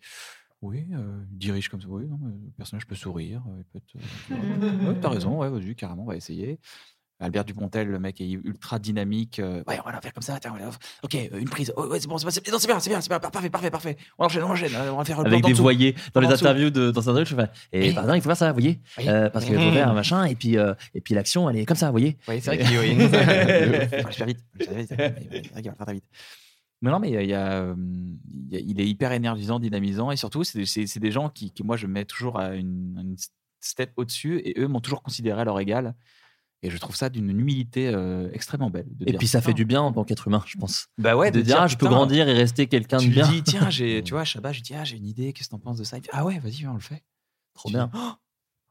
oui, euh, dirige comme ça. Oui, non, mais le personnage peut sourire. euh, Il peut être, Mm, euh, [laughs] ouais, t'as raison, ouais, vas-y, carrément, on va essayer. Albert Dupontel, le mec est ultra dynamique. euh, ouais, on va la faire comme ça. attends, on va la- Ok, euh, une prise. Oh, ouais, c'est bon, c'est bon, c'est non, c'est bien, c'est bien, c'est bien. Parfait, parfait, parfait. On enchaîne, on enchaîne. euh, On va faire le avec plan des d'en dessous, voyez dans plan les d'en dessous. interviews de dans un truc je fais et Oui. par exemple il faut faire ça vous voyez Oui. Euh, parce que faut Mm. faire un machin et puis euh, et puis l'action elle est comme ça vous voyez Oui, c'est vrai Et- qu'il [laughs] oui. Enfin, je vais vite. Je vais vite. C'est vrai qu'il va faire très vite. Mais non, mais il y a, euh, il y a- il est hyper énergisant, dynamisant, et surtout, c'est des, c'est- c'est des gens qui, que moi, je mets toujours à une, une step au-dessus, et eux m'ont toujours considéré à leur égal. Et je trouve ça d'une humilité euh, extrêmement belle. de et dire, puis ça fait putain, du bien en tant qu'être humain je pense bah ouais, de, dire, ah, je peux putain, grandir et rester quelqu'un de tu bien dis, tiens, [laughs] j'ai, tu vois, Shabba, je dis, ah, j'ai une idée, qu'est-ce que t'en penses de ça Il fait, Ah ouais, vas-y, viens, on le fait. Trop bien.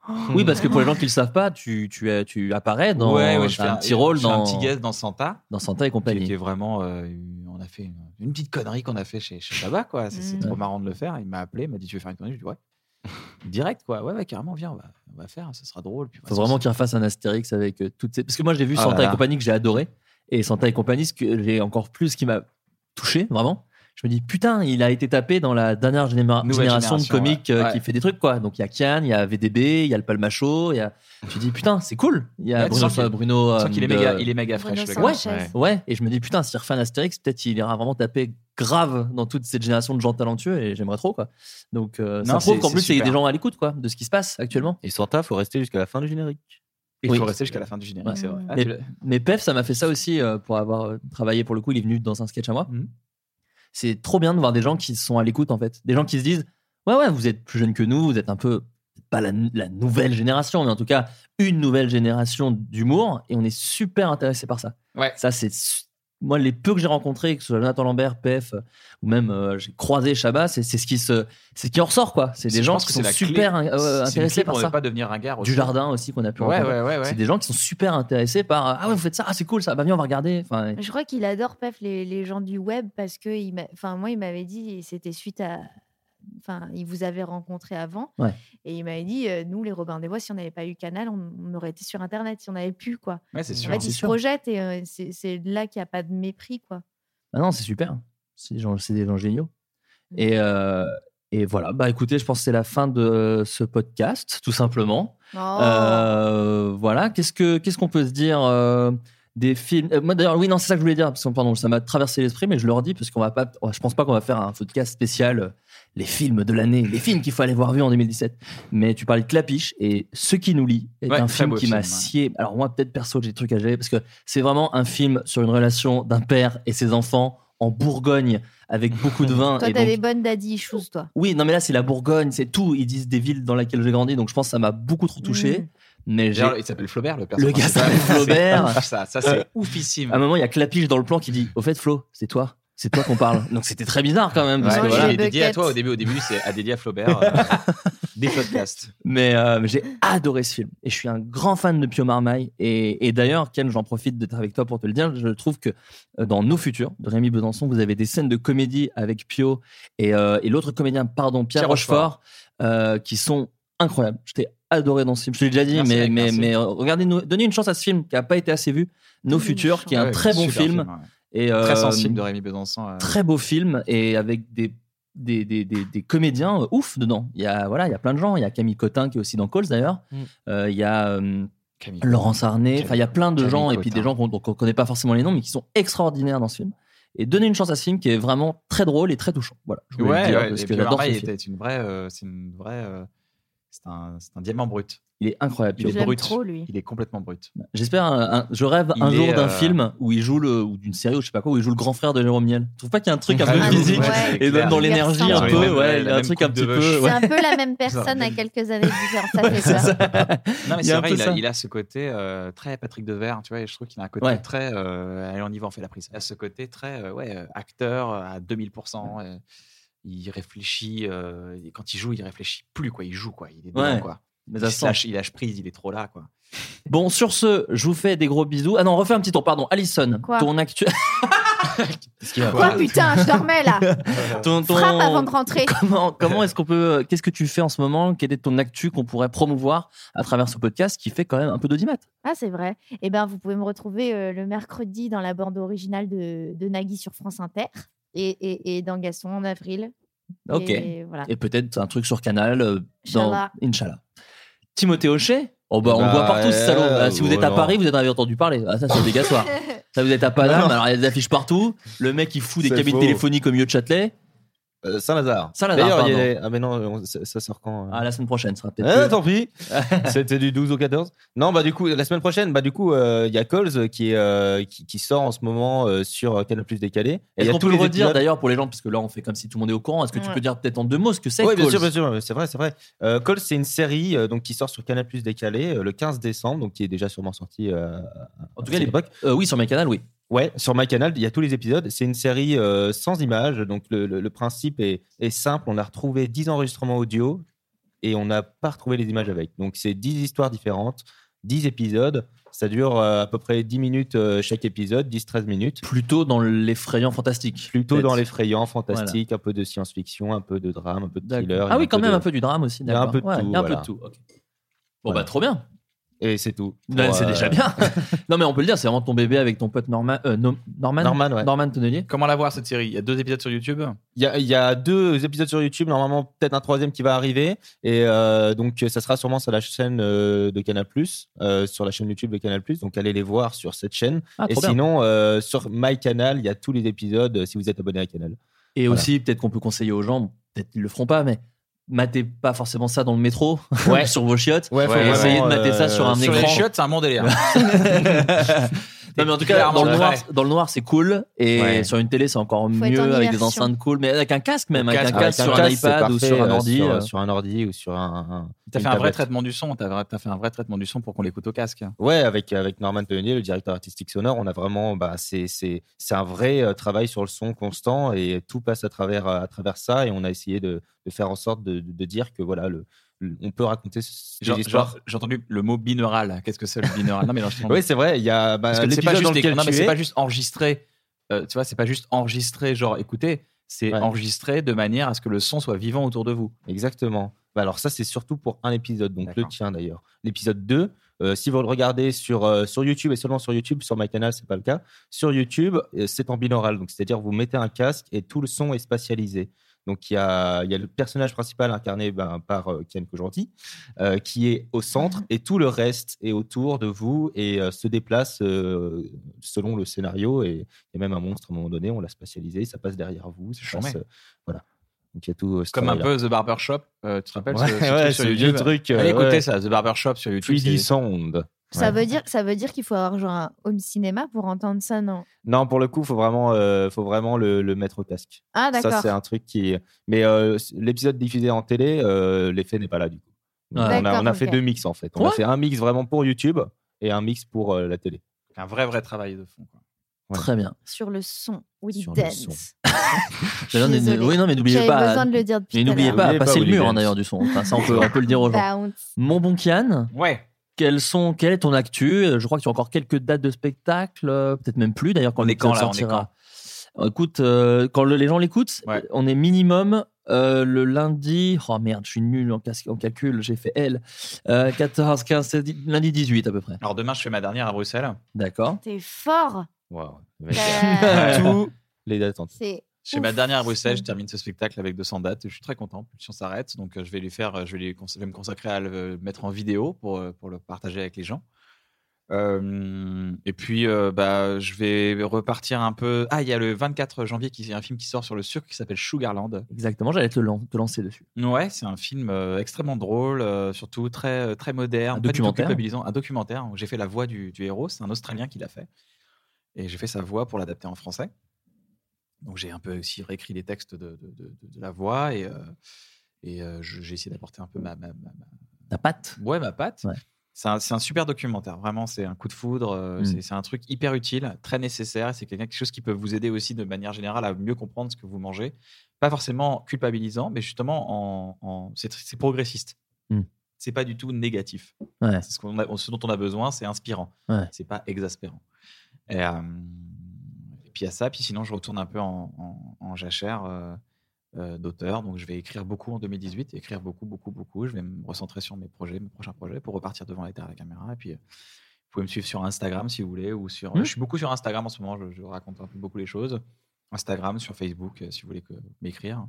[gasps] oui parce que pour les gens qui le savent pas tu tu es- tu apparais dans ouais, ouais, t'as je fais un petit rôle je fais dans un petit guest dans Santa. dans Santa et compagnie qui est vraiment euh, une- on a fait une, une petite connerie qu'on a fait chez, chez Shabba, quoi c'est c'est Mm. trop marrant de le faire il m'a appelé il m'a dit tu veux faire une connerie je lui ai dit [laughs] ouais direct quoi ouais, ouais carrément viens on va, on va faire ça sera drôle puis on va faut s'en vraiment qu'il refasse un Astérix avec euh, toutes ces parce que moi j'ai vu Ah Santa là et là. compagnie que j'ai adoré et Santa et compagnie ce que j'ai encore plus qui m'a touché vraiment je me dis putain il a été tapé dans la dernière généma- Nouvelle génération, de génération, ouais. comiques euh, Ouais. qui fait des trucs quoi donc il y a Kian il y a VDB il y a le Palmacho il y a tu dis putain c'est cool il y a Ouais, tu Bruno, sens qu'il- Bruno, tu euh, sens qu'il est de- méga- il est méga Bruno fraîche, le gars. ouais, Sanchez. ouais et je me dis putain s'il refait un Astérix peut-être il ira vraiment taper grave dans toute cette génération de gens talentueux et j'aimerais trop quoi donc euh, ça Non, prouve c'est- qu'en c'est plus il y a des super. gens à l'écoute quoi de ce qui se passe actuellement et Santa faut rester jusqu'à la fin du générique Il faut rester jusqu'à la fin du générique, c'est vrai. Ah, mais, tu l'as- mais Pef, ça m'a fait ça aussi euh, pour avoir euh, travaillé pour le coup. Il est venu dans un sketch à moi. Mhm. C'est trop bien de voir des gens qui sont à l'écoute en fait. Des gens qui se disent Ouais, ouais, vous êtes plus jeunes que nous, vous êtes un peu, pas la, la nouvelle génération, mais en tout cas une nouvelle génération d'humour et on est super intéressé par ça. Ouais. Ça, c'est. su- Moi, les peu que j'ai rencontrés, que ce soit Jonathan Lambert, Pef, euh, ou même euh, j'ai croisé Chabat, c'est c'est ce qui se, c'est ce qui en ressort quoi. C'est des je gens pense qui que sont c'est la clé- super euh, c'est une intéressés clé par pour ça. ne pas devenir ringard aussi. Du jardin aussi qu'on a pu Ouais, rencontrer. ouais, ouais, ouais. C'est des gens qui sont super intéressés par euh, ah ouais vous faites ça ah c'est cool ça bah viens on va regarder. Enfin, Je crois qu'il adore Pef les, les gens du web parce que il m'a- enfin, moi, il m'avait dit, et c'était suite à. Enfin, il vous avait rencontré avant Ouais. et il m'avait dit euh, nous, les Robin des Bois, si on n'avait pas eu Canal, on, on aurait été sur Internet, si on n'avait plus, quoi. Ouais, c'est sûr. En fait, C'est il se sûr. projette et euh, c'est c'est là qu'il n'y a pas de mépris, quoi. Ah non, c'est super. C'est des gens, c'est des gens géniaux. Et, euh, et voilà, bah écoutez, je pense que c'est la fin de ce podcast, tout simplement. Oh. Euh, voilà, qu'est-ce que qu'est-ce qu'on peut se dire euh, des films Euh, Moi d'ailleurs, oui, non, c'est ça que je voulais dire. Parce que, pardon, ça m'a traversé l'esprit, mais je le redis parce qu'on va pas. oh, Je pense pas qu'on va faire un podcast spécial euh, les films de l'année, les films qu'il faut aller voir vu en 2017. Mais tu parlais de Clapiche et Ce qui nous lie est Ouais, un très film beau qui m'a film, hein. ouais. scié. Alors moi, peut-être perso, j'ai des trucs à gérer parce que c'est vraiment un film sur une relation d'un père et ses enfants en Bourgogne avec [laughs] beaucoup de vin. Toi, et t'as donc- des bonnes daddy issues, toi. Oui, non mais là c'est la Bourgogne, c'est tout. Ils disent des villes dans lesquelles j'ai grandi, donc je pense que ça m'a beaucoup trop touché. Mm. Mmh. Mais j'ai- D'ailleurs, il s'appelle Flaubert, le personnage. Le gars s'appelle C'est- Flaubert. ça, ça, c'est oufissime. À un moment, il y a Clapiche dans le plan qui dit Au fait, Flo, c'est toi. C'est toi qu'on parle. Donc c'était très bizarre quand même. parce que Ouais, voilà. il est dédié à toi au début. Au début, c'est à dédié à Flaubert. euh, [laughs] des podcasts. Mais, euh, mais j'ai adoré ce film. Et je suis un grand fan de Pio Marmaille. Et, et d'ailleurs, Ken, j'en profite d'être avec toi pour te le dire. Je trouve que euh, dans Nos Futurs, de Rémi Besançon, vous avez des scènes de comédie avec Pio et, euh, et l'autre comédien, pardon, Pierre, Pierre Rochefort, euh, qui sont incroyables. Je t'ai adoré dans ce film. Je te l'ai déjà dit, Merci, mais, mec, mais, merci. mais, euh, regardez, nous- donnez une chance à ce film qui n'a pas été assez vu. Nos Futurs, qui est un Ouais, très bon super film. ouais. Et, euh, très sensible de Rémi Besançon. euh. très beau film et avec des des, des, des, des comédiens euh, ouf dedans. Il y a voilà, il y a plein de gens. Il y a Camille Cotin qui est aussi dans Calls d'ailleurs. Mm. Euh, il y a euh, Laurence Arnay. Enfin, il y a plein de Camille gens et puis Cotin. des gens qu'on ne connaît pas forcément les noms mais qui sont extraordinaires dans ce film. et donnez une chance à ce film qui est vraiment très drôle et très touchant. Voilà. Je voulais le Ouais, dire, ouais, parce et que puis j'adore Barbara ce film. était une vraie. euh, c'est une vraie. euh, c'est un, c'est un diamant brut. Il est incroyable. Il Je est l'aime brut. trop, lui. Il est complètement brut. J'espère, un- un- je rêve Il un jour est, d'un euh, film où il joue le, ou d'une série ou je sais pas quoi, où il joue le grand frère de Jérôme Niel. Tu trouves pas qu'il y a un truc un peu Ah, physique ouais, c'est et même clair. dans l'énergie Il un ressemble. peu, ouais, Ouais, il y la a un même truc coupe un de petit vache. peu, C'est ouais. un peu la même personne à quelques années différentes. Ça fait ça. Non, mais Il y a c'est un vrai, peu il a, ça. il a ce côté euh, très Patrick Devers, tu vois, et je trouve qu'il a un côté Ouais. très. euh, allez, on y va, on fait la prise. Il a ce côté très euh, ouais, euh, acteur à 2000%. euh, il réfléchit, euh, et quand il joue, il réfléchit plus, quoi. Il joue, quoi. Il est dedans, Ouais. quoi. [laughs] Mais il, ça se sent. lâche, il lâche prise, il est trop là, quoi. Bon, sur ce, je vous fais des gros bisous. Ah non, on refait un petit tour, pardon. Alison, Quoi ton actu. Qu'est-ce qu'il y a Quoi, putain, je dormais là. Ton- ton- Frappe avant de rentrer. [laughs] Comment, comment est-ce qu'on peut. Qu'est-ce que tu fais en ce moment Quelle est ton actu qu'on pourrait promouvoir à travers ce podcast qui fait quand même un peu d'audimat Ah, c'est vrai. Eh bien, vous pouvez me retrouver euh, le mercredi dans la bande originale de, de Nagui sur France Inter et, et, et dans Gaston en avril. Ok. Et voilà. Et peut-être un truc sur Canal. euh, dans... Inch'Allah. Inch'Allah. Timothée Hochet Oh bah, on Bah, le voit partout ce salaud. euh, Ah, si vous êtes à voilà. Paris, vous en avez entendu parler. Ah, ça c'est obligatoire. ça vous êtes à Non, Paname, non. alors il y a des affiches partout. Le mec il fout des C'est cabines faux. téléphoniques au milieu de Châtelet. Euh, Saint-Lazare. Saint-Lazare, D'ailleurs, il y a les- pardon. Ah, mais non, on- ça ça sort quand euh Ah, la semaine prochaine sera peut-être. Ah, [laughs] que- tant pis. C'était du 12 au 14. Non, bah du coup, la semaine prochaine, bah du coup, euh, il y a Coles euh, qui, est, euh, qui qui sort en ce moment euh, sur Canal Plus décalé. Et il y Est-ce a qu'on tous peut le les redire épisodes- d'ailleurs pour les gens, parce que là on fait comme si tout le monde est au courant. Est-ce que tu Ouais. peux dire peut-être en deux mots ce que c'est Oui, bien Calls sûr, bien sûr, c'est vrai, c'est vrai. Euh, Calls, c'est une série euh, donc qui sort sur Canal Plus décalé euh, le 15 décembre, donc qui est déjà sûrement euh, sorti. en tout cas, les- Euh, oui, sur MyCanal, oui. Ouais, sur MyCanal, il y a tous les épisodes. C'est une série euh, sans images, donc le, le- le principe est, est simple. On a retrouvé 10 enregistrements audio et on n'a pas retrouvé les images avec. Donc c'est 10 histoires différentes, 10 épisodes. Ça dure euh, à peu près 10 minutes euh, chaque épisode, 10-13 minutes. Plutôt dans l'effrayant fantastique. Plutôt dans peut-être. l'effrayant fantastique, un peu de science-fiction, un peu de drame, un peu de thriller. Ah oui, quand même de- un peu du drame aussi. Il y a un d'accord. peu de Ouais, tout. Il y a un peu de voilà. tout. ok. Bon bah trop bien. Et c'est tout. Ben, Pour, c'est euh, déjà bien. [laughs] non, mais on peut le dire, c'est vraiment ton bébé avec ton pote Norma- euh, Nom- Norman. Norman, ouais. Tonnelier. Comment la voir cette série Il y a deux épisodes sur YouTube. Il y, a, il y a deux épisodes sur YouTube, normalement peut-être un troisième qui va arriver. Et euh, donc, ça sera sûrement sur la chaîne euh, de Canal, euh, sur la chaîne YouTube de Canal. Donc, allez les voir sur cette chaîne. Ah, et trop bien. sinon, euh, sur My Canal, il y a tous les épisodes euh, si vous êtes abonné à Canal. Et Voilà. aussi, peut-être qu'on peut conseiller aux gens, peut-être qu'ils le feront pas, mais matez pas forcément ça dans le métro, [laughs] Ouais. sur vos chiottes. Ouais, faut Et vraiment, essayez de mater ça euh, sur un Sur écran. les chiottes, c'est un bon [laughs] délire. Non, mais en tout cas, Clairement, dans le, ouais. noir, dans le noir, c'est cool. Et Ouais. sur une télé, c'est encore être en mieux avec des immersion. enceintes cool, mais avec un casque même, avec Casque, un casque sur un casque, c'est iPad ou parfait, sur un euh, ordi. Sur, euh. sur un ordi ou sur un. un- T'as une fait un vrai tablette. traitement du son. T'as vra- t'as fait un vrai traitement du son pour qu'on l'écoute au casque. Ouais, avec, avec Norman Tenier, le directeur artistique sonore, on a vraiment. Bah, c'est c'est- c'est un vrai euh, travail sur le son constant et tout passe à travers, à travers ça. Et on a essayé de, de faire en sorte de, de dire que voilà, le, le- on peut raconter ce- Genre- des genre- histoires. J'ai entendu le mot binaural. Qu'est-ce que c'est le binaural Non, mais non, je te demande. Oui, c'est vrai. Il y a bah, Parce que c'est pas l'épisode dans juste, lequel non, mais tu c'est es. pas juste enregistré. euh, tu vois, c'est pas juste enregistré, genre écoutez, c'est enregistré de manière à ce que le son soit vivant autour de vous. Exactement. Bah, alors, ça, c'est surtout pour un épisode, donc le tien d'ailleurs. L'épisode 2, euh, si vous le regardez sur, euh, sur YouTube et seulement sur YouTube, sur MyCanal, c'est pas le cas. Sur YouTube, euh, c'est en binaural, donc c'est-à-dire vous mettez un casque et tout le son est spatialisé. Donc, il y a, il y a le personnage principal incarné ben, par euh, Ken Kojandi, euh, qui est au Mhm. centre et tout le reste est autour de vous et euh, se déplace euh, selon le scénario. Et il y a même un monstre à un moment donné, on l'a spatialisé, ça passe derrière vous. ça chambé. passe, euh, voilà. Donc, il y a tout. euh, ce Comme un travail-là. peu The Barber Shop, euh, tu te rappelles Ouais, ce, ce ouais, truc sur ce vieux YouTube truc, euh, Allez, écoutez ouais. ça, The Barber Shop sur YouTube. 3D c'est- Sound. [laughs] Ça Ouais. veut dire, ça veut dire qu'il faut avoir genre un home cinéma pour entendre ça, non Non, pour le coup, faut vraiment, euh, faut vraiment le, le mettre au casque. Ah, d'accord. Ça, c'est un truc qui. Mais euh, l'épisode diffusé en télé, euh, l'effet n'est pas là du coup. Donc, Ouais. on a, on a D'accord, fait ok. deux mix en fait. On a Quoi fait un mix vraiment pour YouTube et un mix pour euh, la télé. Un vrai, vrai travail de fond. quoi. Très bien. Sur le son, oui, Sur le dance. son. D'ailleurs, Je suis n'é- désolée. Oui, non, mais n'oubliez J'avais pas. euh, besoin de le dire depuis mais tout à n'oubliez l'heure. pas à N'oubliez pas passer le Willy mur, hein, Dance. d'ailleurs, du son. Enfin, ça, on peut, on peut le dire aux gens. Bah, honte. Mon bon Kian. Ouais. Quelles sont, quelle est ton actu Euh, Je crois que tu as encore quelques dates de spectacle, euh, peut-être même plus d'ailleurs quand On est l'épisode quand, là, on est sortira. Euh, Écoute, euh, quand le- les gens l'écoutent, on est minimum euh, le lundi. Oh merde, je suis nul en, cas- en calcul, j'ai fait L. Euh, 14, 15, 16, dix- lundi 18 à peu près. Alors demain, je fais ma dernière à Bruxelles. D'accord. T'es [laughs] fort. Tous les dates C'est. Je fais ma dernière à Bruxelles, je termine ce spectacle avec 200 dates. et Je suis très content. Pulsion s'arrête, donc euh, je vais lui faire, euh, je vais, lui cons- je vais me consacrer à le mettre en vidéo pour, euh, pour le partager avec les gens. Euh, et puis, euh, bah, je vais repartir un peu. Ah, il y a le 24 janvier qui y a un film qui sort sur le sucre qui s'appelle Sugarland. Exactement, j'allais te, lan- te lancer dessus. Ouais, c'est un film euh, extrêmement drôle, euh, surtout très euh, très moderne, pas Un du tout documentaire. culpabilisant, un documentaire. où J'ai fait la voix du, du héros, c'est un Australien qui l'a fait, et j'ai fait sa voix pour l'adapter en français. Donc j'ai un peu aussi réécrit les textes de, de- de- de- de la voix et euh, et euh, je- j'ai essayé d'apporter un peu ma, ma, ma- ma- Ta patte Ouais, ma patte. Ouais. C'est un, c'est un super documentaire, vraiment, c'est un coup de foudre, euh, Mm. c'est- c'est un truc hyper utile, très nécessaire, c'est quelqu'un- quelque chose qui peut vous aider aussi de manière générale à mieux comprendre ce que vous mangez. Pas forcément culpabilisant, mais justement, en, en- c'est tr- c'est progressiste. Mm. C'est pas du tout négatif. Ouais. C'est Ce, qu'on a- ce dont on a besoin, c'est inspirant. Ouais. C'est pas exaspérant. Et, euh, et puis à ça, puis sinon, je retourne un peu en, en- en jachère euh, euh, d'auteur. Donc je vais écrire beaucoup en 2018, écrire beaucoup, beaucoup, beaucoup. Je vais me recentrer sur mes projets, mes prochains projets pour repartir devant la, la caméra. Et puis, euh, vous pouvez me suivre sur Instagram si vous voulez. ou sur. Mhm. Je suis beaucoup sur Instagram en ce moment, je, je raconte un peu beaucoup les choses. Instagram, sur Facebook, euh, si vous voulez que- m'écrire.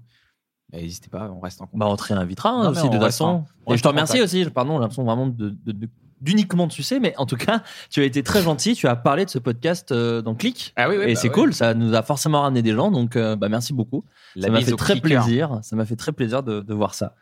Bah, N'hésitez pas, on reste en contact. Bah, on te réinvitera hein, Non, mais aussi, de on toute reste en- façon. on Et je reste te en remercie contact. aussi, pardon, j'ai l'impression vraiment de- de- de- d'uniquement de succès, mais en tout cas, tu as été très gentil, tu as parlé de ce podcast euh, dans Click. oui, oui, et bah c'est oui. cool, ça nous a forcément ramené des gens, donc euh, bah, merci beaucoup. La ça m'a mise fait au très clicker. plaisir, ça m'a fait très plaisir de, de voir ça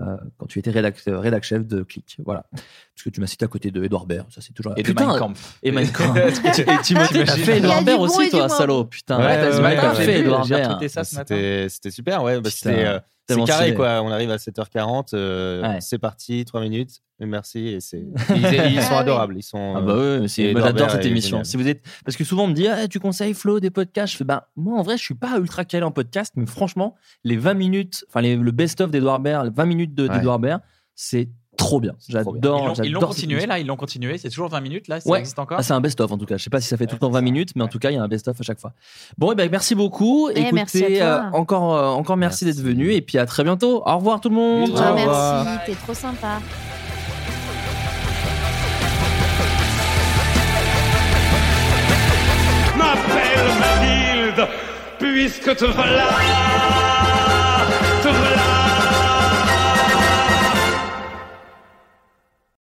euh, quand tu étais rédac, rédac chef de Click. Voilà. Parce que tu m'as cité à côté de Edouard Baird, ça c'est toujours. Et de Putain, Mein Kampf. Et Mein [laughs] Kampf. et Timothée, t'as T'imagines fait Il y a Edouard du Baird bon et aussi, du toi, moins. salaud. Putain, Ouais, t'as ouais, ouais, t'as j'ai fait vu, Edouard j'ai Baird. retweeté ça ce matin. C'était c'était super, ouais. bah, Putain, c'était, euh, c'est tellement carré, stylé. quoi. On arrive à 7h40, euh, Ouais. c'est parti, 3 minutes. Merci. Et c'est... Ils, ils sont Ah oui. adorables. Ils sont, Ah bah ouais, mais c'est- Euh, et moi, Norbert j'adore cette est émission. génial. Si vous êtes, parce que souvent on me dit, Ah, tu conseilles Flo des podcasts. Je fais, bah, moi en vrai, je suis pas ultra calé en podcast, mais franchement, les 20 minutes, enfin les- le best-of d'Edouard Baird, les 20 minutes de- Ouais. d'Edouard Baird, c'est trop bien. J'adore. Ils l'ont- Ils l'ont j'adore cette continué émission. là, ils l'ont continué. C'est toujours 20 minutes là, ça Ouais. existe encore. Ah, c'est un best-of en tout cas. Je sais pas si ça fait tout le temps 20 minutes, mais en tout cas, il y a un best-of à chaque fois. Bon, et ben merci beaucoup. Eh, Écoutez, merci à toi. euh, encore, euh, encore merci, d'être venu et puis à très bientôt. Au revoir tout le monde. Ah, merci, t'es trop sympa. M'appelle Mathilde, puisque te voilà.